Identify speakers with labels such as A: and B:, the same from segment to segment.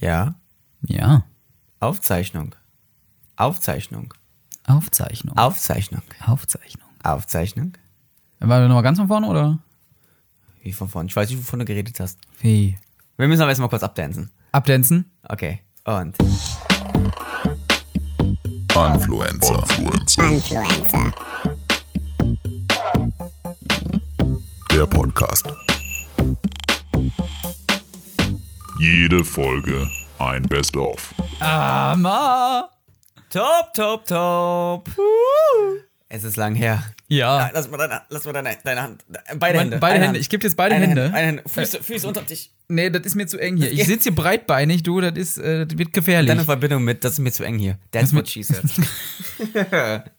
A: Ja.
B: Ja.
A: Aufzeichnung. Aufzeichnung.
B: Aufzeichnung.
A: Aufzeichnung.
B: Aufzeichnung.
A: Aufzeichnung.
B: War nochmal ganz von vorne oder?
A: Wie von vorne. Ich weiß nicht, wovon du geredet hast.
B: Wie?
A: Wir müssen aber erstmal kurz abdancen.
B: Abdancen?
A: Okay. Und.
C: Influencer. Der Podcast. Jede Folge ein Best-of.
B: Mama!
A: Top, top, top. Es ist lang her.
B: Ja.
A: Lass mal deine, lass mal deine, deine Hand. Beide
B: Mein-
A: Hände.
B: beide
A: eine
B: Hände. Ich geb jetzt beide
A: eine
B: Hände.
A: Hand, eine Hände. Füße, Füße unter dich.
B: Nee, das ist mir zu eng hier. Ich sitze hier breitbeinig, du, das ist, äh, das wird gefährlich.
A: Deine Verbindung mit, das ist mir zu eng hier. That's what she said.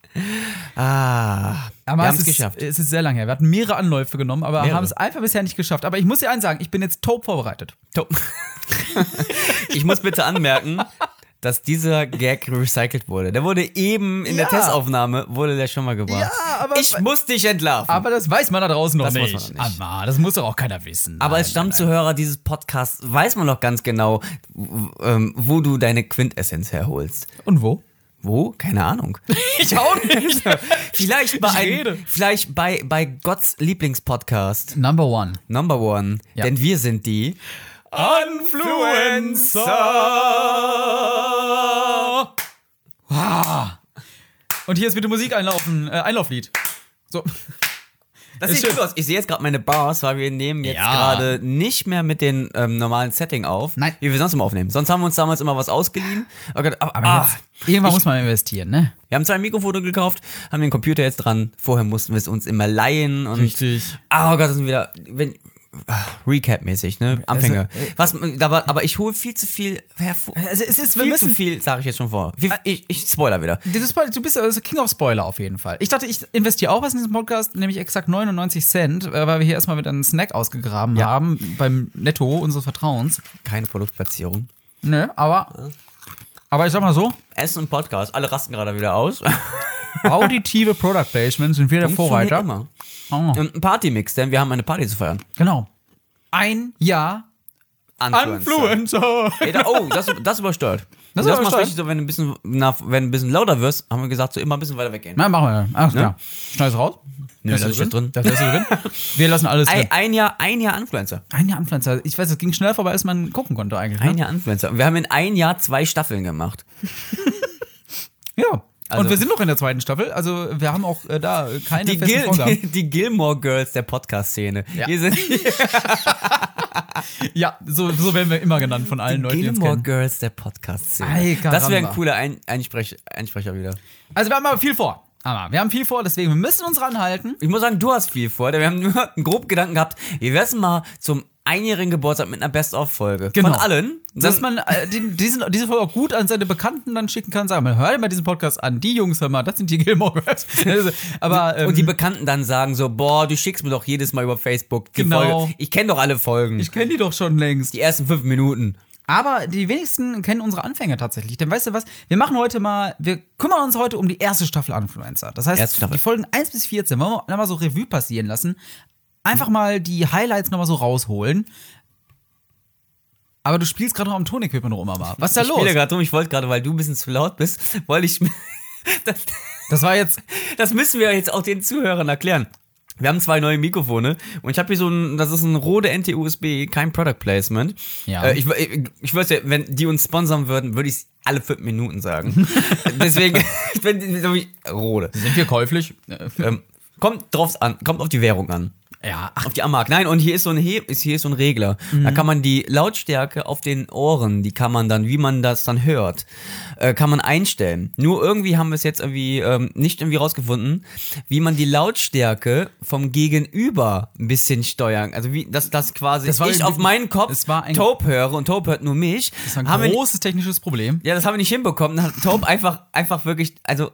A: ah. wir
B: aber es
A: haben es
B: ist,
A: geschafft.
B: Es ist sehr lange her. Wir hatten mehrere Anläufe genommen, aber
A: Mehrere.
B: haben es einfach bisher nicht geschafft. Aber ich muss dir eins sagen, ich bin jetzt top vorbereitet.
A: Top. ich muss bitte anmerken, dass dieser Gag recycelt wurde. Der wurde eben in der
B: Ja.
A: Testaufnahme, wurde der schon mal gebracht.
B: Ja, aber-
A: ich muss dich entlarven.
B: Aber das weiß man da draußen noch
A: Das
B: nicht.
A: muss man noch nicht.
B: Aber das muss doch auch keiner wissen.
A: Aber
B: Nein,
A: als Stammzuhörer dieses Podcasts weiß man noch ganz genau, w- ähm, wo du deine Quintessenz herholst.
B: nein. Und wo?
A: Wo? Keine Ahnung.
B: Ich auch nicht.
A: Vielleicht bei,
B: Ich
A: einem,
B: rede.
A: vielleicht bei, bei Gotts Lieblingspodcast,
B: Number one.
A: Number One.
B: Ja.
A: Denn wir sind die Influencer.
B: Und hier ist bitte Musik einlaufen, äh, Einlauflied. So.
A: Das
B: Ist
A: sieht
B: schön.
A: gut aus. Ich sehe jetzt gerade meine Bars, weil wir nehmen jetzt
B: Ja.
A: gerade nicht mehr mit dem ähm, normalen Setting auf,
B: Nein.
A: wie wir sonst immer aufnehmen. Sonst haben wir uns damals immer was ausgeliehen. Oh Gott, aber,
B: Aber
A: ah,
B: jetzt, irgendwann muss man investieren, ne?
A: Wir haben zwei Mikrofone gekauft, haben den Computer jetzt dran. Vorher mussten wir es uns immer leihen und. Ah, Oh Gott, das sind wieder. Wenn, ah, Recap-mäßig,
B: Also,
A: ne? Anfänger. Was, da war, aber ich hole viel zu viel hervor.
B: äh, Also es ist, wir
A: viel
B: müssen- Äh,
A: zu viel, sage ich jetzt schon vor. Viel, ich, ich spoiler wieder.
B: Das ist, du bist also King of Spoiler auf jeden Fall. Ich dachte, ich investiere auch was in diesen Podcast, nämlich exakt 99 Cent, äh, weil wir hier erstmal mit einem Snack ausgegraben haben, beim Netto unseres Vertrauens.
A: Keine Produktplatzierung.
B: Ne, aber, aber ich sag mal so,
A: Essen und Podcast, alle rasten gerade wieder aus.
B: auditive Product Placement sind wir
A: Um
B: der Vorreiter.
A: Immer.
B: Oh,
A: Und ein Ähm, Partymix, denn wir haben eine Party zu feiern.
B: genau. Ein Jahr Influencer.
A: Jeder- Oh, das, das übersteuert. Das, das
B: Das
A: macht
B: übersteuert.
A: richtig so, wenn du ein bisschen, nach, wenn du ein bisschen lauter wirst, haben wir gesagt, so immer ein bisschen weiter weggehen.
B: Na, machen wir. Ach, ja. Schneid's raus.
A: Nö, das ist jetzt drin.
B: Das lässt du drin. Wir lassen alles drin.
A: Ein, ein Jahr, ein Jahr Influencer.
B: Ein Jahr Influencer. Ich weiß, es ging schneller vorbei, als man gucken konnte eigentlich. Ne?
A: Ein Jahr Influencer. Und wir haben in ein Jahr zwei Staffeln gemacht.
B: Ja.
A: Also-
B: und wir sind noch in der zweiten Staffel, also wir haben auch äh, da äh, keine
A: Die,
B: festen
A: Gil
B: Vorgaben.
A: die, die Gilmore Girls der Podcast-Szene.
B: Ja.
A: Hier sind die
B: Ja, so, so werden wir immer genannt von allen Leuten, die uns
A: Gilmore
B: kennen.
A: Girls der Podcast-Szene.
B: Ei,
A: Das wäre ein
B: caramba.
A: cooler ein Einsprech Einsprecher wieder.
B: Also wir haben aber viel vor. Aber wir haben viel vor, deswegen wir müssen uns ranhalten.
A: Ich muss sagen, du hast viel vor. denn Wir haben nur einen groben Gedanken gehabt. Wir wär's mal zum einjährigen Geburtstag mit einer Best-of-Folge.
B: Genau.
A: Von allen.
B: Dass man äh, den, diesen, diese Folge auch gut an seine Bekannten dann schicken kann, sagen, man hört immer diesen Podcast an, die Jungs, hör mal, das sind die Gilmore Girls. Also, aber ähm,
A: Und die Bekannten dann sagen so, boah, du schickst mir doch jedes Mal über Facebook die
B: Genau.
A: Folge. Ich kenne doch alle Folgen.
B: ich kenne die doch schon längst.
A: die ersten fünf Minuten.
B: Aber die wenigsten kennen unsere Anfänger tatsächlich. Denn weißt du was? Wir machen heute mal, wir kümmern uns heute um die erste Staffel Influencer. Das heißt,
A: Erste Staffel.
B: die Folgen 1 bis 14 wollen wir nochmal so Revue passieren lassen. Einfach mal die Highlights nochmal so rausholen. Aber du spielst gerade noch am Tonequipment rum, aber was ist da
A: Ich
B: los?
A: spiele gerade um, ich wollte gerade, weil du ein bisschen zu laut bist, wollte ich. Das,
B: Das war jetzt,
A: das müssen wir jetzt auch den Zuhörern erklären. Wir haben zwei neue Mikrofone und ich habe hier so ein, das ist ein Rode NT-USB, kein Product Placement.
B: Ja.
A: Äh, ich wü- ich, ich würde ja, wenn die uns sponsern würden, würde ich es alle fünf Minuten sagen. Deswegen, wenn, die- Rode.
B: sind wir käuflich?
A: Ähm, kommt drauf an, kommt auf die Währung an.
B: Ja, ach,
A: Auf die Amag. Nein, und hier ist so ein He ist, hier ist so ein Regler.
B: Mhm.
A: Da kann man die Lautstärke auf den Ohren, die kann man dann, wie man das dann hört, äh, kann man einstellen. Nur irgendwie haben wir es jetzt irgendwie ähm, nicht irgendwie rausgefunden, wie man die Lautstärke vom Gegenüber ein bisschen steuern. Also wie das das quasi
B: Das war
A: ich
B: ein-
A: auf meinen Kopf
B: es war ein-
A: Taub höre und Taub hört nur mich.
B: das war
A: haben
B: ein
A: wir,
B: großes technisches Problem.
A: ja, das haben wir nicht hinbekommen. Dann hat Taub einfach einfach wirklich also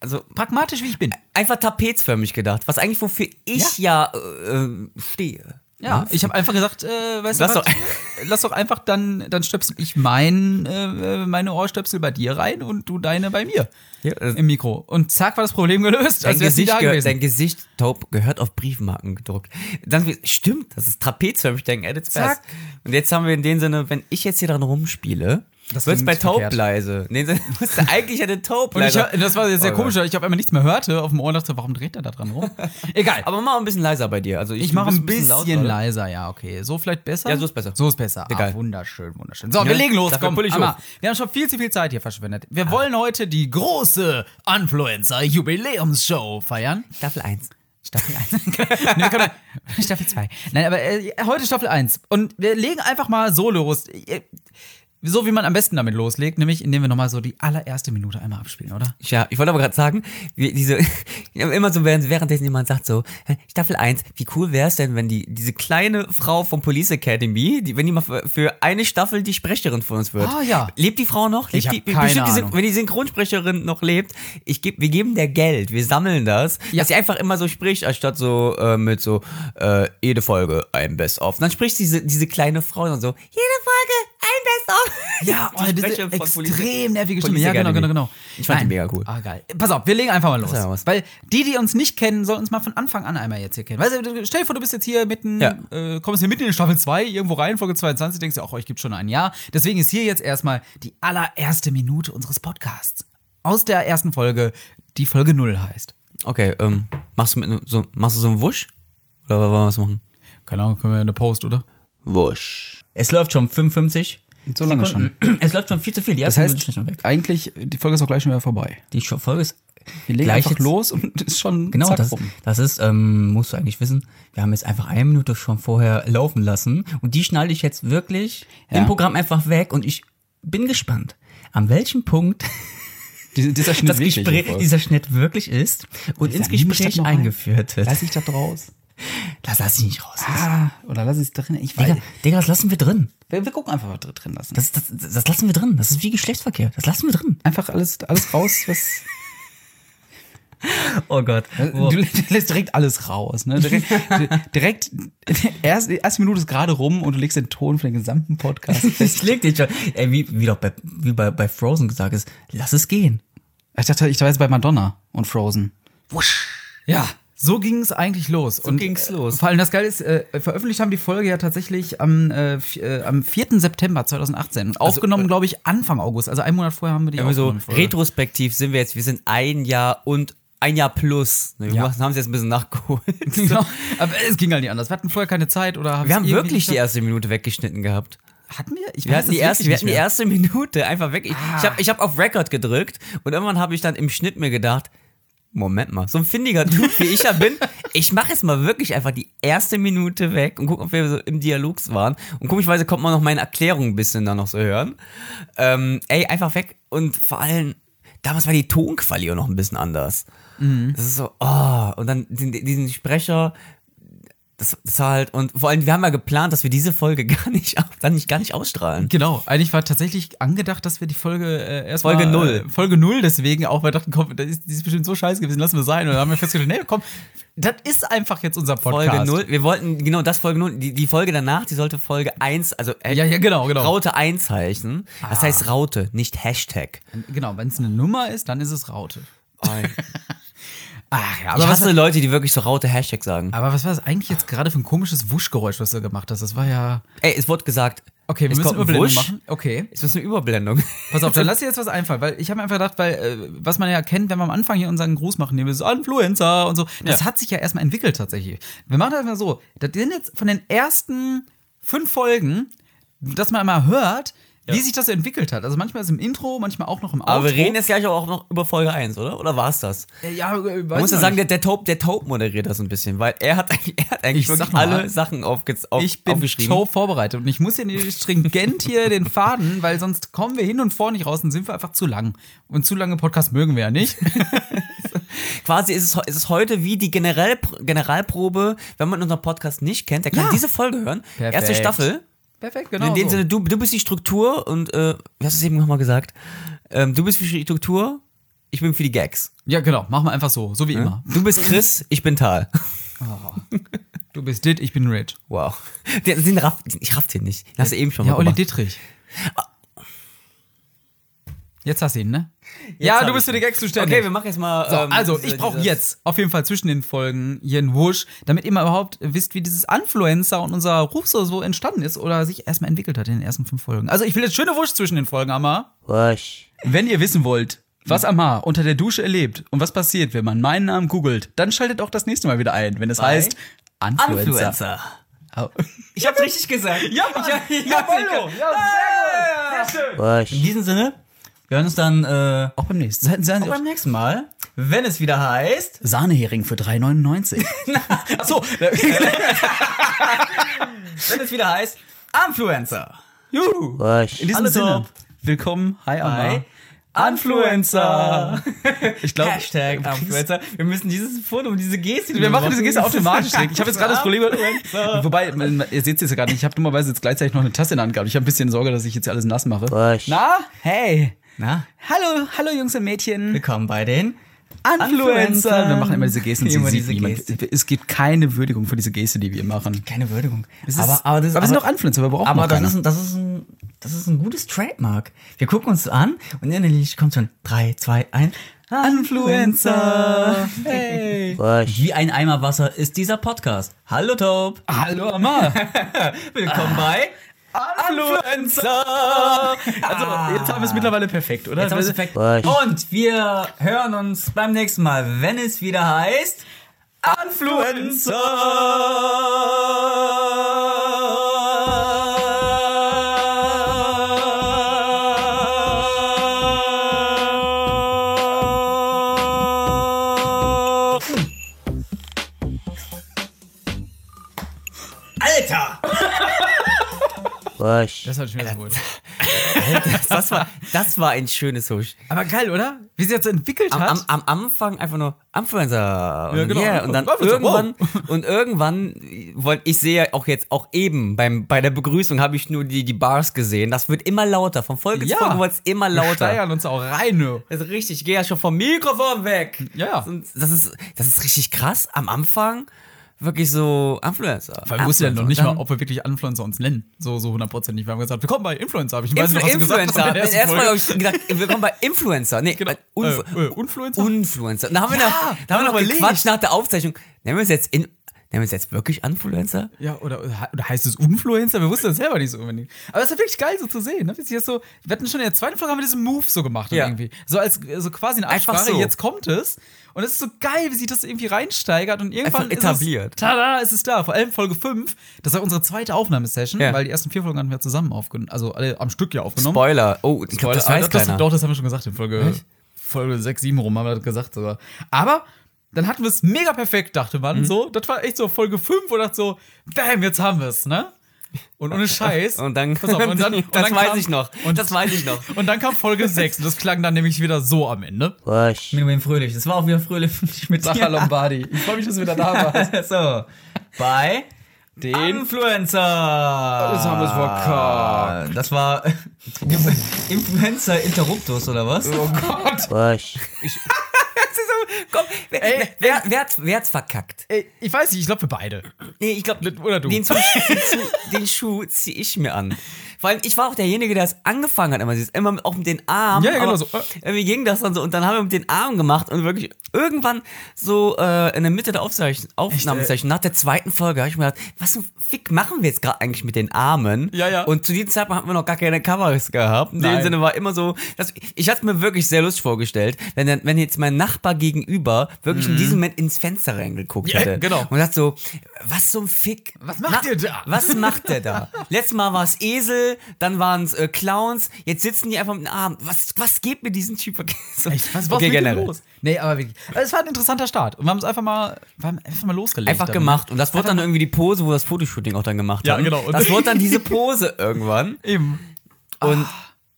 A: also
B: Pragmatisch wie ich bin.
A: einfach trapezförmig gedacht, was eigentlich wofür ich ja, äh, äh, stehe.
B: Ja, ich habe einfach gesagt, äh, weißt
A: Lass
B: du,
A: doch-
B: was? lass doch einfach dann, dann stöpsel ich mein, äh, meine Ohrstöpsel bei dir rein und du deine bei mir
A: Ja, äh,
B: im Mikro. Und zack war das Problem gelöst, Also,
A: Dein
B: als wär's nie
A: Gesicht,
B: da
A: gehört,
B: gewesen.
A: dein Gesicht, Taub, gehört auf Briefmarken gedruckt. Dann, stimmt, das ist trapezförmig, dein Edits
B: Zack.
A: best. Und jetzt haben wir in dem Sinne, wenn ich jetzt hier dran rumspiele,
B: Das
A: wird es bei
B: klingt
A: Taub
B: verkehrt.
A: leise. In dem Sinne, musst du eigentlich eine Taub
B: Und ich,
A: leiser.
B: das war jetzt sehr
A: Oh,
B: komisch, weil ich auf einmal nichts mehr hörte auf dem Ohr und dachte, warum dreht er da dran rum? Egal.
A: Aber mach ein bisschen leiser bei dir. Also ich,
B: Ich mache
A: du
B: ein
A: bist
B: bisschen,
A: laut gerade.
B: leiser, ja, okay. So vielleicht besser?
A: Ja, so ist besser.
B: So ist besser.
A: Egal.
B: Ah, wunderschön, wunderschön. So,
A: Ja,
B: wir legen los,
A: dafür
B: komm.
A: pull ich
B: Hammer.
A: hoch. Ah.
B: Wir haben schon viel zu viel Zeit hier verschwendet. Wir wollen heute die große Influencer-Jubiläumsshow feiern.
A: Staffel 1.
B: Staffel 1. nee, komm, nein. Staffel 2. Nein, aber äh, heute Staffel 1. Und wir legen einfach mal so los. Äh, So wie man am besten damit loslegt, nämlich indem wir nochmal so die allererste Minute einmal abspielen, oder?
A: Ja, ich wollte aber gerade sagen, wir, diese, immer so, während, währenddessen jemand sagt so, "Hä, Staffel 1, wie cool wär's denn, wenn die, diese kleine Frau vom Police Academy, die, wenn die mal für, für eine Staffel die Sprecherin von uns wird.
B: Ah, ja.
A: Lebt die Frau noch? Lebt
B: Ich hab
A: die,
B: keine
A: bestimmt die, Syn-
B: Ahnung.
A: Wenn die Synchronsprecherin noch lebt, ich geb, wir geben der Geld, wir sammeln das,
B: Ja.
A: dass sie einfach immer so spricht, anstatt so äh, mit so, äh, jede Folge ein Best-of. Und Dann spricht diese, diese kleine Frau und so, jede Folge ein Best-of.
B: Ja, oh,
A: Die
B: diese
A: Sprecherin von Police-
B: extrem nervige Stimme.
A: Police
B: Ja, genau,
A: Academy.
B: genau, genau.
A: Ich fand die
B: Nein.
A: mega cool.
B: Ah, geil. Pass auf, wir legen einfach mal los.
A: Lass mal was.
B: Weil die, die uns nicht kennen, sollen uns mal von Anfang an einmal jetzt hier kennen. Weißt du, du- stell dir vor, du bist jetzt hier mitten,
A: Ja.
B: äh, kommst hier mitten in Staffel 2, irgendwo rein, Folge 22, denkst du, auch euch gibt schon ein Jahr. Deswegen ist hier jetzt erstmal die allererste Minute unseres Podcasts. Aus der ersten Folge, die Folge 0 heißt.
A: Okay, ähm, machst du mit ne- so, machst du so einen Wusch? Oder wollen wir was machen?
B: Keine Ahnung, können wir eine Post, oder?
A: Wusch. Es läuft schon 55.
B: So lange schon.
A: Es läuft schon viel zu viel. Die
B: Das
A: erste Minute ist
B: heißt,
A: schon weg.
B: eigentlich, die Folge ist auch gleich schon wieder vorbei.
A: Die Show- Folge ist
B: Wir legen
A: gleich
B: einfach
A: jetzt,
B: los und ist schon
A: Genau,
B: zack,
A: das,
B: rum.
A: das ist, ähm, musst du eigentlich wissen, wir haben jetzt einfach eine Minute schon vorher laufen lassen und die schneide ich jetzt wirklich
B: Ja.
A: im Programm einfach weg und ich bin gespannt, an welchem Punkt
B: Dies- Dieser Schnitt
A: das
B: wirklich
A: Gespräch,
B: jedenfalls.
A: dieser Schnitt wirklich ist und ins
B: nimm mich
A: Gespräch
B: doch mal rein.
A: eingeführt wird.
B: ich das raus?
A: Das lass ich nicht raus.
B: Ah, oder lass ich es drin. Ich
A: Digga, Digga, das lassen wir drin.
B: Wir, wir gucken einfach, was wir drin lassen.
A: Das, das, das lassen wir drin. Das ist wie Geschlechtsverkehr. Das lassen wir drin.
B: einfach alles, alles raus, was. äh,
A: Oh Gott.
B: Du, lässt direkt alles raus, ne? Direkt, direkt erst, die erste Minute ist gerade rum und du legst den Ton für den gesamten Podcast.
A: Ich leg dich schon. Ey, wie, wie doch bei, wie bei, bei Frozen gesagt ist, lass es gehen.
B: Ich dachte, ich war jetzt bei Madonna und Frozen. Ja, so ging es eigentlich los. So
A: ging's los.
B: Vor allem das Geile ist, äh, veröffentlicht haben die Folge ja tatsächlich am, äh, f- äh, am 4. September 2018. Und aufgenommen, glaube ich, Anfang August. Also einen Monat vorher haben wir die
A: Irgendwie so
B: aufgenommen, die Folge.
A: retrospektiv sind wir jetzt, wir sind ein Jahr und ein Jahr plus. Ne, Wir
B: Ja.
A: machen- haben es jetzt ein bisschen nachgeholt.
B: Genau. Aber es ging halt nicht anders. Wir hatten vorher keine Zeit oder haben
A: Wir haben wirklich die
B: die
A: erste Minute weggeschnitten gehabt.
B: hatten wir? Ich
A: Wir
B: weiß
A: hatten, die
B: es
A: erste,
B: wirklich
A: wir hatten die
B: nicht mehr. Ah.
A: erste Minute einfach weg. Ich, ich habe ich hab auf Record gedrückt und irgendwann habe ich dann im Schnitt mir gedacht, Moment mal, so ein findiger Typ wie ich ja bin, ich mache jetzt mal wirklich einfach die erste Minute weg und gucke, ob wir so im Dialog waren. Und komischweise kommt man noch meine Erklärung ein bisschen da noch so hören. Ähm, ey, einfach weg und vor allem, damals war die Tonquali auch noch ein bisschen anders.
B: Mhm.
A: Das ist so, oh, und dann den- diesen Sprecher, das, das war halt, und vor allem, wir haben ja geplant, dass wir diese Folge gar nicht, auf- dann nicht, gar nicht ausstrahlen.
B: Genau, eigentlich war tatsächlich angedacht, dass wir die Folge äh, erst
A: Folge
B: mal,
A: null.
B: Äh, Folge null, deswegen auch, weil wir dachten, komm, das ist, die ist bestimmt so scheiße gewesen, lassen wir sein. Und dann haben wir festgestellt, nee, komm, das ist einfach jetzt unser Podcast.
A: Folge 0. Wir wollten, genau, das Folge 0. Die, die Folge danach, die sollte Folge 1, also äh,
B: Ja, ja, genau, Ah. genau.
A: Raute einzeichnen. Das heißt Raute, nicht Hashtag.
B: Genau, wenn es eine Nummer ist, dann ist es Raute. Ach ja,
A: ich
B: was, Ah.
A: hasse Leute, die wirklich so Raute Hashtag sagen.
B: aber was war das eigentlich jetzt gerade für ein komisches Wuschgeräusch, was du gemacht hast? Das war ja.
A: Ey, es wurde gesagt.
B: Okay, wir
A: es
B: müssen
A: kommt ein
B: Überblendung
A: Wusch.
B: machen. Okay.
A: Es ist eine Überblendung.
B: Pass auf, dann lass dir jetzt was einfallen, weil ich habe einfach gedacht, weil äh, was man ja kennt, wenn wir am Anfang hier unseren Gruß machen, nehmen wir so Influencer und so, das
A: Ja.
B: hat sich ja erstmal entwickelt tatsächlich. Wir machen das mal so, das sind jetzt von den ersten fünf Folgen, dass man mal hört, wie sich das entwickelt hat. Also manchmal ist im Intro, manchmal auch noch im Outro.
A: Aber wir reden jetzt gleich auch noch über Folge 1, oder? Oder war es das?
B: Äh, ja, äh,
A: Man
B: weiß
A: muss ja
B: noch
A: sagen,
B: nicht.
A: der, der, Taub, der Taub moderiert das ein bisschen, weil er hat eigentlich, er hat
B: Ich
A: eigentlich
B: sag
A: wirklich
B: mal,
A: alle Sachen aufge, auf,
B: ich bin
A: aufgeschrieben.
B: Show vorbereitet und ich muss hier nicht stringent hier den Faden, weil sonst kommen wir hin und vor nicht raus und sind wir einfach zu lang. Und zu lange Podcasts mögen wir ja nicht.
A: Quasi ist es, ist es heute wie die Generell, Generalprobe, wenn man unseren Podcast nicht kennt, der kann
B: Ja.
A: diese Folge hören. Erste
B: Perfekt.
A: Staffel.
B: Perfekt, genau.
A: in dem
B: so.
A: Sinne, du, du bist die Struktur und, äh, wie hast du es eben nochmal gesagt? Ähm, du bist für die Struktur, ich bin für die Gags.
B: Ja, genau. Machen wir einfach so, so wie immer.
A: Du bist Chris, ich bin Tal.
B: Du bist dit, ich bin rich.
A: Wow. Den, den raff, ich raff den nicht. Den hast du eben schon
B: Ja,
A: mal
B: Olli
A: gemacht.
B: Dittrich. Jetzt hast du ihn, ne?
A: hab
B: ja, du
A: ich
B: bist für die Gags zuständig.
A: Okay, wir machen jetzt mal.
B: So,
A: ähm,
B: also,
A: diese-
B: ich brauche
A: dieses-
B: jetzt auf jeden Fall zwischen den Folgen hier einen Wusch, damit ihr mal überhaupt wisst, wie dieses Influencer und unser Ruf so, so entstanden ist oder sich erstmal entwickelt hat in den ersten fünf Folgen. Also, ich will jetzt schöne Wusch zwischen den Folgen, Amma.
D: Wusch.
B: Wenn ihr wissen wollt, was Amar unter der Dusche erlebt und was passiert, wenn man meinen Namen googelt, dann schaltet auch das nächste Mal wieder ein, wenn es heißt Influencer.
A: Influencer.
B: Au.
A: Ich hab's richtig gesagt.
B: Ja, Mann.
A: ich, ich
B: Ja,
A: hab's nicht
B: Bollo.
A: ge-
B: Ja,
A: In
B: Ah,
D: Wusch.
A: diesem Sinne, wir hören uns dann äh,
B: Auch beim nächsten. Seien, seien Sie
A: beim nächsten Mal, wenn es wieder heißt.
B: Sahnehering für 3,99. Achso,
A: Wenn es wieder heißt. Influencer.
B: juhu.
D: Wusch.
B: In diesem
A: Alles
B: Sinne,
A: top.
B: willkommen, hi Amar.
A: Hi. Influencer.
B: Ich glaube,
A: Hashtag Influencer. Wir müssen dieses Foto und diese Geste. die
B: wir machen diese Geste automatisch. direkt. Ich habe jetzt gerade das Problem.
A: Influencer.
B: Wobei, man- ihr seht es jetzt ja gerade nicht. Ich habe dummerweise jetzt gleichzeitig noch eine Tasse in der Hand gehabt. Ich habe ein bisschen Sorge, dass ich jetzt alles nass mache.
D: Wusch.
B: Na, hey.
A: Na,
B: Hallo, hallo Jungs und Mädchen.
A: willkommen bei den.
B: Influencer. Wir machen immer diese Gesten.
A: Immer
B: sie sieht
A: diese
B: niemand.
A: Geste.
B: Es gibt keine Würdigung für diese Geste, die wir machen.
A: Keine Würdigung.
B: Es ist- aber wir sind doch Influencer, wir brauchen
A: Aber
B: noch
A: das
B: keine.
A: ist, ein, das, ist ein, das ist ein gutes Trademark. Wir gucken uns an und innerlich kommt schon 3, 2, 1.
B: Influencer. Hey.
D: Wusch.
A: Wie ein Eimer Wasser ist dieser Podcast. Hallo Taub.
B: Hallo Amar.
A: Willkommen bei
B: Influencer. Also, jetzt haben wir es mittlerweile perfekt, oder?
A: Jetzt haben wir's perfekt.
D: Wusch.
A: Und wir hören uns beim nächsten Mal, wenn es wieder heißt Influencer. Alter!
D: Wusch.
B: Das hat schon wieder so gut.
A: Das war, das war ein schönes Husch.
B: Aber geil, oder? Wie sie jetzt entwickelt
A: am,
B: hat.
A: am, am Anfang einfach nur Influencer. Und,
B: Ja, genau.
A: yeah, und dann
B: Influencer,
A: irgendwann, und irgendwann, wollt, ich sehe auch jetzt, auch eben beim, bei der Begrüßung habe ich nur die, die Bars gesehen. Das wird immer lauter. Von Folge zu
B: Ja.
A: Folge wird es immer
B: Wir
A: lauter.
B: steigern uns auch rein, ne?
A: Das ist richtig. Ich gehe ja schon vom Mikrofon weg.
B: Ja, ja.
A: Und Das ist, das ist richtig krass. Am Anfang wirklich so Influencer.
B: Weil wir wussten ja noch nicht
A: Und
B: mal,
A: dann-
B: ob wir wirklich Influencer uns nennen. So, so hundertprozentig. Wir haben gesagt, wir kommen bei Influencer, habe ich nicht
A: Influ Influencer.
B: hast in der ersten
A: Erstmal habe
B: Folge.
A: ich gedacht, wir kommen bei Influencer. Nee, bei Unf
B: Äh, äh, Influencer?
A: Influencer. Und Da haben wir
B: Ja,
A: noch, da haben wir noch
B: überlegt.
A: gequatscht nach der Aufzeichnung. Nennen wir es jetzt in, nennen wir es jetzt wirklich Influencer?
B: Ja, oder, oder heißt es Influencer? Wir wussten das selber nicht so unbedingt. Aber es ist wirklich geil, so zu sehen. Ne? Wie sich das so, wir hatten schon in der zweiten Folge haben wir diesen Move so gemacht
A: Ja.
B: irgendwie. So als so quasi eine
A: Einfach
B: Absprache,
A: so.
B: jetzt kommt es. Und es ist so geil, wie sich das irgendwie reinsteigert und irgendwann
A: Einfach etabliert.
B: Ist es, tada, ist es da. Vor allem Folge 5, das war unsere zweite Aufnahmesession,
A: Ja.
B: weil die ersten vier Folgen hatten wir zusammen aufgenommen, also alle am Stück ja aufgenommen.
A: Spoiler. Oh, ich glaube, das
B: Spoiler,
A: weiß
B: das,
A: keiner.
B: Doch, das haben wir schon gesagt in Folge, Folge 6, 7 rum haben wir das gesagt sogar. Aber dann hatten wir es mega perfekt, dachte
A: Mhm.
B: man. So, das war echt so Folge 5 und dachte so, bam, jetzt haben wir es, ne? Und ohne Scheiß.
A: Und dann,
B: Pass auf, und dann, und
A: das
B: dann
A: weiß
B: kam,
A: ich noch.
B: Und,
A: das weiß ich noch.
B: und dann kam Folge 6 und das klang dann nämlich wieder so am Ende.
D: Wusch.
A: Mit dem Fröhlich. Das war auch wieder Fröhlich mit
B: Sacha Lombardi. Ich freue mich, dass du wieder da warst.
A: so. Bei
B: Den.
A: Influencer.
B: Das haben wir's verkackt.
A: Das war Influencer Interruptus oder was?
B: Oh Gott.
D: Wusch.
A: Komm, wer,
B: Ey,
A: wer, wer, hat's, wer hat's verkackt?
B: Ey, ich weiß nicht, ich glaube, wir beide.
A: Nee, ich glaube,
B: Oder du.
A: den, Schuh- den, Schuh- den Schuh ziehe ich mir an. Vor allem, ich war auch derjenige, der es angefangen hat. Immer, Sie ist immer mit- auch mit den Armen.
B: Ja, ja, genau
A: aber
B: so. Äh.
A: Irgendwie ging das dann so. Und dann haben wir mit den Armen gemacht und wirklich irgendwann so äh, in der Mitte der Aufzeich Aufnahmezeichen, nach der zweiten Folge, habe ich mir gedacht, was zum Fick machen wir jetzt gerade eigentlich mit den Armen?
B: Ja, ja.
A: Und zu diesem Zeitpunkt hatten wir noch gar keine Kameras gehabt. In dem
B: Nein.
A: Sinne war immer so, dass, ich hatte mir wirklich sehr lustig vorgestellt, wenn, dann- wenn jetzt mein Nachbar gegenüber wirklich
B: Mhm.
A: in diesem Moment ins Fenster reingeguckt
B: Ja,
A: hätte.
B: genau.
A: Und dachte so, was zum Fick?
B: Was macht ihr da?
A: Was macht der da? Letztes Mal war es Esel, dann waren es äh, Clowns, jetzt sitzen die einfach mit den Armen. Was, was geht mit diesen Typen? So,
B: Ich weiß, was okay, generell. los? Nee, aber wirklich. Es war ein interessanter Start. Und wir haben es einfach mal, wir haben einfach mal losgelegt.
A: Einfach
B: damit.
A: gemacht. Und das wurde dann irgendwie die Pose, wo wir das Fotoshooting auch dann gemacht
B: Ja,
A: haben.
B: genau. Und-
A: Das wurde dann diese Pose irgendwann.
B: Eben.
A: Und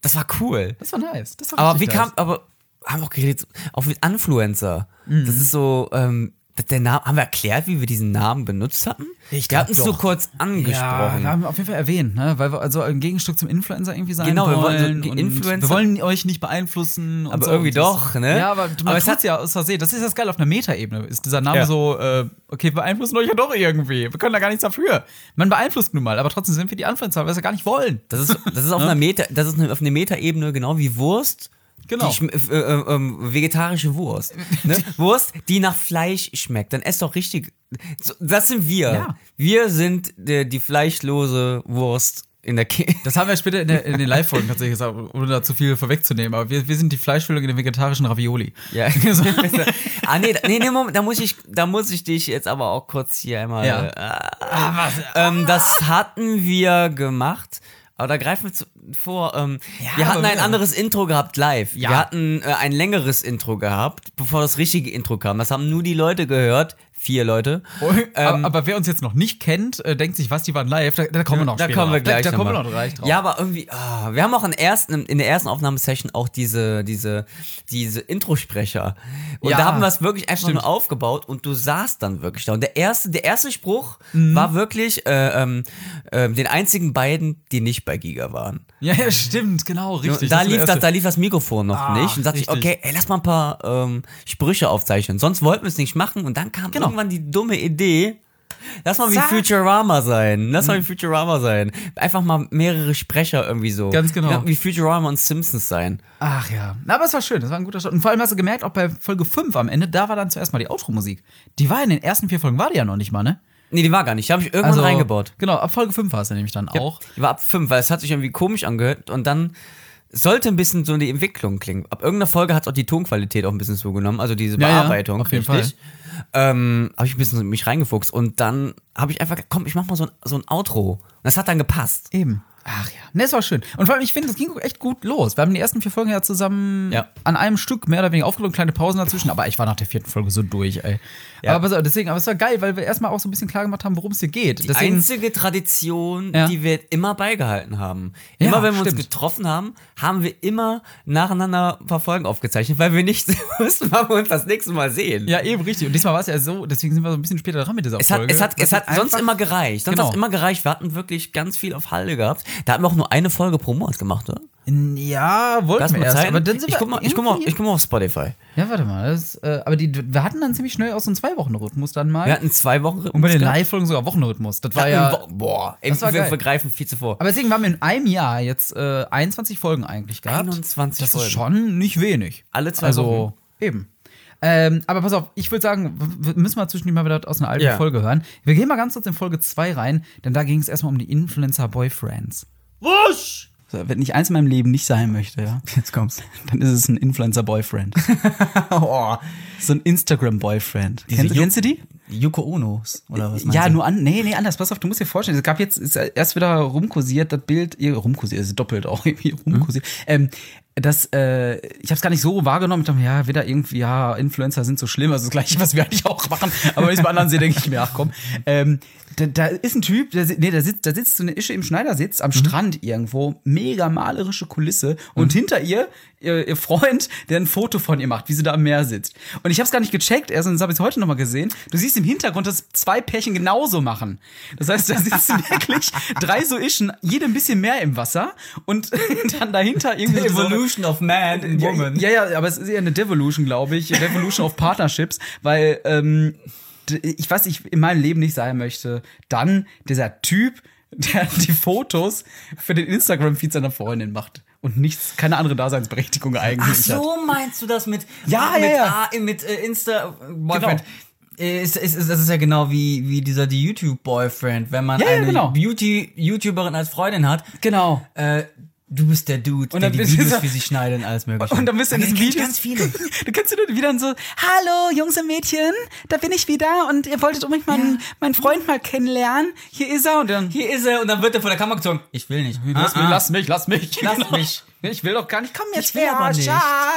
A: das war cool.
B: Das war nice. Das war
A: Aber wie
B: Ah. richtig
A: kam,
B: nice. Mhm.
A: aber haben wir auch geredet, auch mit Influencer. Das ist so, ähm, dass der Name, haben wir erklärt, wie wir diesen Namen benutzt hatten?
B: Ich
A: wir
B: glaub
A: hatten es nur
B: doch.
A: kurz angesprochen.
B: Ja, haben wir auf jeden Fall erwähnt, ne? weil wir also im Gegenstück zum Influencer irgendwie sein
A: Genau, wir
B: wollen.
A: wollen so die
B: und
A: Influencer-
B: wir wollen euch nicht beeinflussen. und
A: Aber
B: so
A: irgendwie
B: und das-
A: doch, ne?
B: Ja, aber man
A: Aber es
B: tut's
A: hat-
B: ja aus Versehen. Das ist das geil auf einer Metaebene. Ist dieser Name
A: Ja.
B: so, äh, okay, wir beeinflussen euch ja doch irgendwie. Wir können da gar nichts dafür. Man beeinflusst nun mal, aber trotzdem sind wir die Influencer, weil wir es ja gar nicht wollen.
A: Das ist, das
B: Ne?
A: ist auf einer Meta, das ist eine- auf einer Metaebene genau wie Wurst.
B: Genau.
A: Die schm- äh, äh, ähm, vegetarische Wurst. Ne? Wurst, die nach Fleisch schmeckt. Dann esst doch richtig. So, Das sind wir.
B: Ja.
A: Wir sind die, die fleischlose Wurst in der Ki
B: Das haben wir später in, der, in den Live-Folgen tatsächlich gesagt, ohne da zu viel vorwegzunehmen. Aber wir, wir sind die Fleischfüllung in den vegetarischen Ravioli.
A: Ja.
B: So.
A: ah, nee, da- nee, nee, Moment, da muss ich, da muss ich dich jetzt aber auch kurz hier einmal.
B: Ja.
A: Äh, Ähm, das hatten wir gemacht. Aber da greifen wir zu, vor. Ähm,
B: Ja,
A: wir hatten
B: aber
A: ein
B: wir-
A: anderes Intro gehabt live.
B: Ja.
A: Wir hatten äh, ein längeres Intro gehabt, bevor das richtige Intro kam. Das haben nur die Leute gehört. Vier Leute. Ähm.
B: aber, Äh, aber wer uns jetzt noch nicht kennt, äh, denkt sich, was, die waren live, da, da kommen wir noch
A: da
B: später
A: kommen wir
B: drauf. Da-
A: gleich
B: Da, kommen wir
A: nochmal.
B: noch gleich drauf.
A: Ja, aber irgendwie, ah, wir haben auch in, ersten, in der ersten Aufnahmesession auch diese, diese, diese Introsprecher. Und
B: Ja.
A: da haben wir es wirklich einfach
B: Stimmt.
A: nur aufgebaut und du saßt dann wirklich da. Und der erste, der erste Spruch
B: Mhm.
A: war wirklich äh, ähm, äh, den einzigen beiden, die nicht bei Giga waren.
B: Ja, ja, stimmt, genau, richtig.
A: da,
B: ist der
A: lief das,
B: erste.
A: da lief das Mikrofon noch
B: Ah,
A: nicht. Und dachte ich,
B: richtig.
A: okay, ey, lass mal ein paar ähm, Sprüche aufzeichnen. Sonst wollten wir es nicht machen. Und dann
B: Genau.
A: kam irgendwann die dumme Idee. Lass mal wie
B: Zack.
A: Futurama sein. Lass mal
B: Hm.
A: wie Futurama sein. Einfach mal mehrere Sprecher irgendwie so.
B: Ganz genau.
A: Die könnten Wie Futurama und Simpsons sein.
B: Ach ja. Na, aber es war schön, das war ein guter Start. Und vor allem hast du gemerkt, auch bei Folge 5 am Ende, da war dann zuerst mal die Outro-Musik. Die war in den ersten vier Folgen, war die ja noch nicht mal, ne?
A: Nee, die war gar nicht. Die habe ich irgendwann reingebaut.
B: Genau, ab Folge 5 war es dann nämlich dann auch.
A: Die war ab fünf, weil es hat sich irgendwie komisch angehört. Und dann sollte ein bisschen so die Entwicklung klingen. Ab irgendeiner Folge hat auch die Tonqualität auch ein bisschen zugenommen. Also diese
B: Ja, ja,
A: Bearbeitung.
B: auf jeden
A: richtig. Ähm, habe ich ein bisschen mich reingefuchst. Und dann habe ich einfach, gedacht, komm, ich mach mal so ein, so ein Outro. Und das hat dann gepasst.
B: Eben. Ach ja. Ne, es war schön. Und vor allem, ich finde, das ging echt gut los. Wir haben die ersten vier Folgen ja zusammen
A: Ja.
B: an einem Stück mehr oder weniger aufgenommen, kleine Pausen dazwischen. Aber ich war nach der vierten Folge so durch, ey. Aber pass auf, deswegen, aber es war geil, weil wir erstmal auch so ein bisschen klar gemacht haben, worum es hier geht.
A: die
B: Deswegen,
A: einzige Tradition,
B: Ja.
A: die wir immer beigehalten haben.
B: Ja,
A: Immer wenn wir uns
B: stimmt.
A: getroffen haben, haben wir immer nacheinander ein paar Folgen aufgezeichnet, weil wir nicht wussten, wann wir uns das nächste Mal sehen.
B: ja, eben richtig. Und diesmal war es ja so, deswegen sind wir so ein bisschen später dran mit dieser
A: Es hat,
B: Folge.
A: es hat, es
B: Das
A: hat
B: ist
A: sonst
B: einfach-
A: immer gereicht. Sonst
B: Genau.
A: hat es immer gereicht. Wir hatten wirklich ganz viel auf Halde gehabt. Da hatten wir auch nur eine Folge pro Monat gemacht, oder?
B: Ja,
A: Lass
B: wollten wir
A: mal
B: erst.
A: Zeit.
B: Aber dann sind
A: ich,
B: wir
A: guck mal, ich, guck mal, ich guck mal auf Spotify.
B: Ja, warte mal. Das, äh, aber die, wir hatten dann ziemlich schnell auch so einen Zwei-Wochen-Rhythmus dann mal.
A: Wir hatten zwei Wochen.
B: Und bei den Live-Folgen sogar Wochenrhythmus. Das war ja.
A: boah, ey,
B: Das war
A: wir,
B: geil.
A: wir greifen viel zuvor.
B: Aber deswegen haben wir in einem Jahr jetzt äh, 21 Folgen eigentlich gehabt.
A: 21
B: das
A: Folgen.
B: ist schon nicht wenig.
A: Alle zwei
B: also,
A: Wochen.
B: Eben. Ähm, aber pass auf, ich würde sagen, wir müssen mal zwischendurch mal wieder aus einer alten
A: Ja.
B: Folge hören. Wir gehen mal ganz kurz in Folge 2 rein, denn da ging es erstmal um die Influencer-Boyfriends.
E: So, Wenn ich eins in meinem Leben nicht sein möchte, ja, jetzt kommst, dann ist es ein Influencer-Boyfriend.
A: Oh.
E: So ein Instagram-Boyfriend. Kennst,
A: Ju-
E: kennst du die?
A: Yuko Onos, oder was
E: Äh, Ja, nur an, nee, nee, anders, pass auf, du musst dir vorstellen, es gab jetzt, ist erst wieder rumkursiert, das Bild, ihr rumkursiert, ist doppelt auch irgendwie rumkursiert,
A: Hm?
E: ähm, das, äh, ich hab's gar nicht so wahrgenommen, ich dachte mir, ja, wieder irgendwie, ja, Influencer sind so schlimm, also das Gleiche, was wir eigentlich auch machen, aber wenn ich es bei anderen sehe, denke ich mir, ach komm, ähm, da, da ist ein Typ, der, si- nee, da sitzt, da sitzt so eine Ische im Schneidersitz am
A: Hm?
E: Strand irgendwo, mega malerische Kulisse und hinter ihr, ihr ihr Freund, der ein Foto von ihr macht, wie sie da am Meer sitzt. Und ich hab's gar nicht gecheckt, erst und das habe ich heute nochmal gesehen. Du siehst im Hintergrund, dass zwei Pärchen genauso machen. Das heißt, da sitzen wirklich drei so Ischen, jede ein bisschen mehr im Wasser und dann dahinter irgendwie so eine-
A: of Man and
E: ja, ja, ja, aber es ist eher eine Devolution, glaube ich. Revolution of Partnerships, weil ähm, d- ich was ich in meinem Leben nicht sein möchte, dann dieser Typ, der die Fotos für den Instagram-Feed seiner Freundin macht und nichts, keine andere Daseinsberechtigung eigentlich
A: Ach
E: hat.
A: so, meinst du das mit,
E: Ja,
A: mit,
E: ja, ja.
A: A- mit äh, Insta äh, Boyfriend? Äh, Ist, ist, ist, das ist ja genau wie, wie dieser die YouTube Boyfriend, wenn man
E: Ja, ja,
A: eine
E: genau.
A: Beauty YouTuberin als Freundin hat.
E: Genau.
A: Äh, du bist der Dude,
E: Und
A: der
E: dann
A: die
E: bist du
A: Videos
E: so-
A: für sie schneidet und alles mögliche.
E: Und dann bist du in
A: Da
E: diesem
A: kenn ich
E: Video.
A: ganz viele.
E: Du kannst dann wieder so, hallo Jungs und Mädchen, da bin ich wieder und ihr wolltet unbedingt meinen, meinen Freund mal kennenlernen. Hier ist er und dann.
A: Hier ist er und dann wird er vor der Kamera gezogen. Ich will nicht. Ah, ah,
E: mich, lass mich.
A: lass mich.
B: Genau. Ich will doch gar nicht. Komm jetzt
F: Ich will aber nicht.
B: Schatz.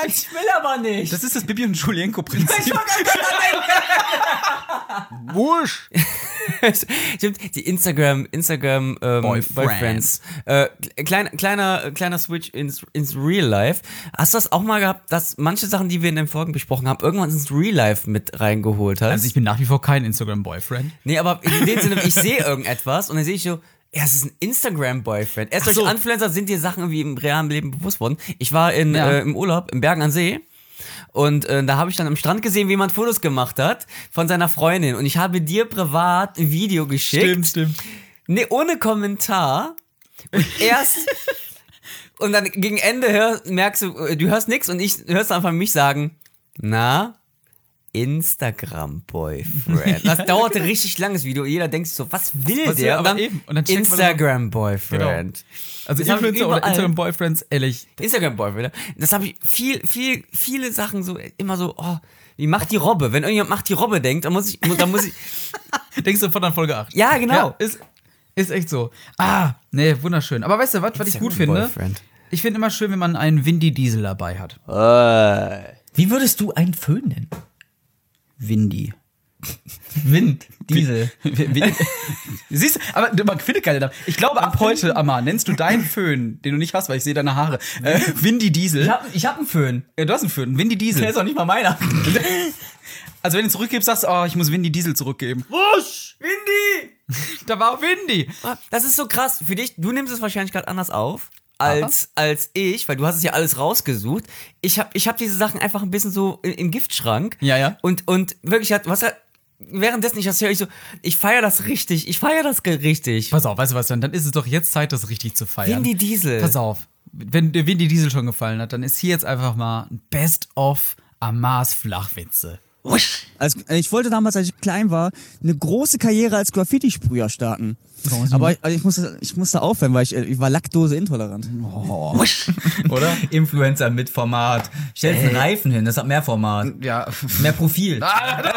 A: Ich will aber nicht.
B: Das ist das Bibi und Julienko-Prinzip.
A: Wusch. Stimmt, die Instagram, Instagram ähm,
B: Boyfriends.
A: Boyfriends. Äh, klein, kleiner, äh, kleiner Switch ins, ins Real Life. Hast du das auch mal gehabt, dass manche Sachen, die wir in den Folgen besprochen haben, irgendwann ins Real Life mit reingeholt hast?
B: Also ich bin nach wie vor kein Instagram-Boyfriend.
A: nee, aber in dem Sinne, ich sehe irgendetwas und dann sehe ich so, ja, es ist ein Instagram-Boyfriend. Erst durch
B: so.
A: Influencer sind dir Sachen irgendwie im realen Leben bewusst worden. Ich war in,
B: Ja.
A: äh, im Urlaub im Bergen an See. Und äh, da habe ich dann am Strand gesehen, wie jemand Fotos gemacht hat von seiner Freundin. Und ich habe dir privat ein Video geschickt.
B: stimmt.
A: Nee, ohne Kommentar. Und erst. und dann gegen Ende hör, merkst du, äh, du hörst nichts und ich hörst einfach mich sagen, na, Instagram-Boyfriend. Das dauerte richtig langes Video. Jeder denkt sich so, was will
B: Was will
A: der?
B: er? Aber eben. Und dann checkt man Genau. so-
A: Instagram-Boyfriend.
B: Also
A: Das hab ich
B: Influencer oder
A: überall.
B: Instagram-Boyfriends, ehrlich.
A: Instagram-Boyfriend. Das habe ich viel, viel, viele Sachen so, immer so, oh, wie macht die Robbe? Wenn irgendjemand macht die Robbe denkt, dann muss ich, dann muss ich,
B: Denkst du von an Folge 8?
A: ja, genau.
B: Ja, ist, ist echt so. Ah, nee, wunderschön. Aber weißt du was, was ich gut finde?
A: Instagram-Boyfriend.
B: Ich finde immer schön, wenn man einen Windy Diesel dabei hat. Äh.
G: Wie würdest du einen Föhn nennen?
B: Windy.
G: Wind, Diesel.
B: Siehst du, aber du- man findet keine Namen. Ich glaube, ab heute, Amar, nennst du deinen Föhn, den du nicht hast, weil ich sehe deine Haare, äh, Windy Diesel.
G: Ich hab, ich hab einen Föhn.
B: Ja, du hast einen Föhn, Windy
G: Der
B: Diesel.
G: ist auch nicht mal meiner.
B: Also wenn du ihn zurückgibst, sagst du, oh, ich muss Windy Diesel zurückgeben.
A: Wusch! Windy!
B: Da war auch Windy.
A: Ah, Das ist so krass. Für dich, du nimmst es wahrscheinlich gerade anders auf als, als ich, weil du hast es ja alles rausgesucht. Ich habe ich hab diese Sachen einfach ein bisschen so i- im Giftschrank.
B: Ja, ja.
A: Und, und wirklich, hat- was hat- währenddessen ich das höre, ich so, ich feiere das richtig, ich feiere das ge- richtig.
B: Pass auf, weißt du was, dann, dann ist es doch jetzt Zeit, das richtig zu feiern.
A: Windy Diesel.
B: Pass auf, wenn dir Windy Diesel schon gefallen hat, dann ist hier jetzt einfach mal ein Best-of Amars Flachwitze.
H: Als, äh, ich wollte damals, als ich klein war, eine große Karriere als Graffiti-Sprüher starten. Aber ich, also ich, musste, ich musste aufhören, weil ich, äh, ich war Laktose-intolerant.
B: Oder?
G: Oh. Influencer mit Format. Stellst einen Reifen hin, das hat mehr Format.
B: ja.
G: Mehr Profil. Ah, Da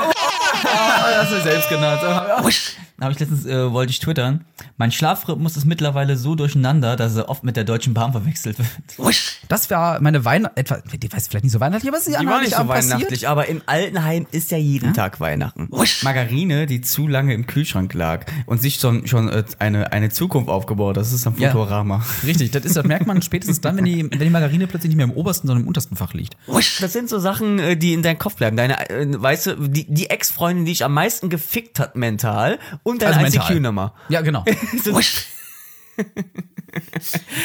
H: Ah, oh.
B: das ist selbst genannt.
G: habe ich letztens, äh, wollte ich twittern. Mein Schlafrhythmus ist mittlerweile so durcheinander, dass er oft mit der Deutschen Bahn verwechselt wird.
B: Das war meine Weihnacht, etwa, die weiß vielleicht nicht so weihnachtlich, aber es ist
A: die
B: an
A: war nicht so
B: Heiligabend
A: weihnachtlich,
B: passiert.
A: aber im Altenheim ist ja jeden Tag Weihnachten. Margarine, die zu lange im Kühlschrank lag und sich schon, schon äh, eine, eine Zukunft aufgebaut. Das ist ein
B: Ja.
A: Futurama.
B: Richtig, das, ist, das merkt man spätestens dann, wenn die, wenn die Margarine plötzlich nicht mehr im obersten, sondern im untersten Fach liegt.
A: Das sind so Sachen, äh, die in deinem Kopf bleiben. Deine, äh, weißt du, die, die Ex-Freundin, die ich am meisten gefickt hat mental und deine
B: Also mental.
A: ICQ-Nummer.
B: Ja, genau.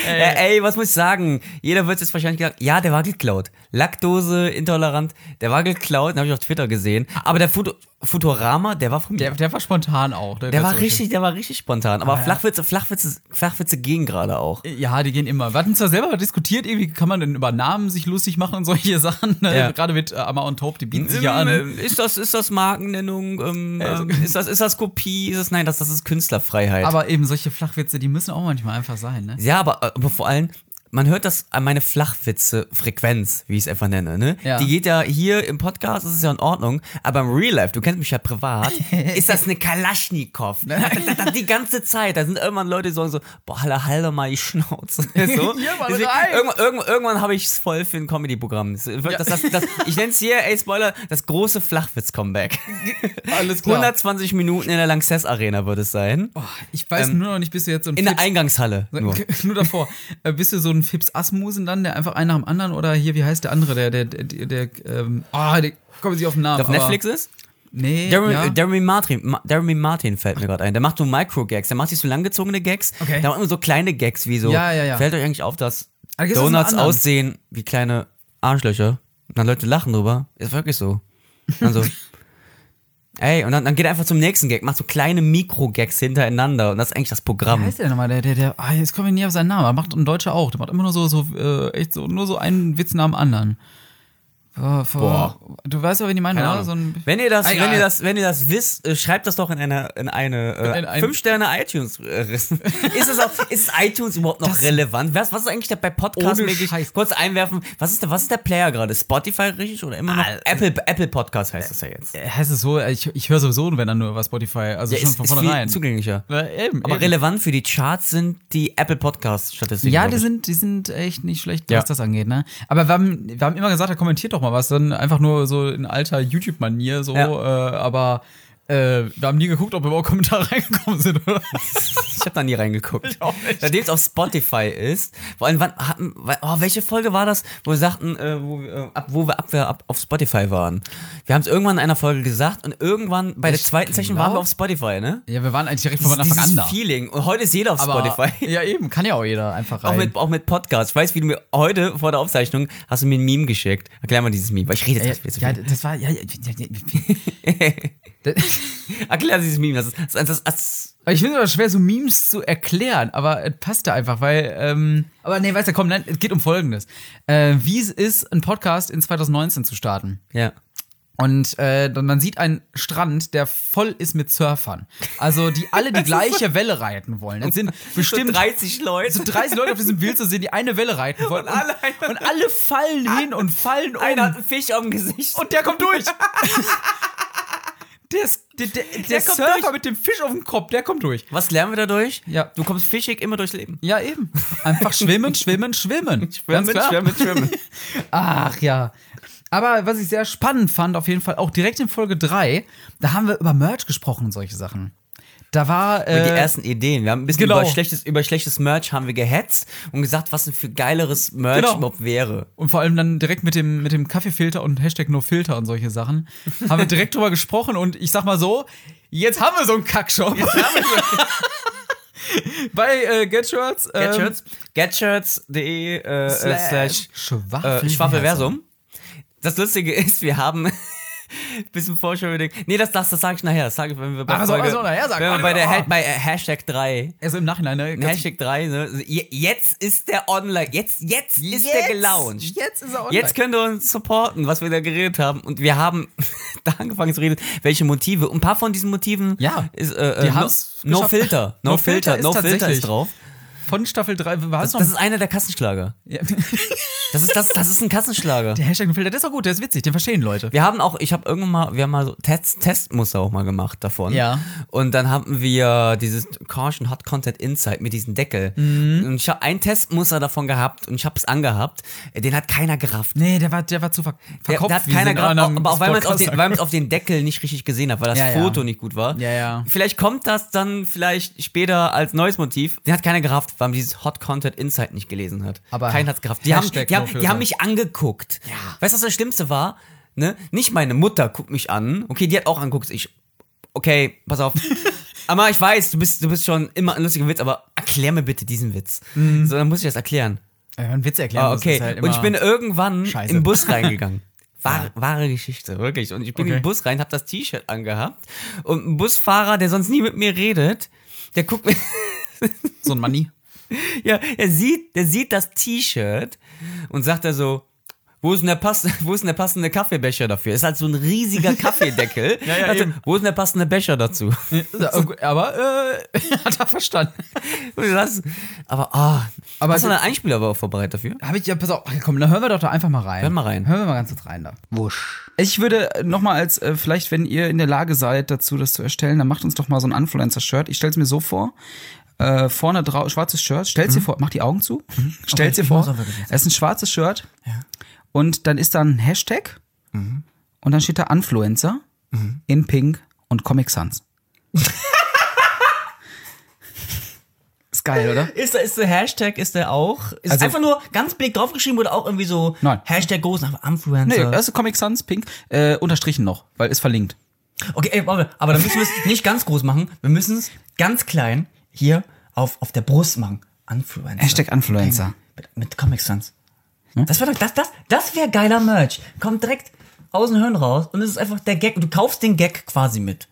A: Äh, ey, was muss ich sagen? Jeder wird jetzt wahrscheinlich gesagt, ja, der war geklaut. Laktose intolerant, der war geklaut, den habe ich auf Twitter gesehen. Aber der Futu Futurama, der war Ah, von mir.
B: Der,
A: Der,
B: der war spontan auch. Der,
A: war richtig, der war richtig spontan. Aber Flachwitze, Flachwitze, Flachwitze gehen gerade auch.
B: Ja, die gehen immer. Wir hatten zwar selber diskutiert, irgendwie kann man denn über Namen sich lustig machen und solche Sachen. Ne?
A: Ja.
B: Gerade mit äh, Amar und Taub, die bieten sich ja an.
A: Ähm, Ist das, ist das Markennennung? Ähm, ähm, ist, das, ist das Kopie? Ist das, nein, das, das ist Künstlerfreiheit.
B: Aber eben solche Flachwitze, die müssen auch manchmal einfach sein, ne?
A: Ja, aber, äh, aber vor allem, man hört das an meine Flachwitze-Frequenz, wie ich es einfach nenne, ne?
B: Ja.
A: Die geht ja hier im Podcast, das ist ja in Ordnung, aber im Real Life, du kennst mich ja privat, ist das eine Kalaschnikow. die ganze Zeit, da sind irgendwann Leute, die sagen so, boah, halle, halle mal die Schnauze. So.
B: Hier mal
A: Deswegen,
B: rein.
A: irgendwann irgendwann, irgendwann habe ich es voll für ein Comedy-Programm. Das, wird- das, das, das, ich nenne es hier, ey, Spoiler, das große Flachwitz-Comeback.
B: Alles Oh,
A: 120 Minuten in der Lanxess-Arena wird es sein.
B: Ich weiß nur noch nicht, bist du jetzt so ein
A: In der
B: Fips-
A: Eingangshalle nur.
B: nur davor. Äh, Bist du so ein Fips Asmusen dann, der einfach einen nach dem anderen oder hier, wie heißt der andere, der, der, der, der, ähm, ah, der kommen sie auf den Namen.
A: Auf
B: aber-
A: Netflix ist?
B: Nee,
A: Jeremy,
B: ja.
A: äh, Jeremy Martin, Ma Jeremy Martin fällt mir gerade ein. Der macht so Micro-Gags, der macht sich so langgezogene Gags.
B: Okay.
A: Der macht immer so kleine Gags wie so.
B: Ja, ja, ja.
A: Fällt euch eigentlich auf, dass
B: Ah, da gibt's noch
A: Donuts
B: einen anderen.
A: aussehen wie kleine Arschlöcher? Und dann Leute lachen drüber. Ist wirklich so. Und dann so. Ey, und dann, dann geht er einfach zum nächsten Gag, macht so kleine Mikro-Gags hintereinander und das ist eigentlich das
B: Wie
A: Programm.
B: heißt der denn nochmal? Der, der, der, ah, jetzt kommen wir nie auf seinen Namen. Er macht ein Deutscher auch. Der macht immer nur so, so, äh, echt so, nur so einen Witz nach dem anderen. Boah, vor- Du weißt aber, wen die meinen,
A: Keine
B: oder?
A: Ahnung.
B: So ein
A: wenn ihr das,
B: Ah,
A: wenn
B: ja.
A: ihr das, wenn ihr das wisst, äh, schreibt das doch in eine, in eine
B: In
A: äh,
B: ein-
A: fünf Sterne iTunes. äh, ist es auch, ist iTunes überhaupt noch relevant? Was, was ist eigentlich da bei Podcasts
B: Ohne
A: wirklich?
B: Scheiß.
A: Kurz einwerfen. Was ist der, was ist der Player gerade? Spotify richtig oder immer noch?
B: Ah,
A: Apple, Apple Podcast heißt das ja jetzt.
B: Äh, heißt es so, ich, ich höre sowieso, wenn dann nur über Spotify, also schon von vornherein.
A: zugänglicher.
B: Äh, eben,
A: Aber
B: eben.
A: relevant für die Charts sind die Apple Podcast Statistiken.
B: Ja,
A: glaub
B: die
A: ich.
B: sind, die sind echt nicht schlecht,
A: Ja.
B: was das angeht, ne? Aber wir haben, wir haben immer gesagt, da kommentiert doch mal was, dann einfach nur so in alter YouTube-Manier, so, äh, aber äh, wir haben nie geguckt, ob überhaupt Kommentare reingekommen sind, oder?
A: Ich habe da nie reingeguckt. Seitdem es auf Spotify ist. Vor allem, wann hatten, we- oh, welche Folge war das, wo wir sagten, äh, wo, wir, äh, ab, wo wir abwehr ab, auf Spotify waren? Wir haben es irgendwann in einer Folge gesagt und irgendwann bei der zweiten Session waren wir auf Spotify, ne?
B: Ja, wir waren eigentlich direkt
A: Dieses-
B: voneinander
A: dieses
B: vergangen.
A: Feeling. Und heute ist jeder auf Spotify.
B: Ja, eben, kann ja auch jeder einfach
A: Auch
B: rein.
A: mit, auch mit Podcasts. Ich weiß, wie du mir heute vor der Aufzeichnung hast du mir ein Meme geschickt. Erklär mal dieses Meme, weil ich rede jetzt gerade viel zu
B: Äh, ja,
A: viel.
B: das war, ja, ja, ja, ja.
A: Erklär dieses Meme. Das ist, das ist, das ist, das ist
B: Aber Ich finde es aber schwer, so Memes zu erklären, aber es passt da einfach, weil, ähm, aber nee, weißt du, komm, nein, es geht um Folgendes. Äh, wie es ist, einen Podcast in 2019 zu starten.
A: ja.
B: Und äh, dann- man sieht einen Strand, der voll ist mit Surfern. Also die alle die gleiche Welle reiten wollen. Es sind bestimmt
A: So 30 Leute.
B: so 30 Leute auf diesem Bild zu sehen, die eine Welle reiten wollen. Und,
A: alle-
B: und alle fallen hin und fallen um.
A: Einer hat einen Fisch am Gesicht.
B: Und der kommt durch. Der, ist, der, der, der,
A: kommt
B: Surfer
A: durch.
B: mit dem Fisch auf dem Kopf, der kommt durch.
A: Was lernen wir dadurch?
B: Ja.
A: Du kommst fischig immer durchs Leben.
B: Ja, eben. Einfach schwimmen, schwimmen, schwimmen. Ganz klar.
A: schwimmen.
B: Ach ja. Aber was ich sehr spannend fand, auf jeden Fall, auch direkt in Folge 3, da haben wir über Merch gesprochen und solche Sachen. Da war. Äh,
A: Die ersten Ideen. Wir haben ein bisschen
B: Genau.
A: über, schlechtes, über schlechtes Merch haben wir gehetzt und gesagt, was denn für geileres Merch
B: Genau.
A: überhaupt wäre.
B: und vor allem dann direkt mit dem, mit dem Kaffeefilter und Hashtag NoFilter und solche Sachen. Haben wir direkt drüber gesprochen und ich sag mal so, jetzt haben wir so einen Kackshop. Bei äh, GetShirts. ähm,
A: Getshirts. Getshirts.de äh, äh, slash
B: Slash. Schwafelversum.
A: äh, Schwafelversum. Das Lustige ist, wir haben bisschen Vorschau überlegt. Nee, das, das, das sage ich nachher. Das sage ich, wenn wir bei
B: Ah, was soll-
A: Folge,
B: was soll man nachher sagen?
A: Wenn wir bei, der,
B: Ah.
A: Ha- bei äh, Hashtag 3
B: Also im Nachhinein, ne? Ganz-
A: Hashtag 3, ne? Also je- Jetzt ist der online. Jetzt, jetzt ist der gelauncht.
B: Jetzt ist er online.
A: Jetzt könnt ihr uns supporten, was wir da geredet haben. Und wir haben da angefangen zu reden, welche Motive. Und ein paar von diesen Motiven
B: Ja,
A: ist äh, äh,
B: die
A: no,
B: haben's
A: no
B: geschafft.
A: Filter. No,
B: No
A: Filter,
B: Filter ist
A: No Filter
B: tatsächlich.
A: ist drauf.
B: Von Staffel 3 war es noch
A: Das ist einer der Kassenschlager. Das ist, das, das ist ein Kassenschlager.
B: Der Hashtag Filter, der ist auch gut, der ist witzig, den verstehen Leute.
A: Wir haben auch, ich habe irgendwann mal, wir haben mal so Test, Testmuster auch mal gemacht davon.
B: Ja.
A: Und dann haben wir dieses Caution Hot Content Insight mit diesem Deckel.
B: Mhm.
A: Und ich habe ein Testmuster davon gehabt und ich habe es angehabt. Den hat keiner gerafft.
B: Nee, der war, der war zu ver
A: Der,
B: verkopft.
A: der hat
B: wie sie
A: keiner
B: in
A: gerade,
B: anderen
A: aber auch weil man es auf,
B: Podcasts
A: den- weil man's auf den Deckel nicht richtig gesehen hat, weil das
B: Ja, ja.
A: Foto nicht gut war.
B: Ja, ja.
A: Vielleicht kommt das dann vielleicht später als neues Motiv. Den hat keiner gerafft, weil man dieses Hot Content Insight nicht gelesen hat.
B: Aber
A: Keiner hat's gerafft. Die haben,
B: Hashtag
A: die, haben,
B: No Filter.
A: die haben mich angeguckt. Weißt du, was das Schlimmste war? Ne? Nicht meine Mutter guckt mich an. Okay, die hat auch angeguckt. Ich, okay, pass auf. aber ich weiß, du bist, du bist schon immer ein lustiger Witz, aber erklär mir bitte diesen Witz.
B: Mhm.
A: So, dann muss ich das erklären.
B: Wenn man Witze Äh, erklären
A: Ah,
B: muss,
A: okay.
B: ist halt
A: und
B: immer-
A: ich bin irgendwann
B: Scheiße.
A: in den Bus reingegangen. Wahre, wahre Geschichte, wirklich. Und ich bin in den
B: Okay.
A: Bus rein, hab das T-Shirt angehabt und ein Busfahrer, der sonst nie mit mir redet, der guckt mir,
B: so ein Manni.
A: ja, er sieht, der sieht das T-Shirt und sagt er so, wo ist, denn der pass wo ist denn der passende Kaffeebecher dafür? Ist halt so ein riesiger Kaffeedeckel. ja, ja, wo ist denn der passende Becher dazu?
B: Aber äh, hat er verstanden.
A: Und das, aber, ah,
B: Aber
A: hast du
B: das-
A: einen Einspieler aber auch vorbereitet dafür?
B: Habe ich ja, pass auf, komm, dann hören wir doch da einfach mal rein.
A: Hören wir mal rein.
B: Hören wir mal ganz kurz rein da.
I: Ich würde nochmal als, äh, vielleicht, wenn ihr in der Lage seid, dazu das zu erstellen, dann macht uns doch mal so ein Influencer-Shirt. Ich stell's mir so vor. Äh, vorne drau schwarzes Shirt, stell's
A: Mhm.
I: dir vor, mach die Augen zu, stell's dir vor, es ist ein schwarzes Shirt und dann ist da ein Hashtag
A: Mhm.
I: und dann steht da Influencer in Pink und Comic Sans. ist geil, oder?
J: Ist, da- ist der Hashtag, ist der auch? Ist
I: Also-
J: einfach nur ganz blick draufgeschrieben oder auch irgendwie so
I: Nein.
J: Hashtag groß nach Influencer?
I: Nee, also Comic Sans, Pink, äh, unterstrichen noch, weil ist verlinkt. äh-
J: Okay, ey, warte, aber dann müssen wir es nicht ganz groß machen. Wir müssen es ganz klein hier auf, auf der Brust machen. Influencer.
I: Hashtag Hm? Influencer.
J: Mit, mit Comic Sans. Das wäre doch, das, das, das wäre geiler Merch. Kommt direkt aus dem Hirn raus und es ist einfach der Gag. Du kaufst den Gag quasi mit.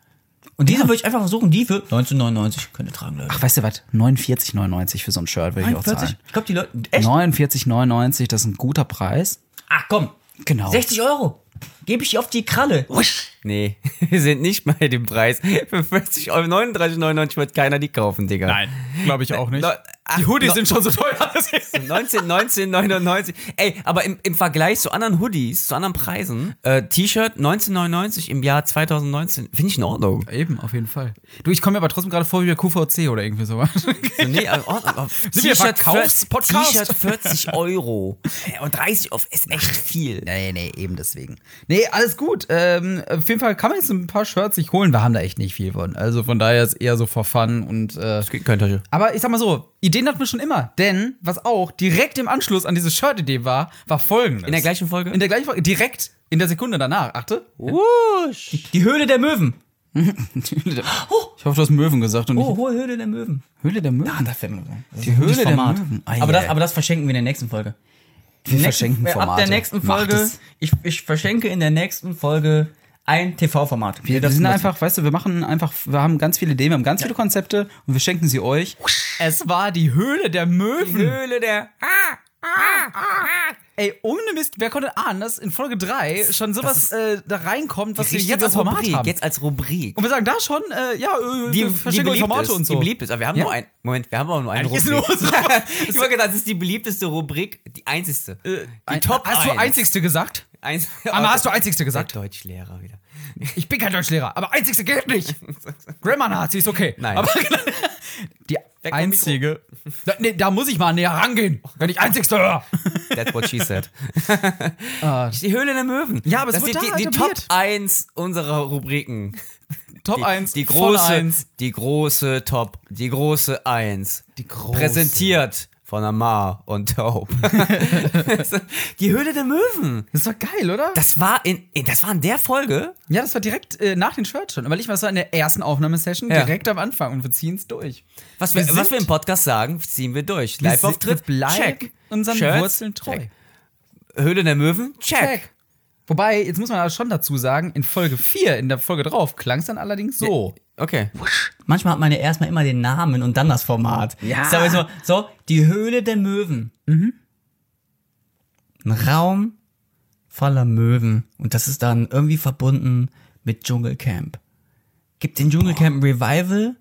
J: Und diese würde ich einfach versuchen, die für 1999 könnt ihr tragen, Leute.
I: Ach, weißt du was? 49,99 für so ein Shirt würde ich auch
J: 41?
I: zahlen.
J: Ich glaube, die Leute, echt?
I: 49,99, das ist ein guter Preis.
J: Ach komm,
K: Genau.
A: 60 Euro. Gebe ich dir auf die Kralle.
L: Nee, wir sind nicht bei dem Preis. Für 40 Euro, 39,99 wird keiner die kaufen, Digga.
B: Nein, glaube ich auch nicht.
L: Le- ach,
B: Die Hoodies
L: no-
B: sind schon so teuer.
L: 19, 19,99. Ey, aber im, im Vergleich zu anderen Hoodies, zu anderen Preisen, äh, T-Shirt 19,99 im Jahr 2019, finde ich in Ordnung.
B: Eben, auf jeden Fall. Du, ich komme mir aber trotzdem gerade vor wie der QVC oder irgendwie sowas.
L: Also, nee, also, Ordnung. aber
B: wir
L: T-Shirt
B: Verkaufspodcast?
L: 40 T-Shirt 40 Euro. Ey, Und 30 auf ist echt viel.
B: Nee, nee, eben deswegen. Nee, alles gut. Ähm, auf jeden Fall kann man jetzt ein paar Shirts sich holen. Wir haben da echt nicht viel von. Also von daher ist eher so for fun und. Äh,
L: geht keine Tasche.
B: aber ich sag mal so, Ideen hatten wir schon immer. Denn, was auch direkt im Anschluss an diese Shirt-Idee war, war folgendes.
L: In der gleichen Folge?
B: In der gleichen Oh. Folge, direkt in der Sekunde danach. Achte.
A: Die Höhle der Möwen.
B: Ich hoffe, du hast Möwen gesagt und
A: Oh, hohe Höhle der Möwen.
B: Höhle der Möwen.
A: Ah, da fällt mir was ein. Das
B: Die
A: ist ein
B: Höhle
A: gutes
B: der
A: Format.
B: Möwen. Ei,
A: Aber das,
B: ei.
A: aber das verschenken wir in der nächsten Folge.
B: Wir verschenken
L: äh,
A: Nächsten-
B: Formate.
A: Ab der nächsten
B: Macht
A: Folge.
B: es.
A: Ich, ich verschenke in der nächsten Folge ein TV-Format.
B: Wir, sind einfach, weißt du, wir machen einfach, wir haben ganz viele Ideen, wir haben ganz viele Konzepte und wir schenken sie euch. Es war die Höhle der Möwen. Die Höhle der. Ey, ohne Mist, wer konnte ahnen, dass in Folge 3 schon sowas äh, da reinkommt, was wir jetzt als Format
L: Rubrik,
B: haben?
L: Jetzt als Rubrik.
B: und wir sagen da schon, äh, ja, äh, wir verschenken euch
L: beliebt
B: Formate
L: ist,
B: und so.
L: Die beliebt ist, aber wir haben
B: Ja.
L: nur ein. Moment, wir haben auch nur eine
B: Eigentlich ist
L: Rubrik.
B: nur unsere-
L: ich wollte gesagt, das ist die beliebteste Rubrik, die einzigste.
B: Äh,
L: die Top
B: hast du
L: eins.
B: einzigste gesagt?
L: Eins,
B: Einmal hast du einzigste gesagt.
L: Der Deutschlehrer wieder.
B: Ich bin kein Deutschlehrer, aber einzigste gilt nicht. Grammar-Nazi ist okay.
L: Nein.
B: Aber die
L: vom
B: einzige. Da, nee, da muss ich mal näher rangehen, wenn ich einzigste höre.
L: That's what she said. die Höhle der Möwen.
B: Ah. Ja, aber es
L: das
B: wurde
L: ist die,
B: da
L: die, die Top
B: etabliert.
L: 1 unserer Rubriken.
B: Top
L: Die,
B: 1,
L: die
B: von
L: große,
B: 1.
L: die große Top, die große 1.
B: Die große.
L: Präsentiert von Amar und Taub. die Höhle der Möwen.
B: Das war geil, oder?
L: Das war in, in das war in der Folge.
B: ja, das war direkt äh, nach den Shirts schon. Überleg mal, das war in der ersten Aufnahmesession,
L: Ja.
B: direkt am Anfang und wir ziehen es durch.
L: Was wir,
B: Wir
L: was
B: sind-
L: wir im Podcast sagen, ziehen wir durch.
B: Wir
L: Live
B: sind-
L: Auftritt,
B: wir bleiben
L: check.
B: unseren
L: Shirts,
B: Wurzeln treu.
L: check. Höhle der Möwen, check.
B: Check. Wobei, jetzt muss man aber schon dazu sagen, in Folge 4, in der Folge drauf, klang es dann allerdings so.
L: Okay.
A: Manchmal hat man ja erstmal immer den Namen und dann das Format. Ja. Ich sag mal so, so, die Höhle der Möwen. Ein Raum voller Möwen. Und das ist dann irgendwie verbunden mit Dschungelcamp. Gibt den Dschungelcamp ein Revival.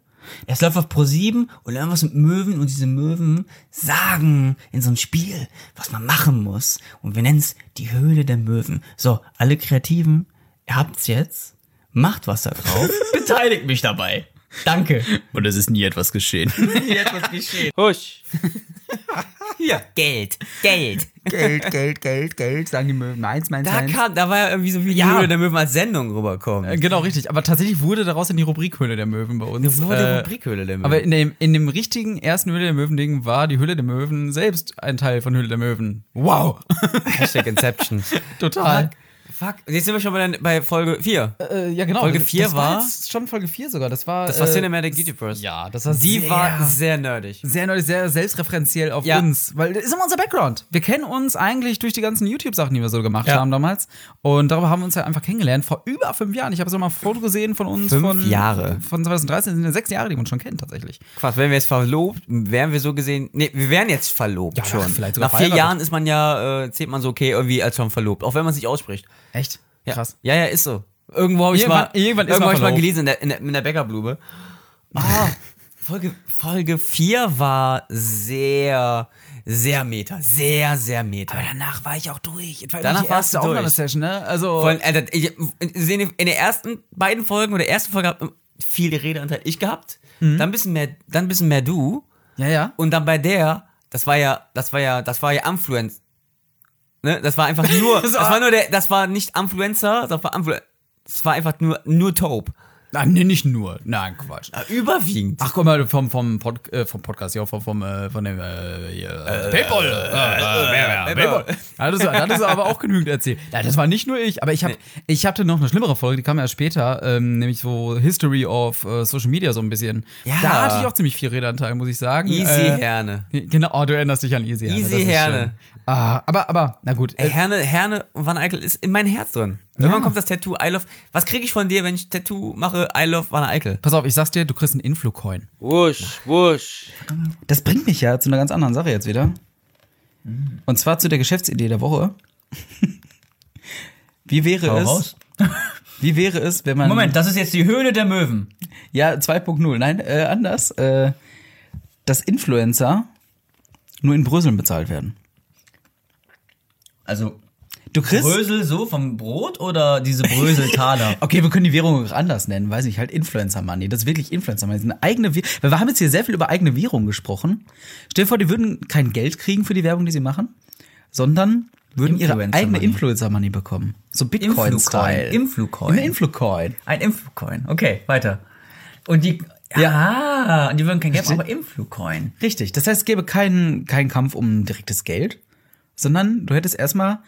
A: Es läuft auf Pro 7 und irgendwas mit Möwen und diese Möwen sagen in so einem Spiel, was man machen muss. Und wir nennen es die Höhle der Möwen. So, alle Kreativen, ihr habt's jetzt. Macht was da drauf. Beteiligt mich dabei. Danke.
K: Und es ist nie etwas geschehen.
L: Hier, Geld, Geld.
B: Geld, Geld, Geld, Geld, sagen die Möwen. Meins, meins,
L: Da kam, da war ja Äh, irgendwie so viel
B: Ja.
L: Höhle der Möwen als Sendung rüberkommen.
B: Genau, richtig. Aber tatsächlich wurde daraus in die Rubrik Höhle der Möwen bei uns.
L: Nur die
B: äh,
L: Rubrik Höhle der Möwen.
B: Aber in dem, in dem richtigen ersten Höhle der Möwen-Ding war die Höhle der Möwen selbst ein Teil von Höhle der Möwen. Wow.
L: Hashtag Inception.
B: Total.
L: Fuck. Jetzt sind wir schon bei, der, bei Folge 4.
B: Äh, ja, genau.
L: Folge
B: Das-
L: vier
B: das war?
L: war-
B: jetzt schon Folge 4 sogar. Das war.
L: Das war
B: äh,
L: Cinematic Universe.
B: Ja, das war
L: Die
B: sehr,
L: war sehr nerdig.
B: sehr neulich, sehr selbstreferenziell auf
L: Ja.
B: uns. Weil das ist immer unser Background. Wir kennen uns eigentlich durch die ganzen YouTube-Sachen, die wir so gemacht haben damals. Und darüber haben wir uns ja einfach kennengelernt vor über fünf Jahren. Ich habe so mal ein Foto gesehen von uns.
L: Fünf
B: von,
L: Jahre.
B: Von 2013 sind ja sechs Jahre, die wir uns schon kennen tatsächlich.
L: Quatsch, wären wir jetzt verlobt, wären wir so gesehen, nee, wir wären jetzt verlobt
B: Ja,
L: schon.
B: vielleicht sogar
L: Nach vier
B: verheiratet.
L: Jahren ist man ja, äh, zählt man so okay irgendwie als schon verlobt, auch wenn man es nicht ausspricht.
B: Echt?
L: Ja.
B: Krass.
L: Ja, ja, ist so. Irgendwo habe ich
B: Irgendwann-
L: mal,
B: irgendwann ist man
L: hab ich mal
B: verlobt.
L: gelesen in der, in der, in der Bäckerblube. Ah, Folge, Folge 4 war sehr, sehr meta, sehr, sehr meta.
B: Aber danach war ich auch durch. Es war danach
L: Danach
B: die
L: warst
B: erste
L: du durch.
B: Aufnahmesession, ne? Also
L: Vor allem, Alter, äh, ich, in in den ersten beiden Folgen oder ersten Folge hab viel Redeanteil ich gehabt,
A: Mhm.
L: dann ein bisschen mehr, dann ein bisschen mehr du
B: ja, ja.
L: und dann bei der, das war ja, das war ja, das war ja Influencer. Ne? Das war einfach nur, das war nur der, das war nicht Influencer, das war Influ das war einfach nur nur Taupe.
B: Nein, nee, nicht nur. Nein, Quatsch.
L: Überwiegend.
B: Ach, guck mal, vom, vom, Pod, äh, vom Podcast, ja, vom, vom äh, von dem, äh, hier, äh, Paypal. Äh, äh, Paypal. Ja, das, das ist aber auch genügend erzählt. Ja, das war nicht nur ich, aber ich hab, ich hatte noch eine schlimmere Folge, die kam ja später, ähm, nämlich so History of äh, Social Media so ein bisschen.
L: Ja.
B: Da hatte ich auch ziemlich viel Redanteil, muss ich sagen.
L: Easy
B: äh,
L: Herne.
B: Genau, oh, du erinnerst dich an Easy Herne.
L: Easy
B: das ist
L: Herne.
B: schön. Ah, aber, aber, na gut.
A: äh,
L: Ey, Herne, Herne und Van Eyck ist in mein Herz drin. Irgendwann kommt das Tattoo I love. Was kriege ich von dir, wenn ich Tattoo mache I love Van Eyck?
B: Pass auf, ich sag's dir, du kriegst einen Influ-Coin.
M: Wusch, wusch.
K: Das bringt mich ja zu einer
A: Mhm.
K: ganz anderen Sache jetzt wieder. Und zwar zu der Geschäftsidee der Woche. Wie wäre
A: Hau
K: es?
A: raus.
K: Wie wäre es, wenn man
A: Moment, das ist jetzt die Höhle der Möwen.
K: Ja, 2.0, nein, äh, anders, äh, dass Influencer nur in Bröseln bezahlt werden.
A: Also
K: Du kriegst
A: Brösel so vom Brot oder diese Bröseltaler?
K: Okay, wir können die Währung auch anders nennen, weiß ich halt Influencer Money. Das ist wirklich Influencer Money. Das ist eine eigene Wäh- Weil wir haben jetzt hier sehr viel über eigene Währung gesprochen. Stell dir vor, die würden kein Geld kriegen für die Werbung, die sie machen, sondern würden ihre
A: Influencer
K: eigene
A: Money.
K: Influencer Money bekommen. So Bitcoin Style.
A: Influcoin.
K: Eine Influcoin.
A: Ein Influcoin. Okay, weiter. Und die. Ja, ah, und die würden kein Geld, machen, aber Influcoin.
K: Richtig. Das heißt, es gäbe keinen keinen Kampf um direktes Geld, sondern du hättest erstmal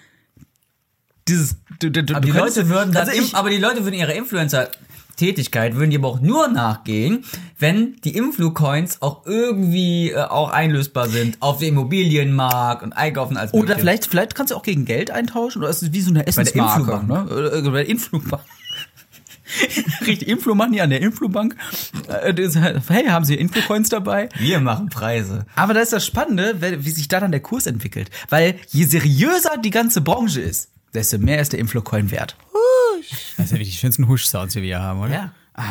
K: dieses du, du, du,
A: Aber
K: du
A: die
K: könntest-
A: Leute würden dann,
K: also ich,
A: im- aber die Leute würden ihrer Influencer-Tätigkeit würden die aber auch nur nachgehen, wenn die Influcoins auch irgendwie äh, auch einlösbar sind auf dem Immobilienmarkt und einkaufen als
K: Oder
A: Mögliche.
K: vielleicht, vielleicht kannst du auch gegen Geld eintauschen. Oder es ist wie so eine Essensmarke.
A: Influbank.
K: ne? Oder, äh, Bei der Influbank. Richtig, Influmoney an der Influbank. Äh, das- Hey, haben Sie Influcoins dabei?
A: wir machen Preise.
K: Aber da ist das Spannende, wer- wie sich da dann der Kurs entwickelt. Weil je seriöser die ganze Branche ist, desto mehr ist der Influcoin wert.
B: Das sind wirklich die schönsten Husch-Sounds, die wir hier haben, oder?
K: Ja.
B: Ah.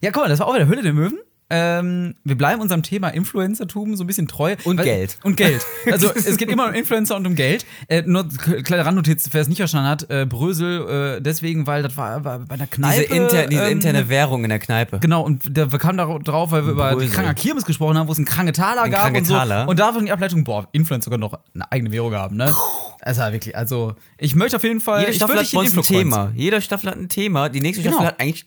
B: Ja, guck mal, das war auch wieder Höhle der Möwen. Ähm, wir bleiben unserem Thema Influencertum so ein bisschen treu. Und
L: Geld.
B: Und Geld. Also es geht immer um Influencer und um Geld. Äh, nur k- kleine Randnotiz, wer es nicht verstanden hat, äh, Brösel, äh, deswegen, weil das war, war bei einer
L: Diese,
B: Kneipe.
L: inter, diese
B: ähm,
L: interne Währung in der Kneipe.
B: Genau, und da, wir kamen darauf drauf, weil wir über die
L: Brösel.
B: Kranger Kirmes gesprochen haben, wo es einen Krangetaler gab und
L: Krangetaler.
B: so. Und da von die Ableitung, boah, Influencer können noch eine eigene Währung haben, ne? Also wirklich, also ich möchte auf jeden Fall.
L: Jede
B: ich
L: Staffel
B: würdig
L: hat
B: den
L: bei uns ein
B: Influcoins.
L: Thema. Jede Staffel hat ein Thema. Die nächste
B: Genau.
L: Staffel hat eigentlich.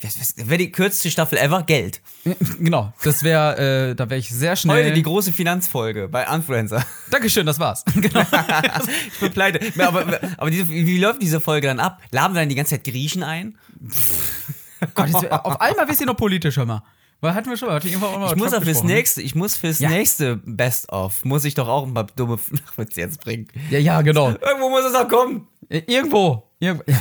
L: Was, was, wer die kürzeste Staffel ever? Geld.
B: Genau, das wäre, äh, da wäre ich sehr schnell.
L: Heute die große Finanzfolge bei Influencer.
B: Dankeschön, das war's. Genau.
L: ich bin pleite. Aber, aber diese, wie läuft diese Folge dann ab? Laden wir dann die ganze Zeit Griechen ein?
B: Gott, jetzt, auf einmal wirst du noch politischer mal. Weil hatten wir schon mal. Hatte ich irgendwann auch mal
L: Ich
B: über
L: muss
B: Trump
L: auch fürs
B: gesprochen. ne?
L: nächste, ich muss fürs nächste Best of, muss ich doch auch ein paar dumme Witze jetzt bringen.
B: Ja, ja, genau.
L: Irgendwo muss es doch kommen.
B: Äh, Irgendwo. Irgendwo. Ja.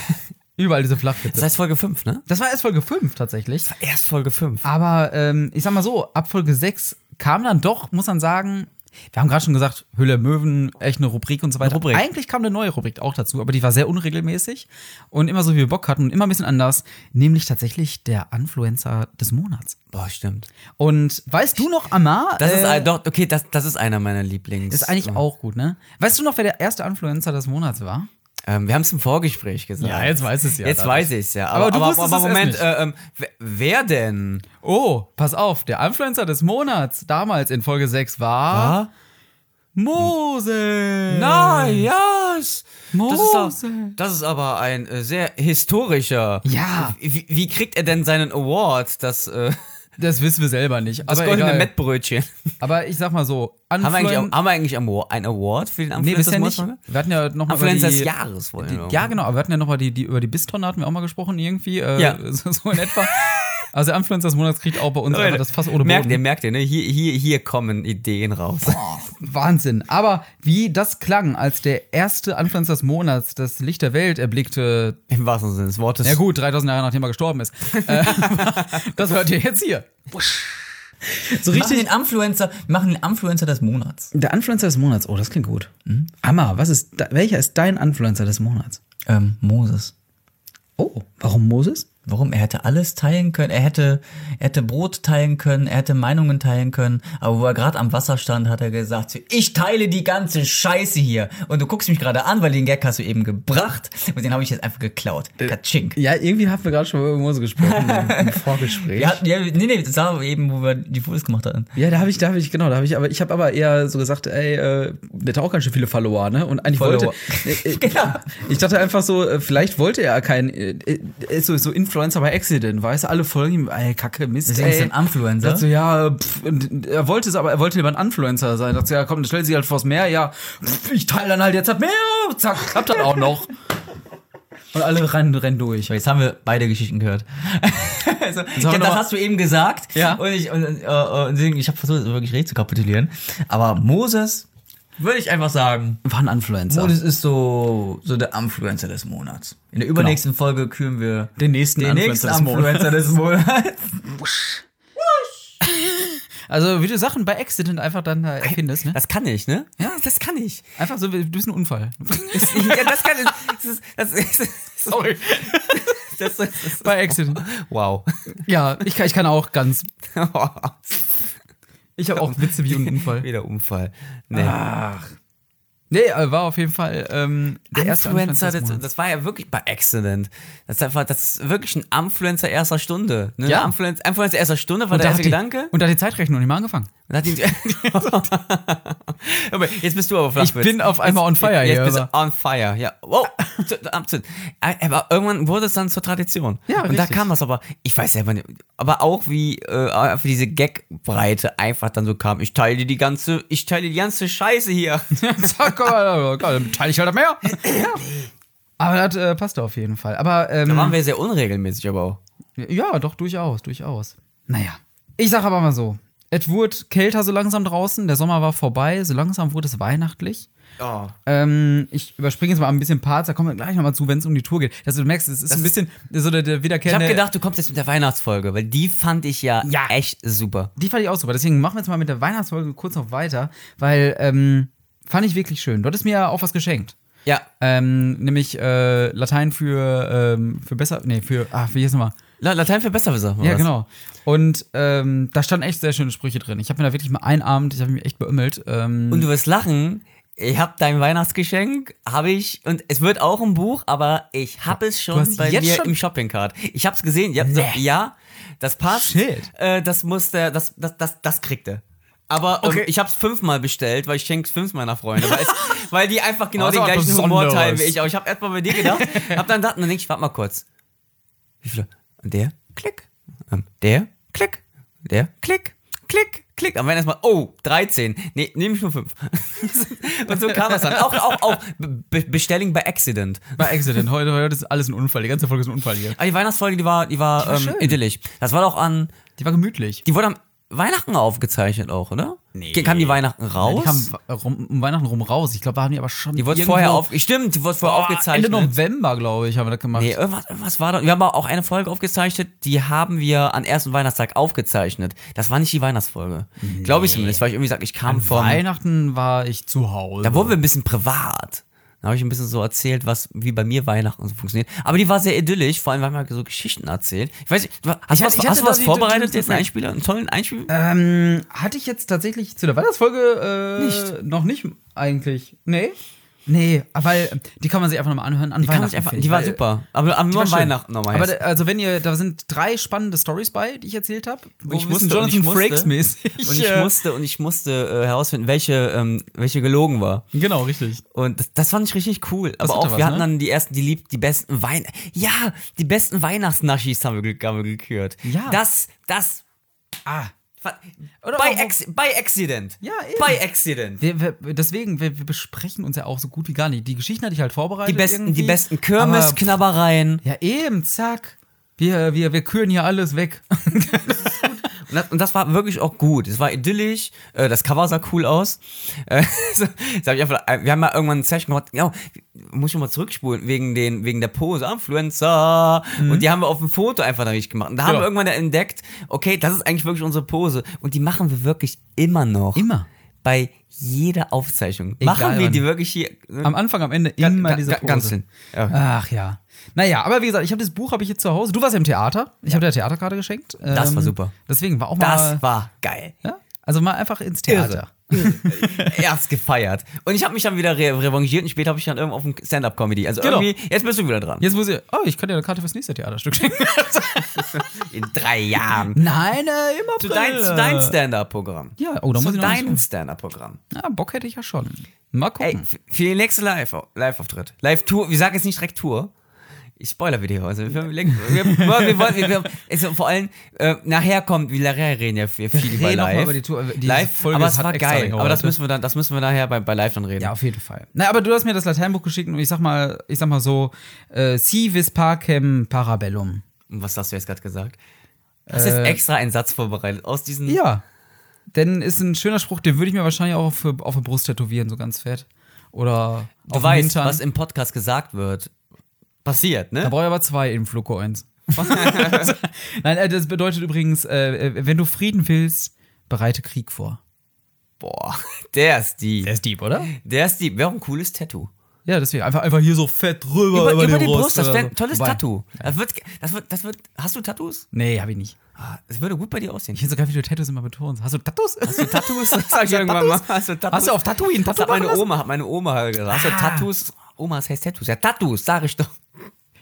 B: Überall diese Flachwitze.
L: Das heißt Folge 5, ne?
B: Das war erst Folge 5 tatsächlich.
L: Erst Folge 5.
B: Aber ähm, ich sag mal so, ab Folge 6 kam dann doch, muss man sagen, wir haben gerade schon gesagt, Höhle der Möwen, echt eine Rubrik und so weiter.
L: Rubrik.
B: Eigentlich kam eine neue Rubrik auch dazu, aber die war sehr unregelmäßig und immer so, wie wir Bock hatten und immer ein bisschen anders, nämlich tatsächlich der Influencer des Monats.
L: Boah, stimmt.
B: Und weißt du noch, Amar?
L: Das ist
B: äh,
L: ein, doch, okay, das, das ist einer meiner Lieblings. Oh.
B: Ist eigentlich auch gut, ne? Weißt du noch, wer der erste Influencer des Monats war?
L: Ähm, wir haben es im Vorgespräch gesagt.
B: weiß es
L: Jetzt weiß ich es ja.
B: Aber
L: Aber,
B: du
L: aber, aber,
B: wusstest es erst
L: Moment,
B: nicht.
L: äh, ähm, wer, wer denn?
B: Oh, pass auf, der Influencer des Monats damals in Folge 6 war Moses.
L: Na ja, das ist, doch-
B: Moses.
L: das ist aber ein äh, sehr historischer.
B: Ja.
L: Wie, wie kriegt er denn seinen Award? Das, äh,
B: Das wissen wir selber nicht.
L: das
B: aber,
L: goldene
B: egal.
L: Mettbrötchen.
B: aber ich sag mal so,
L: Haben wir eigentlich,
B: Influen-
L: am- haben wir eigentlich am Award- ein Award für den
B: Nee,
L: Influencer
B: bisher
L: des
B: nicht.
L: Monats?
B: Wir hatten ja nochmal
L: Influencer des Jahres wollen
B: Die,
L: wir
B: ja, genau. Aber wir hatten ja nochmal die, die, über die Bistonne hatten wir auch mal gesprochen irgendwie. Äh,
L: Ja.
B: So, so in etwa. Also der Influencer des Monats kriegt auch bei uns einfach das Fass ohne Boden.
L: merkt ihr, merkt ihr, ne? Hier, hier, hier kommen Ideen raus.
B: Wahnsinn. Aber wie das klang, als der erste Influencer des Monats das Licht der Welt erblickte,
L: Im wahrsten Sinne des Wortes.
B: ja gut, 3000 Jahre nachdem er gestorben ist. Äh, das hört ihr jetzt hier.
K: So
A: Machen
K: richtig.
A: den Influencer, machen den Influencer des Monats.
K: Der Influencer des Monats. Oh, das klingt gut. Hm? Hammer, was ist, da- welcher ist dein Influencer des Monats?
A: Ähm, Moses.
K: Oh, warum Moses?
A: Warum? Er hätte alles teilen können. Er hätte, er hätte Brot teilen können. Er hätte Meinungen teilen können. Aber wo er gerade am Wasser stand, hat er gesagt, ich teile die ganze Scheiße hier. Und du guckst mich gerade an, weil den Gag hast du eben gebracht. Und den habe ich jetzt einfach geklaut. Katschink.
K: Ja, irgendwie haben wir gerade schon über Mose gesprochen im, im Vorgespräch.
A: Ja, ja, nee, nee, das war eben, wo wir die Fotos gemacht hatten.
K: Ja, da habe ich, da habe ich, genau, da habe ich, aber ich habe aber eher so gesagt, ey, äh, der hat auch ganz schön viele Follower, ne? Und eigentlich
A: Follower.
K: wollte, äh, äh, ich dachte einfach so, äh, vielleicht wollte er kein, äh, äh, er ist so, so Influencer bei Accident, weißt du, alle folgen ihm, ey, kacke, Mist,
A: Deswegen
K: ey.
A: ist er ein Influencer.
B: Ne?
K: Dachte so, ja, pff, und er wollte es, aber er wollte lieber ein Influencer sein. Dachte so, ja, komm, dann stell sie halt vors Meer, ja, pff, ich teile dann halt jetzt halt mehr, zack, klappt dann auch noch. Und alle rennen, rennen durch.
A: Jetzt haben wir beide Geschichten gehört. also, ich
K: wir noch mal-
A: hab, das hast du eben gesagt.
K: Ja.
A: Und ich, und, äh, äh, und deswegen, ich habe versucht, wirklich recht zu kapitulieren. Aber Moses, würde ich einfach sagen,
K: War ein Influencer.
A: Moses ist so, so der Influencer des Monats. In der übernächsten Folge küren wir
K: Den nächsten
A: den
K: Influencer
A: nächsten
K: des Monats.
A: Influencer des Monats.
B: Also, wie du Sachen bei Accident einfach dann da erfindest, ne?
L: Das kann ich, ne? Ja, das kann ich.
B: Einfach so, du bist ein Unfall.
L: Das, ja, das kann ich. Das ist, das ist,
B: Sorry.
L: das ist,
B: Bei Accident.
L: wow.
B: Ja, ich kann, ich kann auch ganz. Ich habe auch Witze wie ein Unfall.
L: Wieder Unfall. Nee.
B: Nee, äh, war auf jeden Fall ähm, der erste
L: Influencer,
B: Anfang des
L: das,
B: Monats.
L: das war ja wirklich bei Accident. Das ist einfach, das ist wirklich ein Influencer erster Stunde. Ne?
B: Ja.
L: Influencer, Influencer erster Stunde war
B: Und
L: der
B: da
L: erste
B: hat die,
L: Gedanke.
B: Und da hat die Zeitrechnung nicht mal angefangen.
L: Und hat ihn, Aber jetzt bist du aber flach.
B: Ich bin auf einmal on fire
L: Jetzt
B: hier,
L: bist du
B: aber-
L: on fire, ja. Wow. Zu- absolut. Aber irgendwann wurde es dann zur Tradition.
B: Ja,
L: Und da
B: richtig.
L: kam das aber, ich weiß selber nicht, aber auch wie äh, für diese Gagbreite einfach dann so kam, ich teile dir die ganze, ich teile die ganze Scheiße hier.
B: Zack, komm mal, komm, dann teile ich halt mehr. Ja. Aber das äh, passte auf jeden Fall. Aber
L: Da
B: ähm,
L: waren wir sehr unregelmäßig, aber auch.
B: ja, doch, durchaus, durchaus. Naja. Ich sag aber mal so: Es wurde kälter so langsam draußen, der Sommer war vorbei, so langsam wurde es weihnachtlich.
L: Oh.
B: Ähm, ich überspringe jetzt mal ein bisschen Parts, da kommen wir gleich nochmal zu, wenn es um die Tour geht. Dass du merkst, es ist ein bisschen so der, der
L: Ich habe
B: wiederkehrende.
L: gedacht, du kommst jetzt mit der Weihnachtsfolge, weil die fand ich ja,
B: Ja.
L: echt super.
B: Die fand ich auch super. Deswegen machen wir jetzt mal mit der Weihnachtsfolge kurz noch weiter, weil ähm, fand ich wirklich schön. Du hattest mir ja auch was geschenkt.
L: Ja.
B: Ähm, nämlich äh, Latein für, ähm, für besser, nee, für, ah, wie hieß nochmal?
L: La- Latein für Besserwisser. war
B: Ja,
L: das.
B: genau. Und ähm, da standen echt sehr schöne Sprüche drin. Ich habe mir da wirklich mal einen Abend, ich habe mich echt beümmelt. Ähm,
L: Und du wirst lachen. Ich habe dein Weihnachtsgeschenk, habe ich, und es wird auch ein Buch, aber ich habe es schon
B: hast
L: bei
B: jetzt
L: mir
B: schon-
L: im Shoppingcart. Ich habe es gesehen, ich hab so, ja, das passt.
B: Shit.
L: Äh, das musste, das, das, das, das kriegt er. Aber ähm, ich habe es fünfmal bestellt, weil ich schenke fünf meiner Freunde, weil, es, weil die einfach genau
B: Also
L: den
B: was
L: gleichen Humor
B: Besonderes.
L: teilen wie ich. Aber ich habe erstmal bei dir gedacht, habe dann gedacht, und dann denk ich, warte mal kurz. Wie viele? Und der? Klick. Ähm, Der? Klick. Der? Klick. Klick. Klick. Am Ende erstmal, oh, 13. Nee, nehme ich nur 5. und so kam es dann. Auch, auch, auch Be Bestellung bei Accident.
B: bei Accident. Heute, heute ist alles ein Unfall. Die ganze Folge ist ein Unfall hier.
L: Aber die Weihnachtsfolge, die war, die war, ähm, idyllisch. Das war doch an,
B: Die war gemütlich.
L: die wurde am Weihnachten aufgezeichnet auch, oder? Nee. Kam die Weihnachten raus?
B: Die kam rum, um Weihnachten rum raus. Ich glaube, da haben die aber schon.
L: Die wurde
B: irgendwo-
L: vorher auf, stimmt, die wurde vorher
B: Boah,
L: aufgezeichnet.
B: Ende November, glaube ich, haben wir das gemacht.
L: Nee, irgendwas, irgendwas war da. Wir haben auch eine Folge aufgezeichnet, die haben wir an ersten Weihnachtstag aufgezeichnet. Das war nicht die Weihnachtsfolge. Glaube ich zumindest, weil ich irgendwie sag, ich kam vom.
B: Weihnachten war ich zu Hause.
L: Da wurden wir ein bisschen privat. Da habe ich ein bisschen so erzählt, was wie bei mir Weihnachten so funktioniert. Aber die war sehr idyllisch, vor allem, weil man so Geschichten erzählt. Ich weiß nicht, du- hast du was,
B: ich hatte
L: hast du
B: da
L: was
B: die-
L: vorbereitet?
B: die-
L: Jetzt einen Einspieler, einen tollen Einspieler?
B: Ähm, hatte ich jetzt tatsächlich zu der Weihnachtsfolge äh,
L: Nicht.
B: noch nicht eigentlich. Nee. Nee, weil äh, die kann man sich einfach nochmal anhören. An
L: die, kann ich einfach,
B: finde
L: die war
B: weil,
L: super. Aber, aber
B: die
L: nur
B: war
L: am
B: schön.
L: Weihnachten nochmal.
B: Aber
L: jetzt.
B: da- also wenn ihr, da sind drei spannende Stories bei, die ich erzählt habe.
L: Und ich wusste, und ich musste.
B: mäßig. äh,
L: und ich musste, und ich musste äh, herausfinden, welche, ähm, welche gelogen war.
B: Genau, richtig.
L: Und das, das fand ich richtig cool. Aber
B: hat
L: auch,
B: da was,
L: wir hatten
B: ne?
L: dann die ersten, die lieb, die besten Wein. Ja, die besten Weihnachtsnaschis haben wir, ge- haben wir gekürt.
B: Ja.
L: Das, das.
B: Ah.
L: Fa-
B: Oder
L: By,
B: warum-
L: Ex by Accident.
B: Ja, eben.
L: By Accident.
B: Wir, wir, deswegen, wir, wir besprechen uns ja auch so gut wie gar nicht. Die Geschichten hatte ich halt vorbereitet.
L: Die besten, die
B: irgendwie,
L: besten
B: aber-
L: Kirmesknabbereien.
B: Ja, eben, zack. Wir, wir, wir küren hier alles weg.
L: Und das, und das war wirklich auch gut. Es war idyllisch. Äh, das Cover sah cool aus. Äh, so, das hab ich einfach, äh, wir haben mal irgendwann ein Session gemacht. Genau, muss ich noch mal zurückspulen wegen, den, wegen der Pose. Influencer. Und die haben wir auf dem Foto einfach noch nicht gemacht. Und da haben
B: Mhm. Ja.
L: wir irgendwann entdeckt, okay, das ist eigentlich wirklich unsere Pose. Und die machen wir wirklich immer noch.
B: Immer.
L: Bei jeder Aufzeichnung.
B: Egal
L: machen wir
B: wann.
L: die wirklich hier.
B: Am Anfang, am Ende immer diese Pose.
L: Ganz hin. Ja.
B: Ach ja. Naja, aber wie gesagt, ich habe das Buch habe ich jetzt zu Hause. Du warst ja im Theater. Ich habe dir Theaterkarte geschenkt.
L: Das
B: Ähm,
L: war super.
B: Deswegen war auch mal.
L: Das war geil.
B: ja? Also mal einfach ins Theater.
L: erst gefeiert. Und ich habe mich dann wieder re revanchiert und später habe ich dann irgendwo auf dem Stand-Up-Comedy. Also
B: Genau.
L: irgendwie, jetzt bist du wieder dran.
B: Jetzt muss ich. Oh, ich könnte dir eine Karte fürs nächste Theaterstück schenken.
L: In drei Jahren.
B: Nein, äh, im April.
L: Zu dein, zu dein Stand-Up-Programm.
B: Ja, oh, da muss
L: zu
B: ich noch
L: deinem
B: nicht-
L: Stand-Up-Programm.
B: Ja, Bock hätte ich ja schon. Mal
L: Ey,
B: gucken.
L: f- für die nächste Live- Live-Auftritt. Live-Tour, wir sagen jetzt nicht direkt Tour. Ich spoiler Video. Also wir, wir, wir, wir, wollen- wir, wir, also vor allem, äh, nachher kommt, wir nachher reden ja viel, viel über
B: reden noch mal
L: live.
B: über die Tour, äh, diese
L: live,
B: Folge
L: aber es
B: hat
L: war
B: extra
L: geil.
B: länger
L: Aber das
B: heute.
L: müssen wir dann, das müssen wir nachher bei, bei live dann reden.
B: Ja, auf jeden Fall. Na, aber du hast mir das Lateinbuch geschickt und ich sag mal, ich sag mal so, äh, si vis pacem parabellum.
L: Und was hast du jetzt gerade gesagt? Hast du jetzt extra einen Satz vorbereitet aus diesen
B: Äh. Ja. Denn ist ein schöner Spruch, den würde ich mir wahrscheinlich auch auf, auf der Brust tätowieren, so ganz fett. Oder
L: Du
B: auf dem
L: weißt,
B: Hintern.
L: was im Podcast gesagt wird, passiert,
B: Da
L: ne?
B: brauche ich aber zwei Influcoins. Nein, äh, das bedeutet übrigens, äh, äh, wenn du Frieden willst, bereite Krieg vor.
L: Boah, der ist die.
B: Der ist deep, oder?
L: Der ist die. Wäre auch ein cooles Tattoo.
B: Ja, deswegen. Einfach, einfach hier so fett drüber über,
L: Über, über,
B: die
L: die
B: Brust.
L: Brust, das
B: oder
L: wäre
B: so.
L: ein tolles
B: Wobei-
L: Tattoo. Das wird, das wird, das wird, hast du Tattoos?
B: Nee, hab ich nicht.
L: Ah, Es würde gut bei dir aussehen.
B: Ich finde sogar, wie du Tattoos immer betonst. Hast du Tattoos? Hast du
L: Tattoos? Das sag ich irgendwann mal. Hast du Tattoos?
B: Hast du auf Tatooine ein
L: Das
B: Tattoo
L: hat meine
B: machen
L: Oma, hat meine Oma halt gesagt. Hast du
B: Ah.
L: Tattoos? Oma, es heißt Tattoos. Ja, Tattoos, sag ich doch.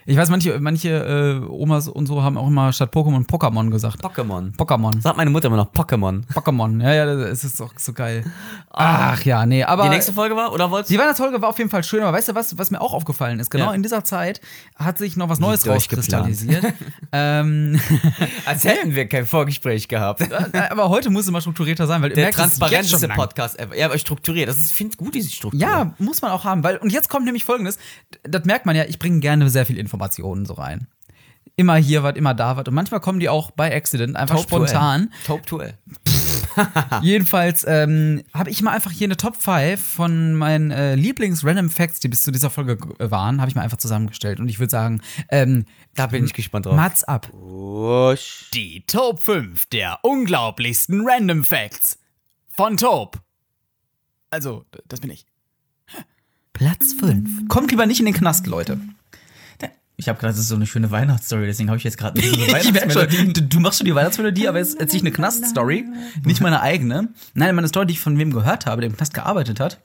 B: Ich weiß, manche, manche äh, Omas und so haben auch immer statt Pokémon Pokémon gesagt.
L: Pokémon.
B: Pokémon.
L: Sagt meine Mutter immer noch Pokémon.
B: Pokémon. Ja, ja, das ist doch so geil. Ach ja, nee, aber.
L: Die nächste Folge war, oder wolltest
B: Die Weihnachtsfolge war auf jeden Fall schön, aber weißt du was, was mir auch aufgefallen ist? Genau
L: Ja.
B: in dieser Zeit hat sich noch was Neues
L: durchgeplant.
B: rauskristallisiert. ähm,
L: Als hätten wir kein Vorgespräch gehabt.
B: äh, aber heute muss immer strukturierter sein, weil ihr
L: Der
B: merkt, es ist jetzt
L: transparenteste
B: schon lang.
L: Podcast ever. Ja, aber strukturiert. Das ist, ich finde gut, diese Struktur.
B: Ja, muss man auch haben, weil und jetzt kommt nämlich Folgendes, das merkt man ja, ich bringe gerne sehr viel Informationen so rein. Immer hier was, immer da was und manchmal kommen die auch bei Accident einfach spontan.
L: Top Tool.
B: Jedenfalls ähm, habe ich mal einfach hier eine Top 5 von meinen äh, Lieblings-Random Facts, die bis zu dieser Folge g- waren, habe ich mal einfach zusammengestellt. Und ich würde sagen, ähm,
L: Da bin ich gespannt drauf.
B: Mats ab.
M: Wusch.
B: Die Top 5 der unglaublichsten Random Facts von Top. Also, das bin ich.
K: Platz 5. Kommt lieber nicht in den Knast, Leute.
A: Ich habe gerade so eine schöne Weihnachtsstory, deswegen habe ich jetzt gerade eine
K: Ich merk schon, du, du machst schon die Weihnachtsmelodie, aber jetzt erzähle ich eine Knast-Story. Nicht meine eigene. Nein, meine Story, die ich von wem gehört habe, der im Knast gearbeitet hat.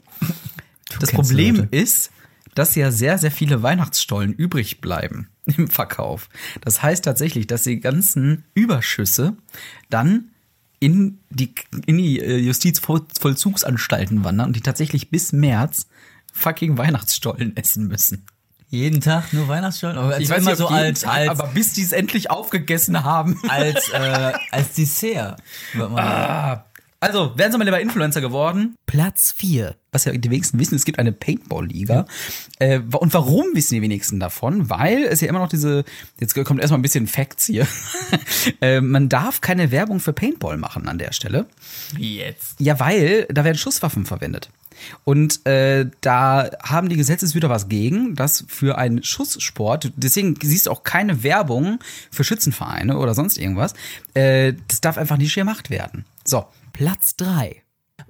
K: Das
A: kennst
K: Problem
A: Leute.
K: ist, dass ja sehr, sehr viele Weihnachtsstollen übrig bleiben im Verkauf. Das heißt tatsächlich, dass die ganzen Überschüsse dann in die, in die äh, Justizvollzugsanstalten wandern und die tatsächlich bis März fucking Weihnachtsstollen essen müssen. Also
A: Jeden Tag nur Weihnachtsstollen, aber ich immer
K: nicht,
A: so
K: ob jeden
A: als,
K: Tag,
A: als,
K: aber bis die es endlich aufgegessen haben.
A: als, äh, als Dessert. wird man-
K: Also, wären sie mal lieber Influencer geworden.
B: Platz 4.
K: Was ja die wenigsten wissen, es gibt eine Paintball-Liga. Äh, wa- und warum wissen die wenigsten davon? Weil es ja immer noch diese, jetzt kommt erstmal ein bisschen Facts hier. äh, man darf keine Werbung für Paintball machen an der Stelle.
A: Jetzt.
K: Ja, weil da werden Schusswaffen verwendet. Und äh, da haben die Gesetzeshüter was gegen, dass für einen Schusssport, deswegen siehst du auch keine Werbung für Schützenvereine oder sonst irgendwas, äh, das darf einfach nicht gemacht werden. So,
B: Platz 3.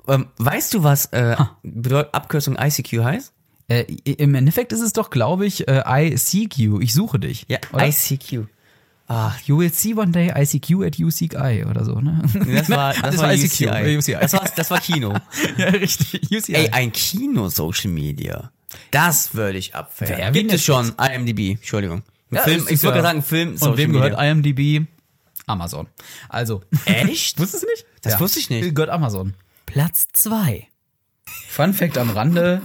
L: Ähm, weißt du, was äh, bedeutet Abkürzung ICQ heißt?
B: Äh, Im Endeffekt ist es doch, glaube ich, äh, I seek you. Ich suche dich. oder? Ah,
L: ICQ.
B: You will see one day I seek you at you seek I oder so, ne?
L: Das war, das war
B: ICQ,
L: UCI.
B: UCI.
L: Das, war, das war Kino.
B: ja, richtig. You see
L: Ey,
B: I.
L: ein Kino-Social Media. Das würde ich abfällen.
B: Wer
L: Gibt
B: will
L: es schon IMDb, Entschuldigung. Ein
B: Ja,
L: Film,
B: ist-
L: ich
B: ist
L: würde
B: ja-
L: gerade sagen, Film
B: Und
L: Social
B: wem gehört
L: Media.
B: IMDb? Amazon. Also.
L: Echt?
B: Wusstest du nicht?
L: Das wusste ich nicht.
B: Gehört Amazon. Platz 2.
K: Fun Fact am Rande.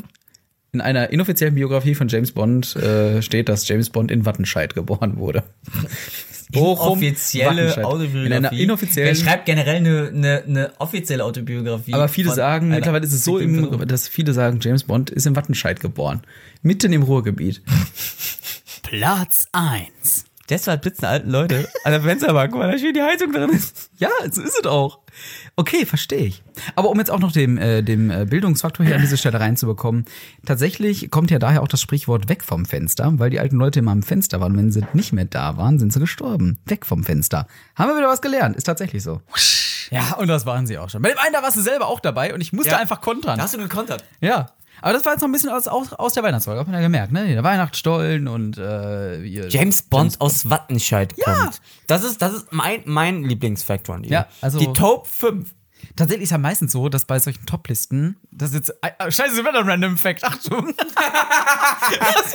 K: In einer inoffiziellen Biografie von James Bond äh, steht, dass James Bond in Wattenscheid geboren wurde.
A: Offizielle
K: Wattenscheid.
A: Autobiografie.
K: In einer
A: Wer
K: inoffiziellen.
A: schreibt generell eine, eine, eine offizielle Autobiografie.
K: aber viele
A: von
K: sagen,
A: einer-
K: mittlerweile ist es so, im, dass viele sagen, James Bond ist in Wattenscheid geboren. Mitten im Ruhrgebiet.
B: Platz 1.
L: Deshalb blitzen alten Leute an der Fensterbank, guck mal, da schön die Heizung drin ist.
K: Ja, so ist es auch. Okay, verstehe ich. Aber um jetzt auch noch dem, äh, dem äh, Bildungsfaktor hier an diese Stelle reinzubekommen, tatsächlich kommt ja daher auch das Sprichwort weg vom Fenster, weil die alten Leute immer am Fenster waren. Wenn sie nicht mehr da waren, sind sie gestorben. Weg vom Fenster. Haben wir wieder was gelernt. Ist tatsächlich so.
B: Ja, und das waren sie auch schon. Bei dem einen, da warst du selber auch dabei und ich musste
L: Ja.
B: einfach kontern.
L: du gekontert.
B: Ja. Aber das war jetzt noch ein bisschen aus, aus, aus der Weihnachtsfolge, hat man ja gemerkt, ne? Der Weihnachtsstollen und äh, hier-
L: James Bond aus Wattenscheid kommt. Das ist, das ist mein, mein Lieblingsfact von dir.
B: Ja, also-
L: die Top 5.
B: Tatsächlich ist ja meistens so, dass bei solchen Top-Listen, das ist jetzt. ah, Scheiße, wieder ein random Fact. Achtung. das,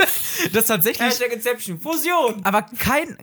B: das tatsächlich.
L: Inception, Fusion.
B: Aber kein.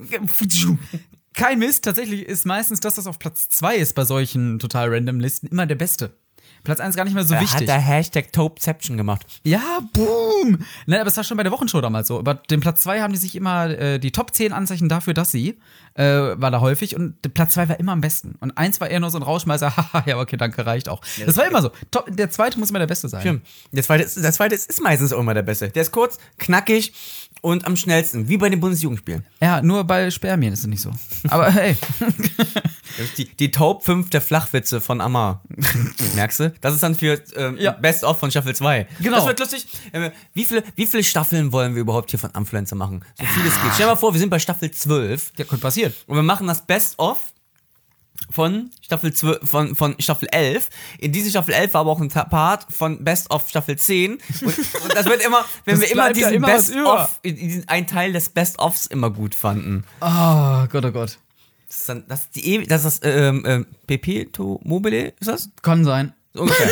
B: Kein Mist, tatsächlich ist meistens das, was auf Platz 2 ist bei solchen total random Listen, immer der beste. Platz 1 gar nicht mehr so
L: Da hat
B: wichtig.
L: der Hashtag Topception gemacht.
B: Ja, boom! Nein, aber es war schon bei der Wochenshow damals so. Über den Platz 2 haben die sich immer äh, die Top 10 Anzeichen dafür, dass sie, äh, war da häufig. Und der Platz 2 war immer am besten. Und eins war eher nur so ein Rauschmeißer, haha, ja, okay, danke, reicht auch. das war immer so. Top, der zweite muss immer der beste sein.
L: Stimmt. Der zweite, ist, der zweite ist, ist meistens auch immer der beste. Der ist kurz, knackig und am schnellsten, wie bei den Bundesjugendspielen.
B: Ja, nur bei Spermien ist es nicht so. Aber hey,
L: Das ist Die, die Top 5 der Flachwitze von Amar. Merkst du? Das ist dann für ähm,
B: Ja.
L: Best of von Staffel 2.
B: Genau.
L: Das wird lustig. Äh, Wie viele, wie viele Staffeln wollen wir überhaupt hier von Influencer machen?
B: Ah.
L: So viel es geht. Stell dir mal vor, wir sind bei Staffel 12
B: ja, könnte passieren.
L: und wir machen das Best of von Staffel 12, von, von Staffel 11. In diese Staffel 11 war aber auch ein Ta- Part von Best of Staffel 10. Und, und das wird immer, wenn wir immer
B: bleibt ja
L: diesen
B: immer was
L: Best
B: über.
L: of, diesen einen Teil des Best ofs immer gut fanden.
B: Oh Gott, oh Gott.
L: Das ist dann, das ist die, ewi- das ist das, ähm, ähm, Pepeto Mobile, ist das?
B: Kann sein.
L: So Ungefähr.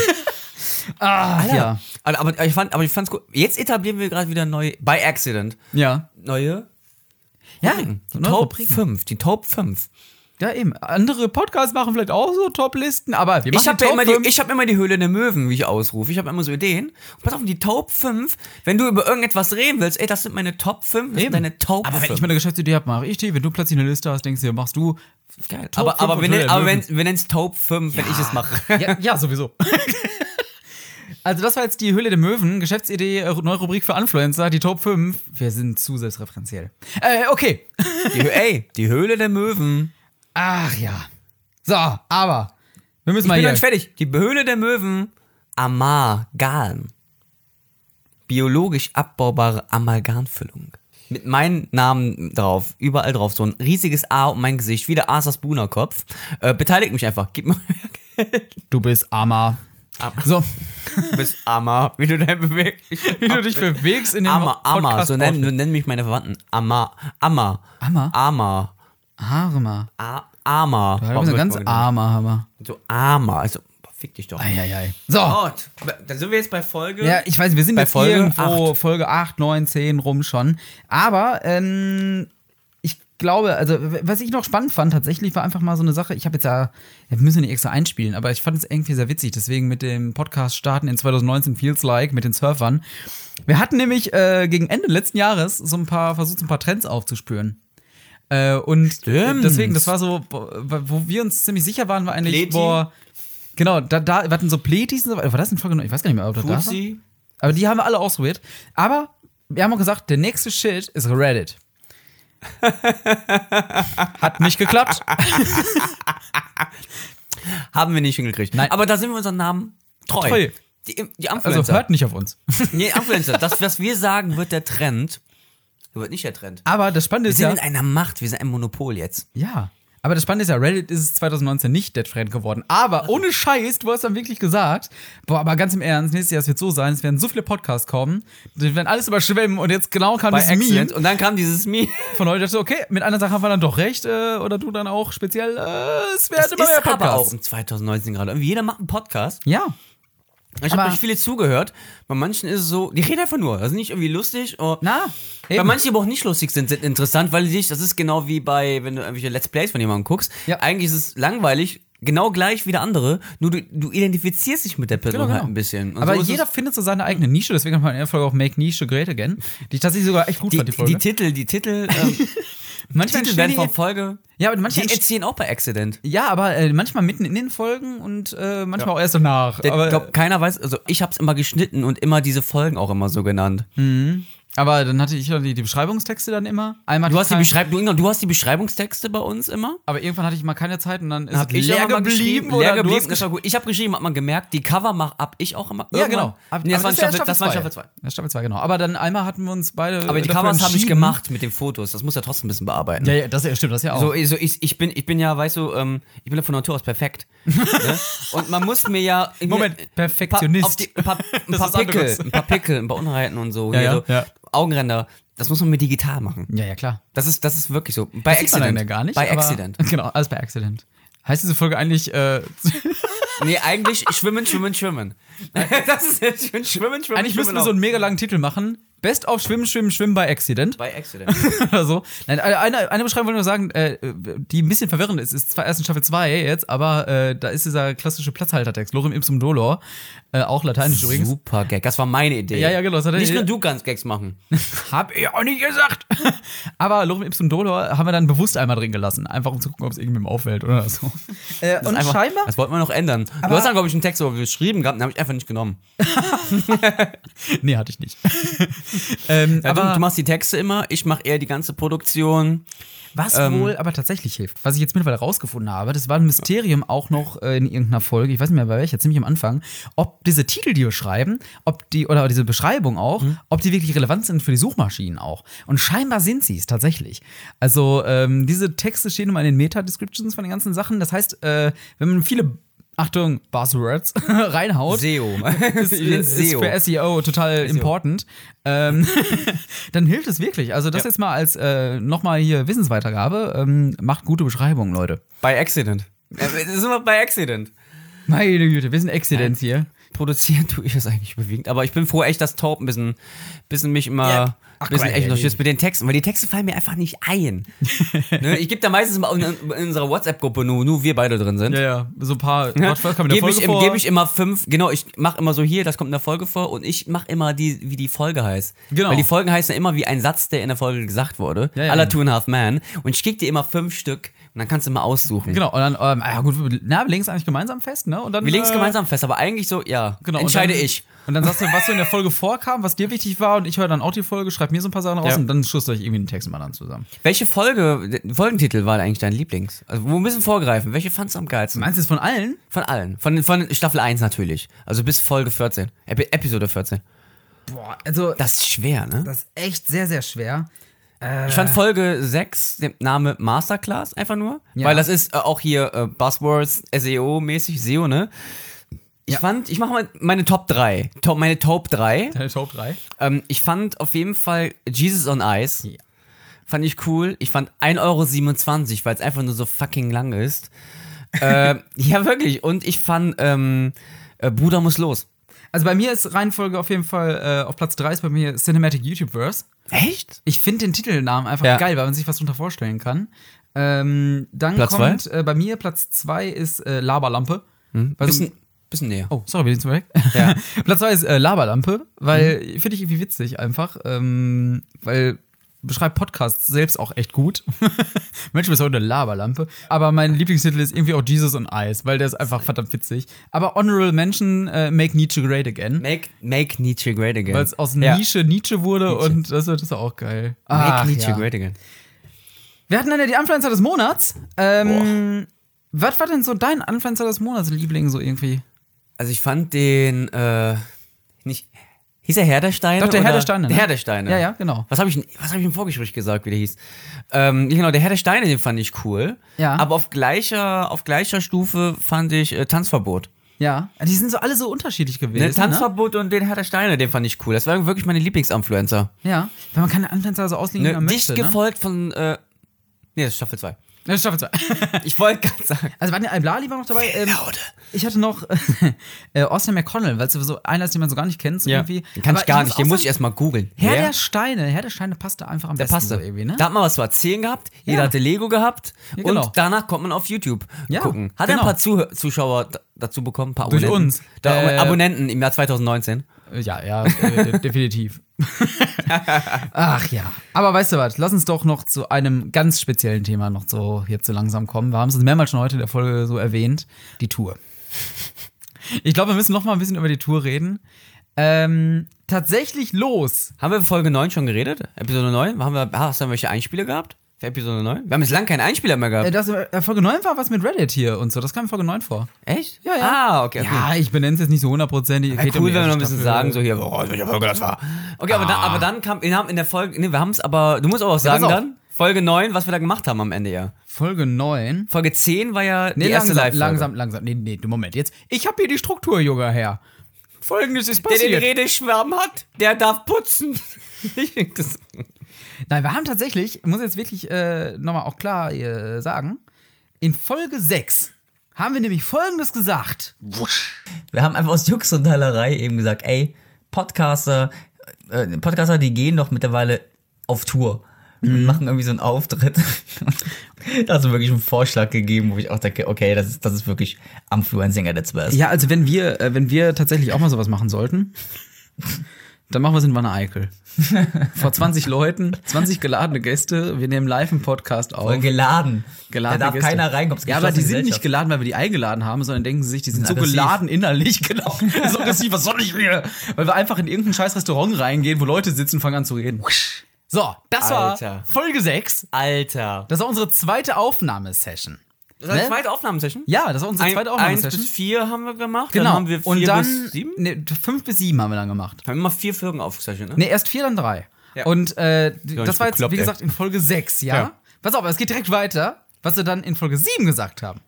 B: Ah, ja.
L: aber, aber ich fand, aber ich fand's gut. Jetzt etablieren wir gerade wieder neu, by accident,
B: Ja.
L: neue
B: Ja, so
L: Die
B: Hm, neue
L: Top
B: Rubriken.
L: 5, die Top 5.
B: ja, eben. Andere Podcasts machen vielleicht auch so Top-Listen, aber wir machen
L: Ich habe ja immer,
B: fünf.
L: die- ich hab immer die Höhle der Möwen, wie ich ausrufe. Ich habe immer so Ideen. Und pass auf, die Top 5, wenn du über irgendetwas reden willst, ey, das sind meine Top 5, das sind deine Top
B: Aber wenn
L: 5.
B: ich meine Geschäftsidee habe, mache ich die. Wenn du plötzlich eine Liste hast, denkst du, dir, machst du. Geil. Top
L: aber
B: fünf
L: aber,
B: und
L: wir,
B: Höhle
L: nennen,
B: der
L: aber
B: Löwen.
L: wenn, wir nennen's Top 5, wenn ich es mache.
B: Ja, ja sowieso. Also das war jetzt die Höhle der Möwen, Geschäftsidee, äh, neue Rubrik für Influencer, die Top 5. Wir sind zu selbstreferenziell. Äh, okay.
L: Die, Hö- ey, die Höhle der Möwen.
B: Ach ja. So, aber wir müssen
L: Ich
B: mal
L: bin noch
B: hier.
L: nicht fertig. Die Höhle der Möwen. Amalgam. Biologisch abbaubare Amalgamfüllung. Mit meinem Namen drauf, überall drauf, so ein riesiges A um mein Gesicht, wie der Asas Buhner-Kopf. Äh, beteiligt mich einfach, gib mir euer Geld.
B: Du bist armer. So,
L: Du bist Amma, wie du dein bewegst.
B: wie du dich bewegst in dem
L: Amma, Amma,
B: Podcast-
L: so nennen, nennen mich meine Verwandten. Amma, Amma.
B: Amma?
L: Amma.
B: Armer.
L: A- Amma.
B: Du bist ein ganz armer Hammer.
L: genau- So Amma, also boah, fick dich doch.
B: Eieiei. So.
L: Gott, dann sind wir jetzt bei Folge.
B: Ja, ich weiß, wir sind
L: Bei
B: jetzt
L: Folge
B: irgendwo Folge 8, 9, 10 rum schon. Aber ähm, ich glaube, also w- was ich noch spannend fand tatsächlich, war einfach mal so eine Sache, ich habe jetzt ja, wir müssen nicht extra einspielen, aber ich fand es irgendwie sehr witzig, deswegen mit dem Podcast starten in 2019 Feels Like mit den Surfern. Wir hatten nämlich äh, gegen Ende letzten Jahres so ein paar, versucht so ein paar Trends aufzuspüren. Äh, und
L: Stimmt.
B: deswegen, das war so, bo- wo wir uns ziemlich sicher waren, war eigentlich,
L: Pleti.
B: boah, genau, da, da, wir hatten so Pletis und so, weiter. war das in Folge, neun? ich weiß gar nicht mehr, ob das da war.
L: Tutsi.
B: Aber die haben wir alle ausprobiert. Aber wir haben auch gesagt, der nächste Shit ist Reddit. Hat nicht geklappt.
L: Haben wir nicht hingekriegt.
B: Nein.
L: Aber da sind wir unserem Namen treu.
B: Treu.
L: Die, die
B: Also
L: Influencer.
B: hört nicht auf uns.
L: nee, Influencer. Das, was wir sagen, wird der Trend. Wird nicht der Trend.
B: Aber das Spannende
L: Wir
B: ist
L: sind
B: ja.
L: in einer Macht, wir sind ein Monopol jetzt.
B: Ja. Aber das Spannende ist ja, Reddit ist es 2019 nicht der Trend geworden. Aber ohne Scheiß, du hast dann wirklich gesagt, boah, aber ganz im Ernst, nächstes Jahr es wird so sein, es werden so viele Podcasts kommen, wir werden alles überschwemmen und jetzt genau kam das Meme
L: Und dann kam dieses Meme.
B: von heute, dachte, okay, mit einer Sache haben wir dann doch recht äh, oder du dann auch speziell, äh, es werden
L: Das
B: immer mehr
L: ist aber auch
B: Podcasts.
L: im 2019 gerade. Irgendwie Jeder macht einen Podcast.
B: Ja.
L: Ich
B: Aber-
L: habe nicht viele zugehört. Bei manchen ist es so, die reden einfach nur. Das ist nicht irgendwie lustig. Oh. Oder
B: Na,
L: Bei
B: eben.
L: manchen, die aber auch nicht lustig sind, sind interessant, weil die dich, das ist genau wie bei, wenn du irgendwelche Let's Plays von jemandem guckst.
B: Ja.
L: Eigentlich ist es langweilig, genau gleich wie der andere, nur du, du identifizierst dich mit der Person
B: Genau, genau.
L: halt ein bisschen. Und
B: Aber
L: so ist
B: jeder
L: es,
B: findet so seine eigene Nische, deswegen haben wir in der Folge auch Make Nische Great Again, die ich tatsächlich sogar echt gut
L: die,
B: fand, die
L: die,
B: Folge.
L: die Titel, die Titel, ähm, die
B: manchmal entstehen
L: Titel werden von
B: die,
L: Folge,
B: ja, aber
L: die
B: manchmal entst-
L: entstehen auch bei Accident.
B: ja, aber äh, manchmal mitten in den Folgen und äh, manchmal auch erst danach.
L: Der,
B: aber, äh,
L: ich glaub, keiner weiß, also ich hab's immer geschnitten und immer diese Folgen auch immer so genannt.
B: aber dann hatte ich ja die, die Beschreibungstexte dann immer. Einmal
L: Du hast, die
B: kein-
L: Beschreib du, genau, du hast die Beschreibungstexte bei uns immer?
B: aber irgendwann hatte ich mal keine Zeit und dann ist
L: Hab ich
B: leer
L: leer mal
B: geblieben
L: geschrieben,
B: oder
L: leer
B: du
L: geblieben,
B: hast
L: das
B: gesch-
L: war gut. Ich habe geschrieben, hat man gemerkt, die Cover mach ab ich auch immer.
B: ja,
L: Irgendwann-
B: genau. Aber-
L: Nee, das,
B: aber
L: war in
B: ist ja
L: Staffel, das war in Staffel 2.
B: Ja, Staffel 2, genau. Aber dann einmal hatten wir uns beide. äh,
L: Aber die
B: dafür
L: Covers habe ich
B: entschieden.
L: gemacht mit den Fotos. Das muss ja trotzdem ein bisschen bearbeiten.
B: Ja, ja, das ja, stimmt, das ja auch.
L: So, e- so ich, ich, bin, ich bin ja, weißt du, ähm, ich bin ja von Natur aus perfekt. ne? Und man muss mir ja. ich bin
B: Moment,
L: ja-
B: Perfektionist.
L: pa- Auf die, ein paar, ein
B: Das
L: paar
B: ist was anderes.
L: Pickel, ein paar Pickel, ein paar Unreinheiten und so.
B: Ja,
L: hier
B: ja,
L: so
B: ja.
L: Augenränder. Das muss man mir digital machen.
B: ja, ja, klar.
L: Das ist, das ist wirklich so. Bei
B: Sieht man dann
L: Accident.
B: ja gar nicht.
L: Bei
B: aber-
L: Accident.
B: Genau, alles bei Accident. Heißt diese Folge eigentlich, äh,
L: Nee, eigentlich schwimmen, schwimmen, schwimmen. Das ist ich bin schwimmen, schwimmen.
B: eigentlich müssen
L: schwimmen
B: wir so
L: auch.
B: einen mega langen Titel machen. Best auf Schwimmen, Schwimmen, Schwimmen bei Accident.
L: Bei Accident.
B: Oder so. Nein, eine, eine Beschreibung wollte ich nur sagen, äh, die ein bisschen verwirrend ist, ist zwar erst in Staffel 2 jetzt, aber äh, da ist dieser klassische Platzhaltertext, Lorem Ipsum Dolor, äh, auch lateinisch übrigens.
L: Super Gag. Das war meine Idee.
B: Ja, ja, genau, das hat er-
L: Nicht nur du kannst Gags machen.
B: Hab ich auch nicht gesagt. aber Lorem Ipsum Dolor haben wir dann bewusst einmal drin gelassen, einfach um zu gucken, ob es irgendwem auffällt oder so. Äh, und
L: Einfach-
B: scheinbar
L: Das wollten wir noch ändern. du hast dann, glaube ich, einen Text darüber geschrieben gehabt, den habe ich einfach nicht genommen.
B: Nee, hatte ich nicht. ähm,
L: Ja, du,
B: aber
L: du machst die Texte immer, ich mache eher die ganze Produktion.
B: was wohl aber tatsächlich hilft, was ich jetzt mittlerweile rausgefunden habe, das war ein Mysterium auch noch äh, in irgendeiner Folge, ich weiß nicht mehr bei welcher, ziemlich am Anfang, ob diese Titel, die wir schreiben, ob die, oder diese Beschreibung auch, ob die wirklich relevant sind für die Suchmaschinen auch. Und scheinbar sind sie es tatsächlich. Also ähm, diese Texte stehen immer in den Meta-Descriptions von den ganzen Sachen. Das heißt, äh, wenn man viele, Achtung, Buzzwords reinhaut,
L: SEO.
B: ist, äh, ist, ist für SEO E total important. Ähm, dann hilft es wirklich. Also das jetzt mal als äh, nochmal hier Wissensweitergabe. Ähm, macht gute Beschreibungen, Leute.
L: Bei Accident. Äh, Sind wir bei Accident?
B: Meine Güte, wir sind Exzellenz hier.
L: Produzieren tue ich das eigentlich überwiegend, aber ich bin froh, echt, dass Taub ein bisschen, bisschen mich immer. ein bisschen
B: Quatsch,
L: echt noch
B: ey.
L: Schiss mit den Texten, weil die Texte fallen mir einfach nicht ein. ne? Ich gebe da meistens mal in, in unserer WhatsApp-Gruppe, nur, nur wir beide drin sind.
B: Ja, ja, so ein paar
L: Ne?
B: Quatschwörter kamen in der
L: Gebe ich,
B: Folge
L: im-
B: vor.
L: geb ich immer fünf, genau, ich mache immer so hier, das kommt in der Folge vor und ich mache immer die, wie die Folge heißt.
B: Genau.
L: Weil die Folgen heißen immer wie ein Satz, der in der Folge gesagt wurde,
B: ja.
L: aller Two and a Half Man und ich krieg dir immer fünf Stück und dann kannst du mal aussuchen.
B: Genau, und dann, ähm, ja gut, na, wir legen es eigentlich gemeinsam fest, ne? Und dann,
L: Wir legen es
B: äh,
L: gemeinsam fest, aber eigentlich so, ja,
B: Genau, und
L: entscheide
B: dann,
L: ich.
B: Und dann sagst du, was so in der Folge vorkam, was dir wichtig war, und ich höre dann auch die Folge, schreib mir so ein paar Sachen raus
L: Ja.
B: und dann schusst euch irgendwie den Text mal dann zusammen.
L: Welche Folge, Folgentitel war eigentlich dein Lieblings? Also, wir müssen vorgreifen. Welche fandst du am geilsten?
B: Meinst du es von allen?
L: Von allen. Von, von Staffel 1 natürlich. Also bis Folge 14. Epi Episode 14.
B: Boah, also
L: Das ist schwer, ne?
B: das ist echt sehr, sehr schwer.
L: Ich fand Folge 6, den Name Masterclass einfach nur.
B: Ja.
L: Weil das ist äh, auch hier äh, Buzzwords, SEO-mäßig, SEO, ne? Ich fand, ich mache mal meine Top 3. Top, meine Top 3.
B: Deine Top 3?
L: Ähm, ich fand auf jeden Fall Jesus on Ice.
B: Ja.
L: Fand ich cool. Ich fand 1,27 Euro, weil es einfach nur so fucking lang ist. äh, ja, wirklich. Und ich fand ähm, äh, Bruder muss los.
B: Also bei mir ist Reihenfolge auf jeden Fall äh, auf Platz 3 ist bei mir Cinematic YouTubeverse.
L: Echt?
B: Ich finde den Titelnamen einfach
L: Ja.
B: geil, weil man sich was darunter vorstellen kann. Ähm, dann
L: Platz
B: kommt äh, bei mir Platz 2 ist äh, Laberlampe. Weil so-
L: Bisschen, bisschen näher.
B: Oh, sorry, wir sind zu weit weg.
L: Hm. Ja. Hm.
B: Platz 2 ist äh, Laberlampe, weil finde ich irgendwie witzig einfach, ähm, weil beschreibt Podcasts selbst auch echt gut. Mensch, wir sind heute eine Laberlampe. Aber mein Lieblingstitel ist irgendwie auch Jesus on Ice, weil der ist einfach verdammt witzig. Aber Honorable Mention, äh, Make Nietzsche Great Again.
L: Make, make Nietzsche great again.
B: Weil es aus
L: Ja.
B: Nische Nietzsche wurde und das, wird- das ist auch geil.
L: Make
B: Ach,
L: Nietzsche
B: ja.
L: great again.
B: Wir hatten dann ja die Influencer des Monats. Ähm, was war denn so dein Influencer des Monats, Liebling, so irgendwie?
L: Also ich fand den, äh, nicht, hieß er Herr der Steine?
B: Doch, der Herr
L: oder-
B: der Steine,
L: Der
B: ne?
L: Herr der Steine.
B: Ja, ja, genau.
L: Was habe ich, was hab ich im Vorgespräch gesagt, wie der hieß? Ähm, genau, der Herr der Steine, den fand ich cool.
B: Ja.
L: Aber auf gleicher, auf gleicher Stufe fand ich äh, Tanzverbot.
B: Ja. Die sind so alle so unterschiedlich
L: Ne,
B: gewesen. Ne?
L: Tanzverbot und den Herr der Steine, den fand ich cool. Das waren wirklich meine Lieblingsinfluencer.
B: Ja. Weil man kann den Influencer so auslegen, wie
L: Ne,
B: man
L: dicht
B: möchte. Ne?
L: gefolgt von, äh, nee, das ist Staffel 2.
B: Ne, Staffel 2.
L: Ich wollte gerade sagen.
B: Also waren ja Alblali war noch dabei. Ähm, ich hatte noch äh, Austin McConnell, weil es so einer ist, den man so gar nicht kennt. So irgendwie.
L: Den kann
B: Aber
L: ich gar
B: muss
L: nicht,
B: auch
L: den muss ich
B: sagen,
L: erstmal googeln.
B: Herr
L: Wer?
B: der Steine, Herr der Steine passt da einfach am
L: Der
B: besten
L: passte.
B: so irgendwie, ne?
L: Da hat man was zu erzählen gehabt, jeder
B: Ja.
L: hatte Lego gehabt
B: genau.
L: und danach kommt man auf YouTube
B: Ja,
L: gucken. Hat er
B: genau.
L: ein paar Zuh Zuschauer d- dazu bekommen, ein paar
B: Durch
L: Abonnenten.
B: uns.
L: Da,
B: Äh,
L: Abonnenten im Jahr 2019.
B: Ja, ja, äh, definitiv. Ach ja. Aber weißt du was, lass uns doch noch zu einem ganz speziellen Thema noch so jetzt so langsam kommen. Wir haben es mehrmals schon heute in der Folge so erwähnt, die Tour. Ich glaube, wir müssen noch mal ein bisschen über die Tour reden. Ähm, tatsächlich los.
L: Haben wir in Folge 9 schon geredet? Episode 9? Haben wir, ah, hast du welche Einspiele gehabt? Für Episode 9? Wir haben jetzt lange keinen Einspieler mehr
B: Äh,
L: gehabt.
B: Das, äh, Folge 9 war was mit Reddit hier und so. Das kam in Folge 9 vor.
L: Echt?
B: Ja, ja.
L: Ah, okay.
B: Ja, ich benenne es jetzt nicht so hundertprozentig.
L: Wäre
B: Geht um
L: cool,
B: die
L: wenn wir noch
B: erste
L: ein bisschen
B: Staffel.
L: sagen, so hier, oh, welche Folge das war. Ah. Okay, aber, dann, aber dann kam, wir haben in der Folge, nee, wir haben es aber, du musst aber auch sagen
B: pass auf.
L: dann, Folge 9, was wir da gemacht haben am Ende, ja.
B: Folge 9.
L: Folge 10 war ja
B: Nee,
L: die erste
B: langsam,
L: Live-Folge.
B: langsam, langsam. Nee, nee, Moment. Jetzt, ich habe hier die Struktur, Junge, her. Folgendes ist
L: Der den
B: passiert.
L: Redeschwärm hat, der darf putzen. Ich denk, das-
B: Nein, wir haben tatsächlich, ich muss jetzt wirklich äh, nochmal auch klar äh, sagen, in Folge 6 haben wir nämlich Folgendes gesagt.
A: Wir haben einfach aus Jux und Teilerei eben gesagt, ey, Podcaster, äh, Podcaster, die gehen doch mittlerweile auf Tour
L: Mhm.
A: und machen irgendwie so einen Auftritt. da hast du wirklich einen Vorschlag gegeben, wo ich auch denke, okay, das ist, das ist wirklich Influencing at its best.
B: Ja, also wenn wir, äh, wenn wir tatsächlich auch mal sowas machen sollten,
K: Dann machen wir es in Wanne Eickel. Vor 20 Leuten, 20 geladene Gäste. Wir nehmen live einen Podcast auf.
A: Voll geladen.
K: Geladene
A: da darf
K: Gäste.
A: keiner reinkommen. es ist
K: Ja, aber die
A: geschlossene
K: sind nicht
A: Gesellschaft.
K: geladen, weil wir die eingeladen haben, sondern denken sie sich, die sind, so
A: aggressiv.
K: geladen innerlich, genau. so aggressiv, was soll ich hier? Weil wir einfach in irgendein scheiß Restaurant reingehen, wo Leute sitzen und fangen an zu reden.
B: So, das
L: Alter.
B: war Folge 6.
L: Alter.
B: Das war unsere zweite Aufnahmesession.
L: Das war die
B: Ne?
L: zweite Aufnahmesession?
B: Ja, das war unsere
L: Ein-
B: zweite
L: Eins
B: Aufnahmesession.
L: bis vier haben wir gemacht.
B: Genau.
L: Dann haben wir vier
B: und dann
L: bis sieben. Wir
B: Nee, fünf bis sieben haben wir dann gemacht.
L: haben immer vier Folgen aufgezeichnet, ne?
B: Nee, erst vier, dann drei. Und äh, das
L: nicht
B: war jetzt,
L: bekloppt,
B: wie
L: ey.
B: gesagt, in Folge 6, ja? Pass auf, es geht direkt weiter, was wir dann in Folge 7 gesagt haben.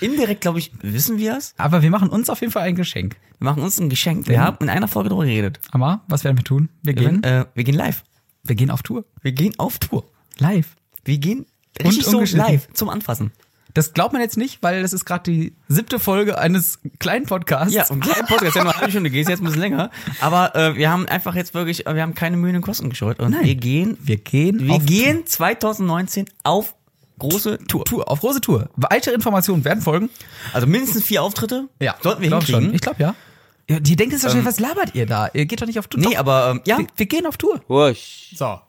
L: Indirekt, glaube ich, wissen wir es.
K: Aber wir machen uns auf jeden Fall ein Geschenk.
L: Wir machen uns ein Geschenk.
A: Mhm.
L: Wir haben in einer Folge drüber geredet.
K: Aber was werden wir tun? Wir gehen,
L: Äh, wir gehen live.
K: wir gehen auf Tour.
L: Wir gehen auf Tour.
K: Live.
L: Wir gehen richtig so
K: ungeschnitten.
L: live zum Anfassen.
K: Das glaubt man jetzt nicht, weil das ist gerade die siebte Folge eines kleinen Podcasts.
L: Ja, und kleinen Podcast, ja nur eine halbe Stunde geht, jetzt ein bisschen länger. Aber äh, wir haben einfach jetzt wirklich, äh, wir haben keine Mühen und Kosten gescheut. Und wir gehen,
K: Wir gehen
L: wir
K: auf
L: gehen 2019 auf große Tour.
K: Tour, auf große Tour. Weitere Informationen werden folgen.
L: Also mindestens vier Auftritte. Sollten wir
K: glaub
L: hinkriegen. Ähm.
K: schon. Ich glaube ja. ja. Die denken jetzt wahrscheinlich, was labert ihr da? Ihr geht doch nicht auf Tour.
L: nee,
K: Doch,
L: aber ähm, ja.
K: wir, wir gehen auf Tour.
M: Wusch.
B: So.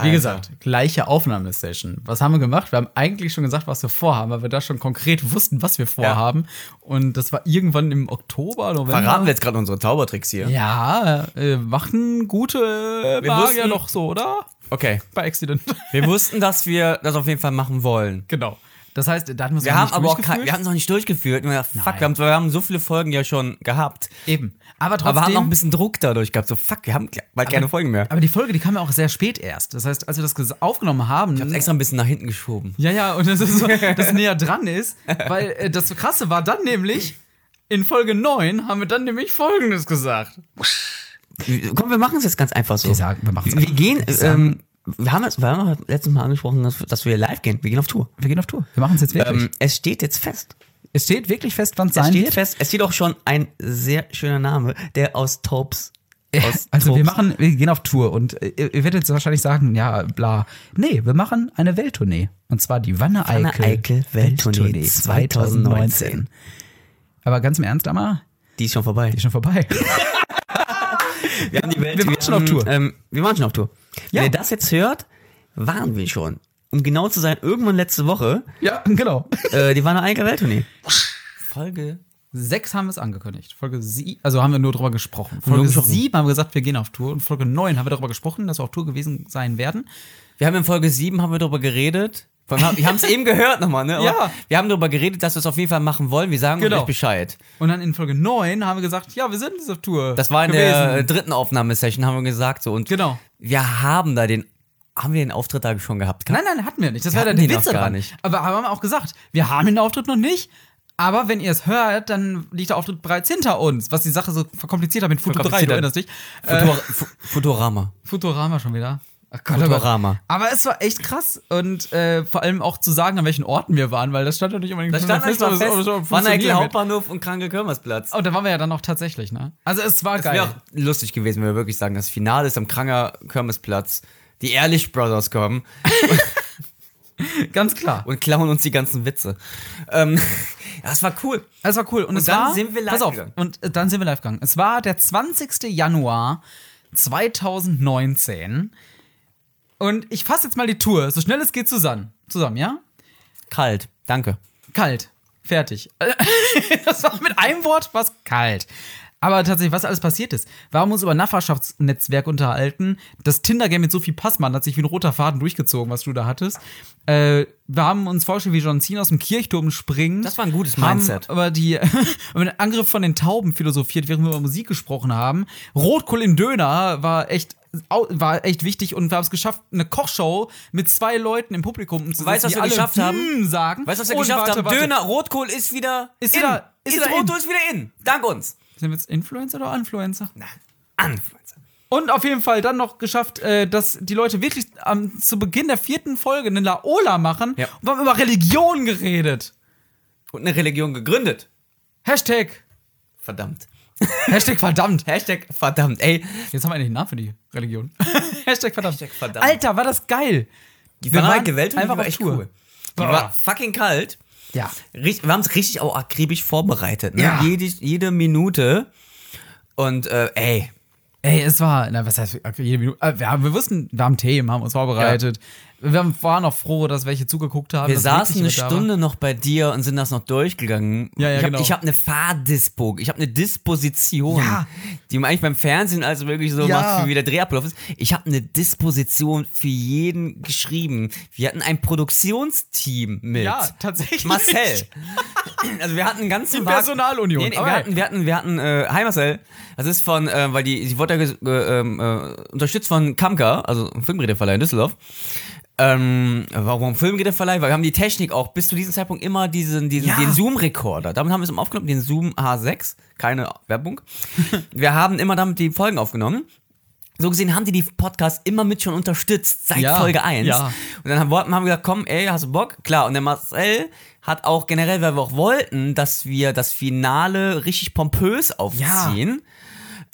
B: Wie gesagt, gleiche Aufnahmesession. Was haben wir gemacht? Wir haben eigentlich schon gesagt, was wir vorhaben, weil wir da schon konkret wussten, was wir vorhaben. Und das war irgendwann im Oktober, November.
L: Verraten wir jetzt gerade unsere Zaubertricks hier.
B: Ja, äh, machen gute
L: Wir
B: Magier
L: wussten-
B: noch so, oder?
L: Okay.
B: Bei Accident.
L: Wir wussten, dass wir das auf jeden Fall machen wollen.
B: genau. Das heißt, da hatten wir es
L: Wir
B: noch
L: haben
B: nicht
L: aber auch kein,
B: durchgeführt.
L: wir haben es noch nicht durchgeführt. Und wir, dachten, fuck,
B: Nein.
L: wir haben, wir haben so viele Folgen ja schon gehabt.
B: Eben. Aber trotzdem.
L: Aber haben noch ein bisschen Druck dadurch gehabt. So, fuck, wir haben bald keine Folgen mehr.
B: aber die Folge, die kam ja auch sehr spät erst. Das heißt, als wir das ges- aufgenommen haben.
L: Ich hab's extra ein bisschen nach hinten geschoben.
B: Ja, ja, und das ist so, das näher dran ist, weil äh, das Krasse war dann nämlich, in Folge 9 haben wir dann nämlich Folgendes gesagt.
L: Komm, wir machen es jetzt ganz einfach so.
K: Wir sagen, wir machen's
L: Wir
K: einfach.
L: gehen, ähm, wir haben es, wir haben es letztes Mal angesprochen, dass, dass wir live gehen. Wir gehen auf Tour.
K: Wir gehen auf Tour. Wir machen es jetzt wirklich.
L: Ähm, es steht jetzt fest.
K: es steht wirklich fest, wann es
L: Es
K: sein
L: steht
K: wird.
L: fest. Es steht auch schon ein sehr schöner Name, der aus Taubes. Aus
K: Also wir
L: Taubes-
K: machen, wir gehen auf Tour und äh, ihr, ihr werdet jetzt wahrscheinlich sagen, ja, bla. Nee, wir machen eine Welttournee. Und zwar die Wanne Eickel.
L: Anna Eikel Welttournee 2019.
K: Aber ganz im Ernst, Amma,
L: Die ist schon vorbei.
K: ist schon vorbei.
L: Wir, haben die Welt,
K: Wir waren schon auf Tour.
B: äh,
L: Ähm, wir waren schon auf Tour.
K: Ja.
L: Wenn ihr das jetzt hört, waren wir schon. Um genau zu sein, irgendwann letzte Woche,
K: ja, genau.
L: äh, die waren eine eigene Welttournee. Folge.
B: Sechs haben wir es angekündigt. Folge sie, also haben wir nur drüber gesprochen. Folge
L: gesprochen.
B: sieben haben wir gesagt, wir gehen auf Tour. Und Folge 9 haben wir darüber gesprochen, dass wir auf Tour gewesen sein werden.
L: Wir haben in Folge 7 haben wir darüber geredet. Vor allem, Wir haben es eben gehört nochmal, ne? Aber
B: Ja.
L: Wir haben darüber geredet, dass wir es auf jeden Fall machen wollen. Wir sagen
B: Genau.
L: euch Bescheid.
B: Und dann in Folge 9 haben wir gesagt, ja, wir sind jetzt auf Tour.
L: Das war in der äh,
B: gewesen.
L: dritten Aufnahmesession, haben wir gesagt so. Und
B: Genau.
L: wir haben da den, haben wir den Auftritt da schon gehabt? Kann-
B: Nein, nein, hatten wir nicht. Das war
L: hatten
B: dann der
L: den
B: Witz
L: auch gar
B: daran.
L: nicht.
B: Aber haben wir auch gesagt, wir haben den Auftritt noch nicht. Aber wenn ihr es hört, dann liegt der Auftritt bereits hinter uns, was die Sache so verkompliziert hat mit Foto 3,
L: Verkompliziert
B: du
L: hat.
B: erinnerst dich. Äh,
L: Futur, Fu- Futurama.
B: Futurama schon wieder. Ach Gott,
L: Futurama.
B: Aber, aber es war echt krass und äh, vor allem auch zu sagen, an welchen Orten wir waren, weil das stand ja nicht unbedingt
L: Da stand fest,
B: ob es- ob es
L: fest
B: funktioniert
L: Wanne-Eickel
B: hat.
L: Hauptbahnhof und Kranke-Körmersplatz.
B: Oh, da waren wir ja dann auch tatsächlich, ne? Also es war
L: Das
B: geil.
L: wäre auch lustig gewesen, wenn wir wirklich sagen, das Finale ist am Kranger Kirmesplatz. Die Ehrlich Brothers kommen
B: Ganz klar.
L: und klauen uns die ganzen Witze. Ähm, das war cool.
B: Es war cool. Und, es
L: dann
B: war,
L: sind wir live
B: pass auf,
L: gegangen.
B: Und äh, dann sind wir live gegangen. Es war der 20. Januar 2019. Und ich fasse jetzt mal die Tour, so schnell es geht, zusammen. Zusammen, ja?
L: Kalt, danke.
B: Kalt. Fertig. das war mit einem Wort was kalt. Aber tatsächlich, was alles passiert ist. Wir haben uns über Nachbarschaftsnetzwerk unterhalten. Das Tinder-Game mit Sophie Passmann hat sich wie ein roter Faden durchgezogen, was du da hattest. Äh, wir haben uns vorgestellt, wie John Cena aus dem Kirchturm springt.
L: Das war ein gutes
B: Haben
L: Mindset.
B: Über, die, über den Angriff von den Tauben philosophiert, während wir über Musik gesprochen haben. Rotkohl im Döner war echt au- war echt wichtig und wir haben es geschafft, eine Kochshow mit zwei Leuten im Publikum zu
L: Weißt du, was wir geschafft haben?
B: sagen.
L: Weißt du, was wir
B: Und
L: geschafft
B: warte,
L: haben?
B: warte.
L: Döner, Rotkohl ist wieder
B: Ist
L: in.
B: wieder- ist
L: ist
B: wieder
L: Rotkohl
B: in.
L: ist wieder in. Dank uns.
B: Sind wir jetzt Influencer oder Influencer?
L: Anfluencer.
B: Und auf jeden Fall dann noch geschafft, äh, dass die Leute wirklich am, zu Beginn der vierten Folge eine Laola machen
L: Ja.
B: und wir haben über Religion geredet.
L: Und eine Religion gegründet.
B: Hashtag.
L: Verdammt.
B: Hashtag verdammt.
L: Hashtag verdammt. Ey,
B: Jetzt haben wir endlich einen Namen für die Religion. Hashtag verdammt.
L: Hashtag verdammt.
B: Alter, war das geil.
L: die
B: Wir
L: Vereinigte
B: waren
L: Welt
B: einfach
L: war
B: auf
L: echt
B: Tour.
L: cool. Die war fucking kalt.
B: Ja.
L: Richt- wir haben es richtig auch akribisch vorbereitet. Ne?
B: Ja.
L: Jede, jede Minute. Und äh, ey,
B: Ey, es war, na, was heißt, okay, jede Minute, äh, wir, haben, wir wussten, wir haben Themen, haben uns vorbereitet. Wir haben- waren auch froh, dass welche zugeguckt haben.
L: Wir
B: dass
L: saßen eine
B: wirklich jemand da war.
L: Stunde noch bei dir und sind das noch durchgegangen.
B: Ja, ja,
L: ich habe
B: genau.
L: hab eine Fahrdispo, ich habe eine Disposition,
B: Ja.
L: die man eigentlich beim Fernsehen also wirklich so
B: Ja.
L: macht, wie der Drehablauf ist. Ich habe eine Disposition für jeden geschrieben. Wir hatten ein Produktionsteam mit.
B: Ja, tatsächlich.
L: Marcel. Also wir hatten einen ganzen
B: Die
L: Wagen-
B: Personalunion.
L: Nee, nee,
B: Aber
L: wir hatten, wir hatten, wir hatten äh, hi Marcel. Das ist von, äh, weil die, die wurde ja ges- äh, ähm, äh, unterstützt von Kamka, also einem Filmgeräteverleih in Düsseldorf. Ähm, warum Filmgeräteverleih? Weil wir haben die Technik auch bis zu diesem Zeitpunkt immer diesen, diesen den Zoom-Rekorder. Damit haben wir es immer aufgenommen, den Zoom H6. Keine Werbung. wir haben immer damit die Folgen aufgenommen. So gesehen haben die die Podcasts immer mit schon unterstützt, seit
B: Ja,
L: Folge 1.
B: ja.
L: Und dann haben, wollten- haben wir gesagt, komm, ey, hast du Bock? Klar. Und der Marcel hat auch generell, weil wir auch wollten, dass wir das Finale richtig pompös aufziehen.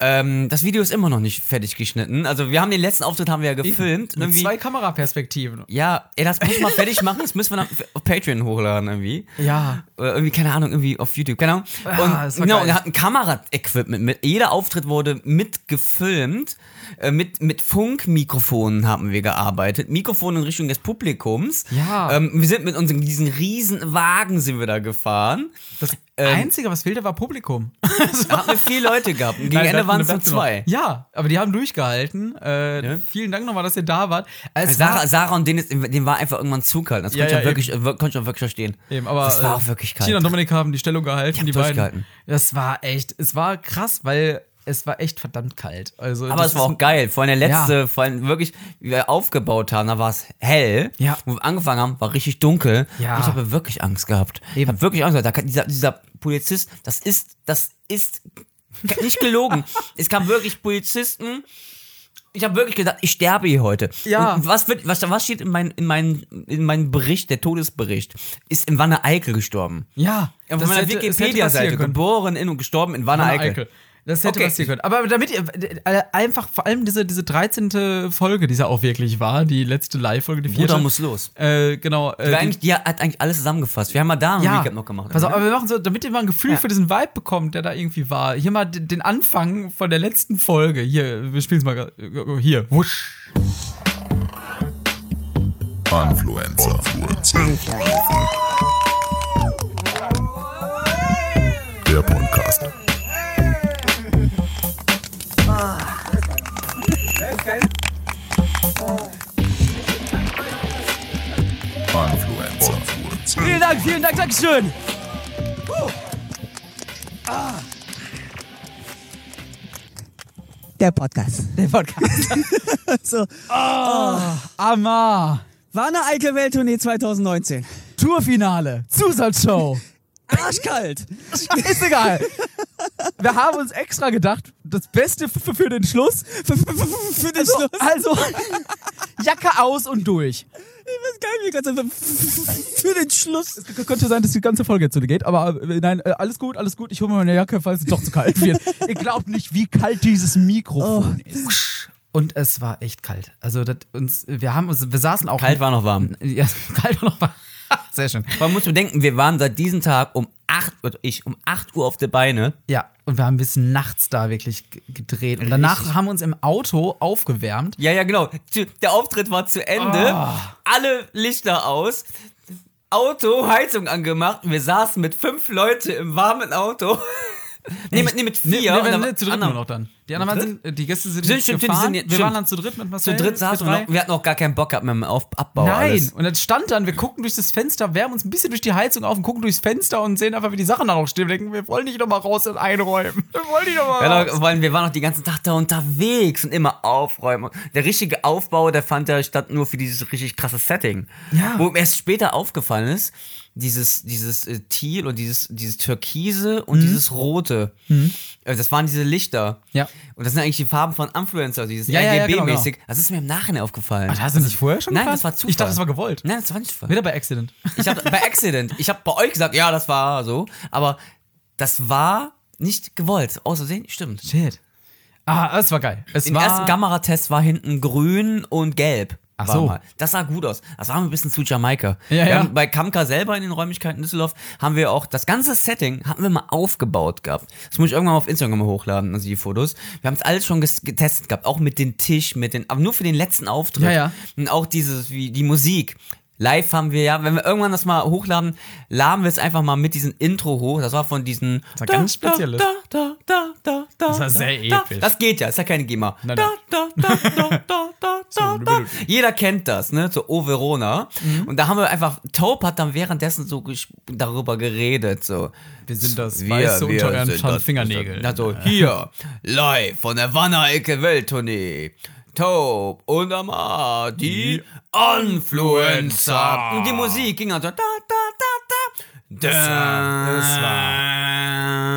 L: Ähm, das Video ist immer noch nicht fertig geschnitten. Also wir haben den letzten Auftritt haben wir ja gefilmt.
B: Mit
L: Irgendwie-
B: zwei Kameraperspektiven.
L: ja, ey, das muss man fertig machen, das müssen wir dann auf Patreon hochladen irgendwie.
B: Ja.
L: Oder irgendwie, keine Ahnung, irgendwie auf YouTube, keine Ahnung. Und,
B: Ah, das war
L: genau,
B: geil.
L: und wir hatten Kameraequipment mit. Jeder Auftritt wurde mitgefilmt. Äh, mit, mit Funkmikrofonen haben wir gearbeitet. Mikrofone in Richtung des Publikums.
B: Ja.
L: Ähm, wir sind mit uns in diesen riesen Wagen sind wir da gefahren.
B: Das
L: Ähm,
B: Einzige, was fehlte, war Publikum.
L: Da hatten wir vier Leute gehabt. Und gegen
B: Nein,
L: Ende
B: da
L: waren es
B: hatten
L: nur
B: wir
L: zwei.
B: Ja, aber die haben durchgehalten. Äh, Vielen Dank nochmal, dass ihr da wart. Äh, Es
L: Sarah, Sarah und Dennis, dem war einfach irgendwann zu kalt. Das
B: Ja,
L: konnte ich
B: ja,
L: auch wirklich, äh, konnte ich auch wirklich verstehen.
B: Eben, aber
L: das
B: äh,
L: war auch wirklich kalt.
B: Tina und Dominik haben die Stellung gehalten, die,
L: haben
B: beiden.
L: durchgehalten.
B: Das war echt, es war krass, weil es war echt verdammt kalt. Also
L: Aber
B: das
L: es war
B: ist-
L: auch geil. Vor allem der
B: Ja.
L: letzte, vor allem wirklich, wie wir aufgebaut haben, da war es hell.
B: Ja.
L: Wo wir angefangen haben, war richtig dunkel.
B: Ja.
L: Und ich habe wirklich Angst gehabt. Ich
B: Eben.
L: habe wirklich Angst gehabt. Da kann, dieser, dieser Polizist, das ist, das ist nicht gelogen. es kam wirklich Polizisten. Ich habe wirklich gedacht, ich sterbe hier heute.
B: Ja.
L: Und was, wird, was, was steht in meinem in mein, in mein Bericht, der Todesbericht? Ist in Wanne Eickel gestorben.
B: ja,
L: Auf meiner
B: hätte- hätte
L: Wikipedia-Seite,
B: passieren können.
L: geboren in und gestorben in Wanne
B: Anne
L: Eickel.
B: Eickel. Das hätte
L: Okay.
B: passieren können. Aber damit ihr äh, einfach, vor allem diese, diese 13. Folge, die es ja auch wirklich war, die letzte Live-Folge, die vierte.
L: Bruder muss los.
B: Äh, genau. Äh,
L: Die, eigentlich, die hat eigentlich alles zusammengefasst. Wir haben mal da einen
B: ja,
L: Recap noch gemacht. Ne?
B: Pass auf, aber wir machen so, damit ihr mal ein Gefühl für diesen Vibe bekommt, der da irgendwie war. Hier mal den den Anfang von der letzten Folge. Hier, wir spielen's mal. gra- Hier, wusch.
C: Influencer. Der Podcast. Influencer.
K: Vielen Dank, vielen Dank, Dankeschön.
N: Der Podcast.
K: Der Podcast. Ah,
N: So,
K: Amar.
N: war eine Eikel Welttournee 2019.
K: Tourfinale. Zusatzshow.
N: Arschkalt.
K: Ist egal. Wir haben uns extra gedacht, das Beste f- für den Schluss.
N: Für, für, für, für den
K: Also,
N: Schluss.
K: also Jacke aus und durch.
N: Ich weiß gar nicht, wie ganz einfach. Für den Schluss.
K: K- Könnte sein, dass die ganze Folge jetzt so geht, aber äh, nein, äh, alles gut, alles gut. Ich hole mir meine Jacke, falls es doch zu kalt wird. Ihr glaubt nicht, wie kalt dieses Mikrofon ist.
B: Oh. Und es war echt kalt. Also das uns, wir haben uns, wir saßen auch
L: Kalt war noch warm.
B: Ja, kalt war noch warm. Sehr schön.
L: Man muss bedenken, wir waren seit diesem Tag um 8 Uhr, ich, um 8 Uhr auf der Beine.
B: Ja, und wir haben bis nachts da wirklich g- gedreht. Und danach haben wir uns im Auto aufgewärmt.
L: Ja, ja, genau. Zu- Der Auftritt war zu Ende. Alle Lichter aus. Auto, Heizung angemacht. Wir saßen mit fünf Leute im warmen Auto. nee, mit, nee, mit vier.
B: wir
L: Und dann
B: waren
L: war- ah,
B: zu dritt
L: anderen-
B: nur noch dann. Die anderen
L: dritt?
B: sind, äh, die Gäste sind,
L: Stimmt,
B: nicht
L: stimmt, die
B: gefahren.
L: sind-
B: wir
L: stimmt.
B: waren dann zu dritt mit
L: Zu
B: Marcel.
L: dritt saßen wir
B: drei.
L: noch. Oh, Wir hatten auch gar keinen Bock gehabt mit dem Auf Abbau.
B: Nein,
L: Alles.
B: und dann stand dann, wir gucken durch das Fenster, wärmen uns ein bisschen durch die Heizung auf und gucken durchs Fenster und sehen einfach, wie die Sachen da noch stehen. Wir denken, wir wollen nicht nochmal raus und einräumen. Wir wollen nicht nochmal
L: Ja,
B: raus.
L: Leute, vor allem, wir waren noch den ganzen Tag da unterwegs und immer aufräumen. Der richtige Aufbau, der fand ja statt nur für dieses richtig krasse Setting.
B: Ja.
L: Wo mir erst später aufgefallen ist, dieses, dieses äh, Teal und dieses, dieses Türkise
B: Mhm.
L: und dieses Rote. Äh, Das waren diese Lichter.
B: Ja.
L: Und das sind eigentlich die Farben von Influencer, dieses
B: Ja, ja, ja,
L: RGB-mäßig.
B: genau, Ah,
L: Das ist mir im Nachhinein aufgefallen.
B: Ach, hast du nicht vorher schon
L: Nein,
B: gefragt?
L: das war Zufall.
B: Ich dachte, das war gewollt.
L: Nein, das war nicht Zufall.
B: Wieder bei Accident.
L: Ich hab bei Accident, ich habe bei euch gesagt, ja, das war so, aber das war nicht gewollt. Außersehen, stimmt.
B: Shit. Ah, es war geil. Es
L: Im
B: war
L: ersten Kameratest war hinten grün und gelb. Ach
B: so.
L: Mal. Das sah gut aus. Das war ein bisschen zu Jamaika.
B: Ja,
L: wir
B: ja.
L: Haben bei Kamka selber in den Räumlichkeiten Düsseldorf haben wir auch das ganze Setting hatten wir mal aufgebaut gehabt. Das muss ich irgendwann mal auf Instagram mal hochladen, also die Fotos. Wir haben es alles schon ges- getestet gehabt, auch mit dem Tisch, mit den, aber nur für den letzten Auftritt.
B: Ja, ja.
L: Und auch dieses, wie die Musik. Live haben wir ja, wenn wir irgendwann das mal hochladen, laden wir es einfach mal mit diesem Intro hoch. Das war von diesen. Das
B: war ganz Spezielles.
L: Da, da, da, da, da, das
B: war sehr
L: da,
B: episch.
L: Das geht ja, ist ja keine GEMA.
B: Nein,
L: da, da, da, da, da, da, da, da. Jeder kennt das, ne? So O Verona.
B: Mhm.
L: Und da haben wir einfach, Taupe hat dann währenddessen so ges- darüber geredet. So.
B: Wir sind das Weiße unter euren
L: sind
B: Schan-
L: das-
B: Fingernägeln.
L: Also hier, live von der Wanne-Ecke Welttournee. Taupe und Amar, die Influencer. Und die Musik ging dann so da, da, da, da. Das war,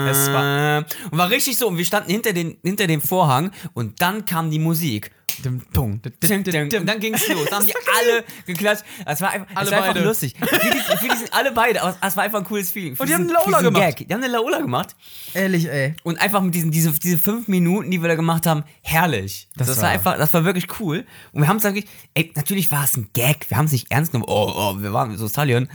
L: das war,
B: es
L: Und war richtig so, und wir standen hinter, den, hinter dem Vorhang und dann kam die Musik.
B: Dim, dum, dim, dim,
L: Ding, ding.
B: dim.
L: Und dann ging's los. Dann haben die alle geklatscht. Das war einfach,
B: Alle
L: es war einfach
B: beide.
L: lustig. Für die, für die sind alle beide. Aber es war einfach ein cooles Feeling. Für
B: Und die haben
L: diesen-
B: einen Laola
L: für diesen
B: gemacht.
L: Gag. Die haben eine Laola gemacht.
B: Ehrlich, ey.
L: Und einfach mit diesen, diese, diese fünf Minuten, die wir da gemacht haben, herrlich. Das, war
B: war-
L: einfach, das war wirklich cool. Und wir haben es wirklich, ey, natürlich war es ein Gag. Wir haben es nicht ernst genommen. Oh, oh, wir waren so Stallion.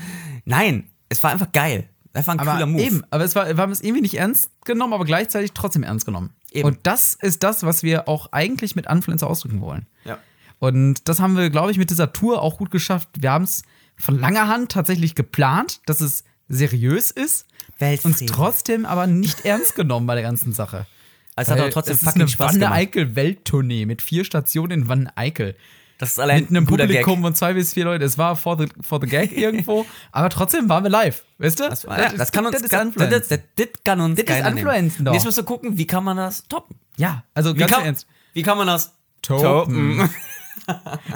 L: Nein, es war einfach geil. Einfach ein
B: Aber
L: cooler Move.
B: eben, aber es war, wir haben es irgendwie nicht ernst genommen, aber gleichzeitig trotzdem ernst genommen.
L: Eben.
B: Und das ist das, was wir auch eigentlich mit Influencer ausdrücken wollen.
L: Ja.
B: Und das haben wir, glaube ich, mit dieser Tour auch gut geschafft. Wir haben es von langer Hand tatsächlich geplant, dass es seriös ist, uns
L: Weltfrieden.
B: trotzdem aber nicht ernst genommen bei der ganzen Sache.
L: Also Es hat
B: Weil
L: aber trotzdem
B: es
L: fucking
B: ist eine
L: Spaß
B: Wanne
L: gemacht.
B: Eickel Welttournee mit vier Stationen in Wanne Eickel.
L: Das ist allein
B: mit einem
L: ein guter Gag.
B: Publikum von zwei bis vier Leuten. Es war for the, for the gag irgendwo, aber trotzdem waren wir live. Weißt du?
L: Das, war, das, kann uns,
B: das ist
L: kann-
B: Influencer.
L: das, das, das kann uns
B: Das ist
L: keiner nehmen.
B: Influencer
L: Und
B: doch.
L: Jetzt musst du gucken, wie kann man das toppen?
B: Ja, also
L: Wie,
B: ganz
L: kann,
B: ernst.
L: wie kann man das
B: Topen.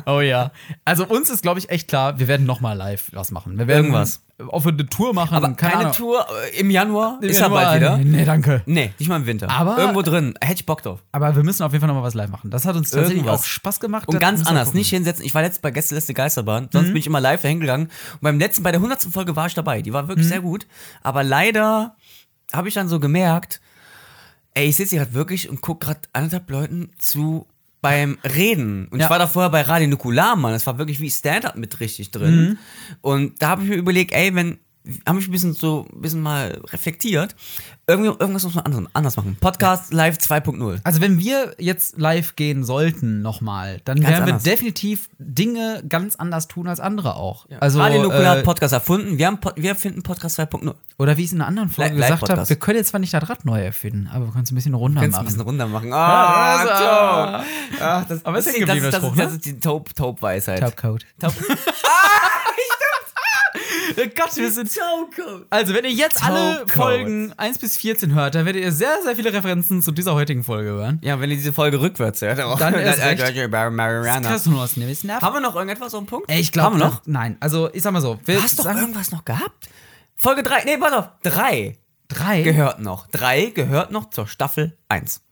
B: Oh ja. Also uns ist, glaube ich, echt klar, wir werden nochmal live was machen. Wir werden
L: Irgendwas.
B: Auf eine Tour machen.
L: Aber
B: keine
L: keine
B: Ahnung.
L: Tour äh, im Januar
B: Im
L: ist ja
B: Januar.
L: bald wieder.
B: Nee, danke.
L: Nee, nicht mal im Winter.
B: Aber-
L: Irgendwo drin. Hätte ich Bock drauf.
B: Aber wir müssen auf jeden Fall nochmal was live machen. Das hat uns tatsächlich
L: Irgendwas.
B: auch Spaß gemacht.
L: Und
B: Das
L: ganz
B: müssen wir
L: anders,
B: gucken. Mhm.
L: nicht hinsetzen. Ich war letztens bei Gästeliste Geisterbahn, sonst bin ich immer live dahin gegangen. Und beim letzten, bei der 100. Folge war ich dabei. Die war
B: Mhm.
L: wirklich sehr gut. Aber leider habe ich dann so gemerkt, ey, ich sitze hier gerade wirklich und gucke gerade anderthalb Leuten zu beim Reden. Und
B: Ja.
L: ich war da vorher bei Radio Nukular, Mann. Das war wirklich wie Stand-up mit richtig drin.
B: Mhm.
L: Und da habe ich mir überlegt, ey, wenn, habe ich ein bisschen so, ein bisschen mal reflektiert. Irgendwie, irgendwas muss man anders- anders machen. Podcast Live 2.0.
B: Also wenn wir jetzt live gehen sollten nochmal, dann
L: Ganz
B: werden
L: anders.
B: wir definitiv Dinge ganz anders tun als andere auch. Also
L: Radio Nukular
B: äh,
L: hat Podcast erfunden. Wir, haben, Pod- wir finden Podcast 2.0.
B: oder wie ich es in einer anderen Folge
L: Li- live
B: gesagt habe,
L: Podcast.
B: wir können jetzt zwar nicht das Rad neu erfinden, aber wir können es ein bisschen runder
L: Kannst du ein
B: machen.
L: bisschen runter machen.
B: Ah,
L: Ah,
B: also,
L: Taub. Ach, das,
B: Aber ist
L: das
B: hängen
L: das,
B: geblieben,
L: das,
B: der Spruch,
L: ist, das
B: ne?
L: ist die Taub-Weisheit. Taub
B: Tabcode.
L: Taub
B: Ah, Oh Gott, wir sind Also, wenn ihr jetzt alle
L: Taubkauz.
B: Folgen 1 bis 14 hört, dann werdet ihr sehr, sehr viele Referenzen zu dieser heutigen Folge hören.
L: ja, wenn ihr diese Folge rückwärts hört. auch.
B: Dann erst recht.
L: Mariana.
B: Kannst du nur was nehmen? Ist nervig.
L: Haben wir noch irgendetwas auf den Punkt?
B: Ey, ich glaube
L: Haben wir noch?
B: Nein, also ich sag mal so. Wir
L: Du hast doch
B: sagen
L: irgendwas noch gehabt? Folge 3, nee, warte auf. 3
B: drei.
L: gehört noch. 3 gehört noch zur Staffel 1.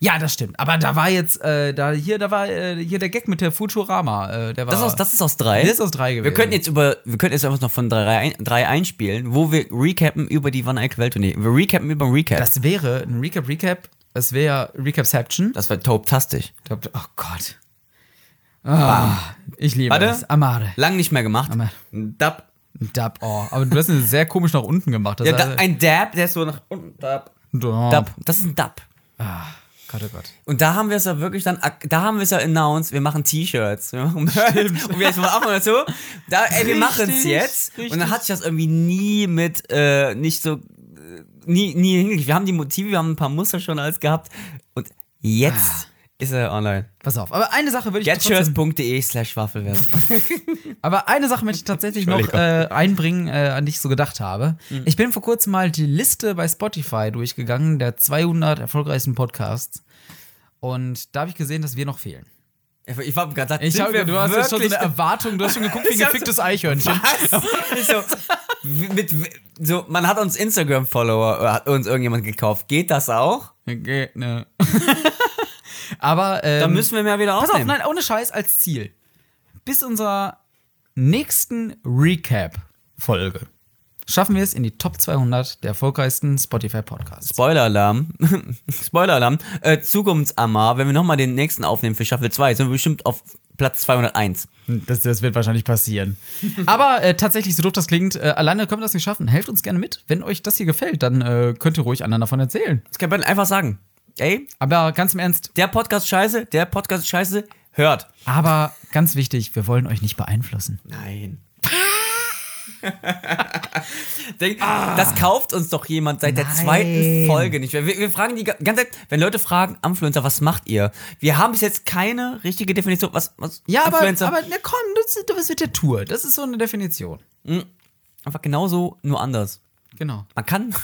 B: Ja, das stimmt. Aber da war jetzt, äh, da hier, da war äh, hier der Gag mit der Futurama. Äh, der war,
L: Das ist aus, das ist aus 3.
B: Der ist aus drei
L: Wir
B: gewesen.
L: könnten jetzt über, wir könnten jetzt einfach noch von 3 einspielen, wo wir recappen über die Van Eyck Welttournee. Wir recappen über den Recap. Das,
B: das wäre ein Recap, Recap. Es wäre Recapception.
L: das war taubtastisch.
B: Ich glaub, Oh Gott. Ah, ich liebe
L: Warte.
B: das. Amare.
L: Lang nicht mehr gemacht.
B: Hammer.
L: Dab.
B: Dab. Oh, aber du hast ihn sehr komisch nach unten gemacht. Das
L: Ja, da,
B: heißt-
L: ein Dab, der ist so nach unten. Dab.
B: Oh,
L: Dab. Das ist ein Dab.
B: Gott, oh Gott.
L: Und da haben wir es ja wirklich dann, ak- da haben wir es ja announced, wir machen T-Shirts, wir machen Merch. Und wir jetzt mal auch mal dazu. Da, ey, wir machen es jetzt. Und dann hat sich das irgendwie nie mit, äh, nicht so, äh, nie, nie hingekriegt. Wir haben die Motive, wir haben ein paar Muster schon alles gehabt. Und jetzt ist er online.
B: Pass auf. Aber eine Sache würde Ah. ich trotzdem,
L: Getshirts.de slash Waffelwärts.
B: aber eine Sache möchte ich Mhm. tatsächlich noch äh, einbringen, äh, an die ich so gedacht habe. Ich bin vor kurzem mal die Liste bei Spotify durchgegangen der 200 erfolgreichsten Podcasts. Und da habe ich gesehen, dass wir noch fehlen.
L: Ich hab grad gesagt,
B: Ich
L: sind
B: habe
L: wir
B: du hast jetzt schon so eine
L: wirklich-
B: Erwartung, du hast schon geguckt wie ein
L: Ich hab
B: geficktes Eichhörnchen.
L: Ich so, w- mit, w- so, man hat uns Instagram-Follower, oder hat uns irgendjemand gekauft. Geht das auch?
B: Okay, ne. Aber ähm,
L: Dann müssen wir mehr wieder
B: Pass auf,
L: aufnehmen.
B: nein, ohne Scheiß als Ziel. Bis unserer nächsten Recap-Folge schaffen wir es in die Top 200 der erfolgreichsten Spotify-Podcasts.
L: Spoiler-Alarm. Spoiler-Alarm. Äh, Zukunftsamar, wenn wir nochmal den nächsten aufnehmen für Staffel 2, sind wir bestimmt auf Platz 201.
B: Das, das wird wahrscheinlich passieren. Aber äh, tatsächlich, so doof das klingt, äh, alleine können wir das nicht schaffen. Helft uns gerne mit. Wenn euch das hier gefällt, dann äh, könnt ihr ruhig anderen davon erzählen.
L: Das kann man einfach sagen. Ey,
B: Aber ganz im Ernst,
L: der Podcast scheiße, der Podcast scheiße, hört.
B: aber ganz wichtig, wir wollen euch nicht beeinflussen.
L: Nein. Denk,
B: Ah.
L: Das kauft uns doch jemand seit der zweiten Folge nicht mehr. Wir, wir fragen die ga- ganze Zeit, wenn Leute fragen, Influencer, was macht ihr? Wir haben bis jetzt keine richtige Definition, was, was
B: Ja, aber,
L: Influencer
B: aber na komm, das, das wird der Tour. Das ist so eine Definition.
L: einfach genauso, nur anders.
B: Genau.
L: Man kann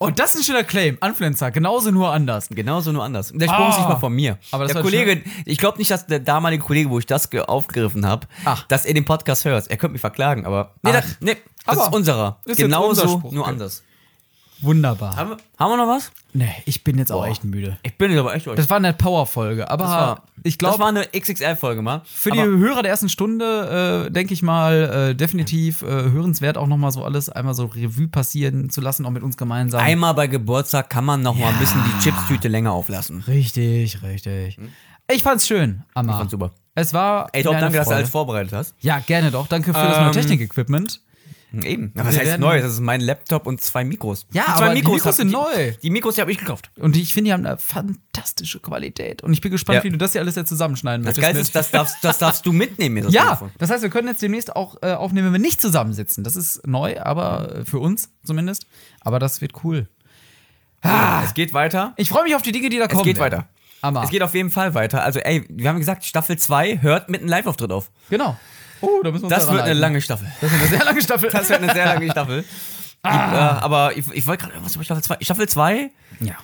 B: Oh, das ist ein schöner Claim. Influencer, genauso nur anders.
L: genauso, nur anders. Der Spruch ist nicht mal von mir.
B: Ah. Aber das
L: der
B: war
L: Kollege, ich glaube nicht, dass der damalige Kollege, wo ich das ge- aufgegriffen habe,
B: Ach.
L: dass er den Podcast hört. Er könnte mich verklagen, aber nee,
B: Ah. Ach.
L: das, nee, das
B: Aber
L: ist unserer.
B: ist jetzt
L: genauso,
B: unser Spruch.
L: nur anders.
B: Wunderbar.
L: Haben wir, haben wir noch was?
B: Nee, ich bin jetzt auch echt müde.
L: Ich bin jetzt aber echt durch.
B: Das war eine Power-Folge, aber
L: war-
B: ich
L: Das war
B: glaube,
L: eine XXL-Folge, mal.
B: für die Hörer der ersten Stunde, äh, denke ich mal, äh, definitiv äh, hörenswert auch nochmal so alles einmal so Revue passieren zu lassen, auch mit uns gemeinsam.
L: Einmal bei Geburtstag kann man noch mal ein bisschen die Chips-Tüte länger auflassen.
B: richtig, richtig. Ich fand's schön, Amma. Ich
L: Hm. fand's super.
B: Es war.
L: Ey, Tom,
B: eine
L: danke, dass du
B: Freude.
L: alles Ähm. vorbereitet hast. Hm,
B: Ja, gerne doch. Danke für das neue Technik-Equipment.
L: Eben. Na, was
B: Wir
L: heißt
B: werden-
L: neu? Das ist mein Laptop und zwei Mikros.
B: Ja,
L: zwei
B: aber die Mikros
L: hab-
B: sind neu.
L: Die, die Mikros, die habe ich gekauft.
B: Und ich finde, die haben eine fantastische Qualität. Und ich bin gespannt,
L: Ja.
B: wie du das hier alles jetzt zusammenschneiden
L: Das
B: möchtest.
L: Geilste
B: mit-
L: ist, das darfst, das darfst du mitnehmen. Mir das
B: Ja,
L: Telefon.
B: das heißt, wir können jetzt demnächst auch äh, aufnehmen, wenn wir nicht zusammensitzen. Das ist neu, aber äh, für uns zumindest. Aber das wird cool. Ah.
L: Es geht weiter.
B: Ich freue mich auf die Dinge, die da kommen.
L: geht
B: werden.
L: weiter.
B: Aber
L: Es geht auf jeden Fall weiter. Also, ey, wir haben gesagt, Staffel 2 hört mit einem Live-Auftritt auf.
B: genau. Oh, da müssen wir uns
L: Das
B: daran
L: wird eine
B: halten.
L: lange Staffel.
B: Das wird eine sehr lange Staffel.
L: Das wird eine sehr lange Staffel. Ich, äh, aber ich, ich wollte gerade irgendwas über Staffel 2. Staffel 2
B: ja.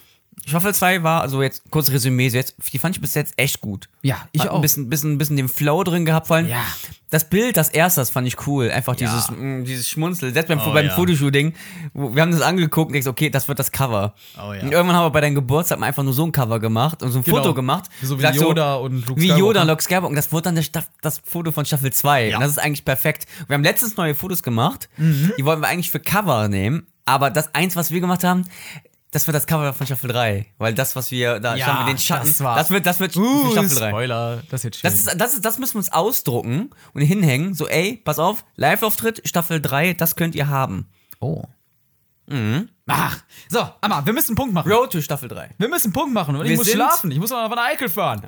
L: Staffel 2 war, also jetzt kurz Resümee, so jetzt, die fand ich bis jetzt echt gut.
B: Ja, ich
L: Hat
B: auch.
L: Ein bisschen, bisschen, bisschen den Flow drin gehabt, vor allem.
B: Ja.
L: Das Bild, das erste, das fand ich cool. Einfach dieses, mh, dieses Schmunzel. Selbst beim, beim Fotoshooting, wo, wir haben das angeguckt und denkst, okay, das wird das Cover. Und irgendwann haben wir bei deinem Geburtstag mal einfach nur so ein Cover gemacht und so ein
B: Genau.
L: Foto gemacht.
B: So wie
L: Sag
B: Yoda und Luke
L: Wie
B: Skywalker.
L: Yoda und Luke Skywalker. Und das wurde dann der Staff, das Foto von Staffel 2. Und das ist eigentlich perfekt. Wir haben letztens neue Fotos gemacht.
B: Mhm.
L: Die wollten wir eigentlich für Cover nehmen. Aber das eins, was wir gemacht haben, das wird das Cover von Staffel 3. Weil das, was wir da
B: Ja,
L: schaffen mit den Schatten,
B: das
L: das,
B: war-
L: wird, das wird für
B: Uh,
L: Staffel 3.
B: Spoiler. Das wird schön.
L: Das, ist, das, ist, das müssen wir uns ausdrucken und hinhängen. So, ey, pass auf, Live-Auftritt, Staffel 3, das könnt ihr haben.
B: oh. Mhm.
L: Mhm.
B: Ach. So, Amma, wir müssen einen Punkt machen.
L: Road to Staffel 3.
B: Wir müssen einen Punkt machen. Und ich
L: Wir
B: muss
L: sind-
B: schlafen. Ich muss noch nach Eikel fahren.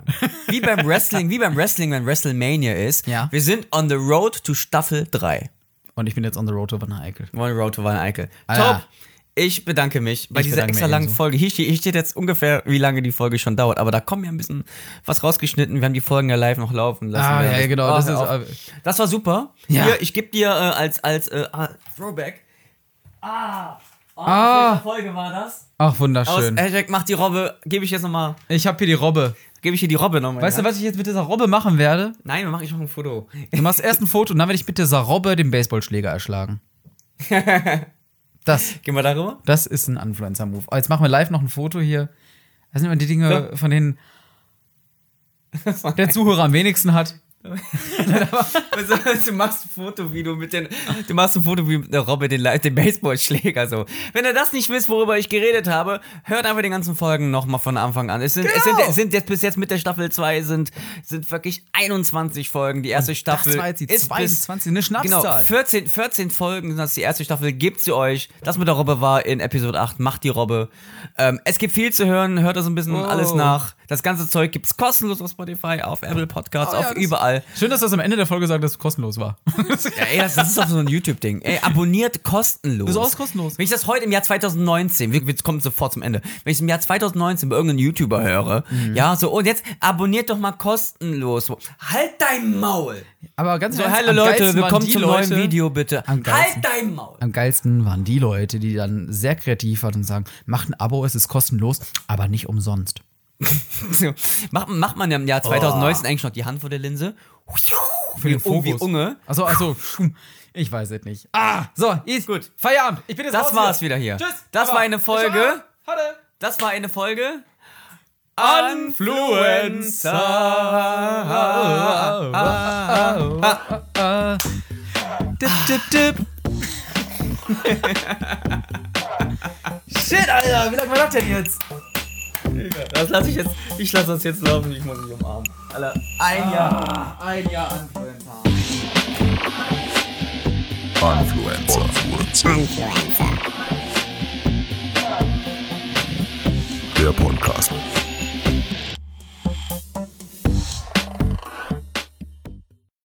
L: Wie beim Wrestling, wie beim Wrestling, wenn WrestleMania ist.
B: Ja.
L: Wir sind on the road to Staffel 3.
B: Und ich bin jetzt on the road to Van Eikel.
L: One Road to Van Eikel.
B: Ah.
L: Top. Ich bedanke mich bei
B: Ich
L: dieser
B: bedanke
L: extra
B: mich
L: langen
B: ebenso.
L: Folge. Hier steht, hier steht jetzt ungefähr, wie lange die Folge schon dauert. Aber da kommen ja ein bisschen was rausgeschnitten. Wir haben die Folgen ja live noch laufen lassen.
B: Ah,
L: Wir haben
B: ja, genau. das,
L: hör
B: ist,
L: auf.
B: äh,
L: das war super.
B: Ja.
L: Hier, ich gebe dir äh, als, als äh, ah, Throwback. oh,
B: ah,
L: Welche Folge war das?
B: ach,
L: Aus
B: wunderschön.
L: Hashtag macht die Robbe. Gebe ich jetzt nochmal.
B: Ich habe hier die Robbe.
L: Gebe ich hier die Robbe nochmal.
B: Weißt du, was ich jetzt mit dieser Robbe machen werde?
L: Nein, mach ich noch ein Foto.
B: Du machst erst ein Foto und dann werde ich mit dieser Robbe den Baseballschläger erschlagen. Das,
L: Gehen wir darüber?
B: das ist ein Influencer-Move. Oh, Jetzt machen wir live noch ein Foto hier. Das sind immer die Dinge, von denen der Zuhörer am wenigsten hat.
L: Also, du machst ein Foto, wie du mit den, du machst ein Foto, wie der Robin den, Le- den Baseballschläger so. Wenn ihr das nicht wisst, worüber ich geredet habe, hört einfach die ganzen Folgen nochmal von Anfang an. Es sind, es
B: Genau.
L: sind, es sind jetzt bis jetzt mit der Staffel 2 sind, sind wirklich 21 Folgen. Die erste Staffel
B: das war jetzt die
L: ist bis,
B: 22, eine Schnapszahl.
L: Genau, 14, 14 Folgen sind das die erste Staffel. Gebt sie euch. Das mit der Robbe war in Episode 8. Macht die Robbe. Ähm, es gibt viel zu hören. Hört das ein
B: Oh.
L: bisschen alles nach. Das ganze Zeug gibt's kostenlos auf Spotify, auf Apple Podcasts, auf überall.
B: Schön, dass Oh das am Ende der Folge sagt, dass es kostenlos war.
L: Ja, ey, das, das ist doch so ein YouTube-Ding. Ey, abonniert kostenlos.
B: Wieso ist kostenlos?
L: Wenn ich das heute im Jahr 2019, wir, wir kommen sofort zum Ende, wenn ich es im Jahr 2019 bei irgendeinem YouTuber höre,
B: Mhm.
L: ja, so, und jetzt abonniert doch mal kostenlos. Halt dein Maul!
B: Aber ganz
L: So,
B: im Ernst,
L: hallo
B: am
L: Leute,
B: geilsten waren
L: willkommen
B: die
L: zum
B: Leute-
L: neuen Video, bitte.
B: Am geilsten.
L: Halt dein Maul!
B: Am geilsten waren die Leute, die dann sehr kreativ waren und sagen, macht ein Abo, es ist kostenlos, aber nicht umsonst.
L: So, macht, macht man ja im Jahr 2019 eigentlich noch die Hand vor der Linse? Für
B: Oh. den
L: Wie
B: Fokus.
L: Unge.
B: Also, also, ich weiß es nicht. Ah, so, ist
L: Gut.
B: Feierabend. Ich bin jetzt
L: Das
B: raus
L: war's wieder hier.
B: Tschüss.
L: Das war
B: Aber-
L: eine Folge.
B: Hatte.
L: Das war eine Folge.
B: Dip, dip, dip. Shit, Alter, wie lange war das denn jetzt?
N: umarmen.
L: Das lasse ich jetzt. Ich lasse das jetzt laufen. Ich muss mich umarmen. Alter, ein Jahr.
B: Ein Jahr Influencer.
C: Influencer. Der Podcast.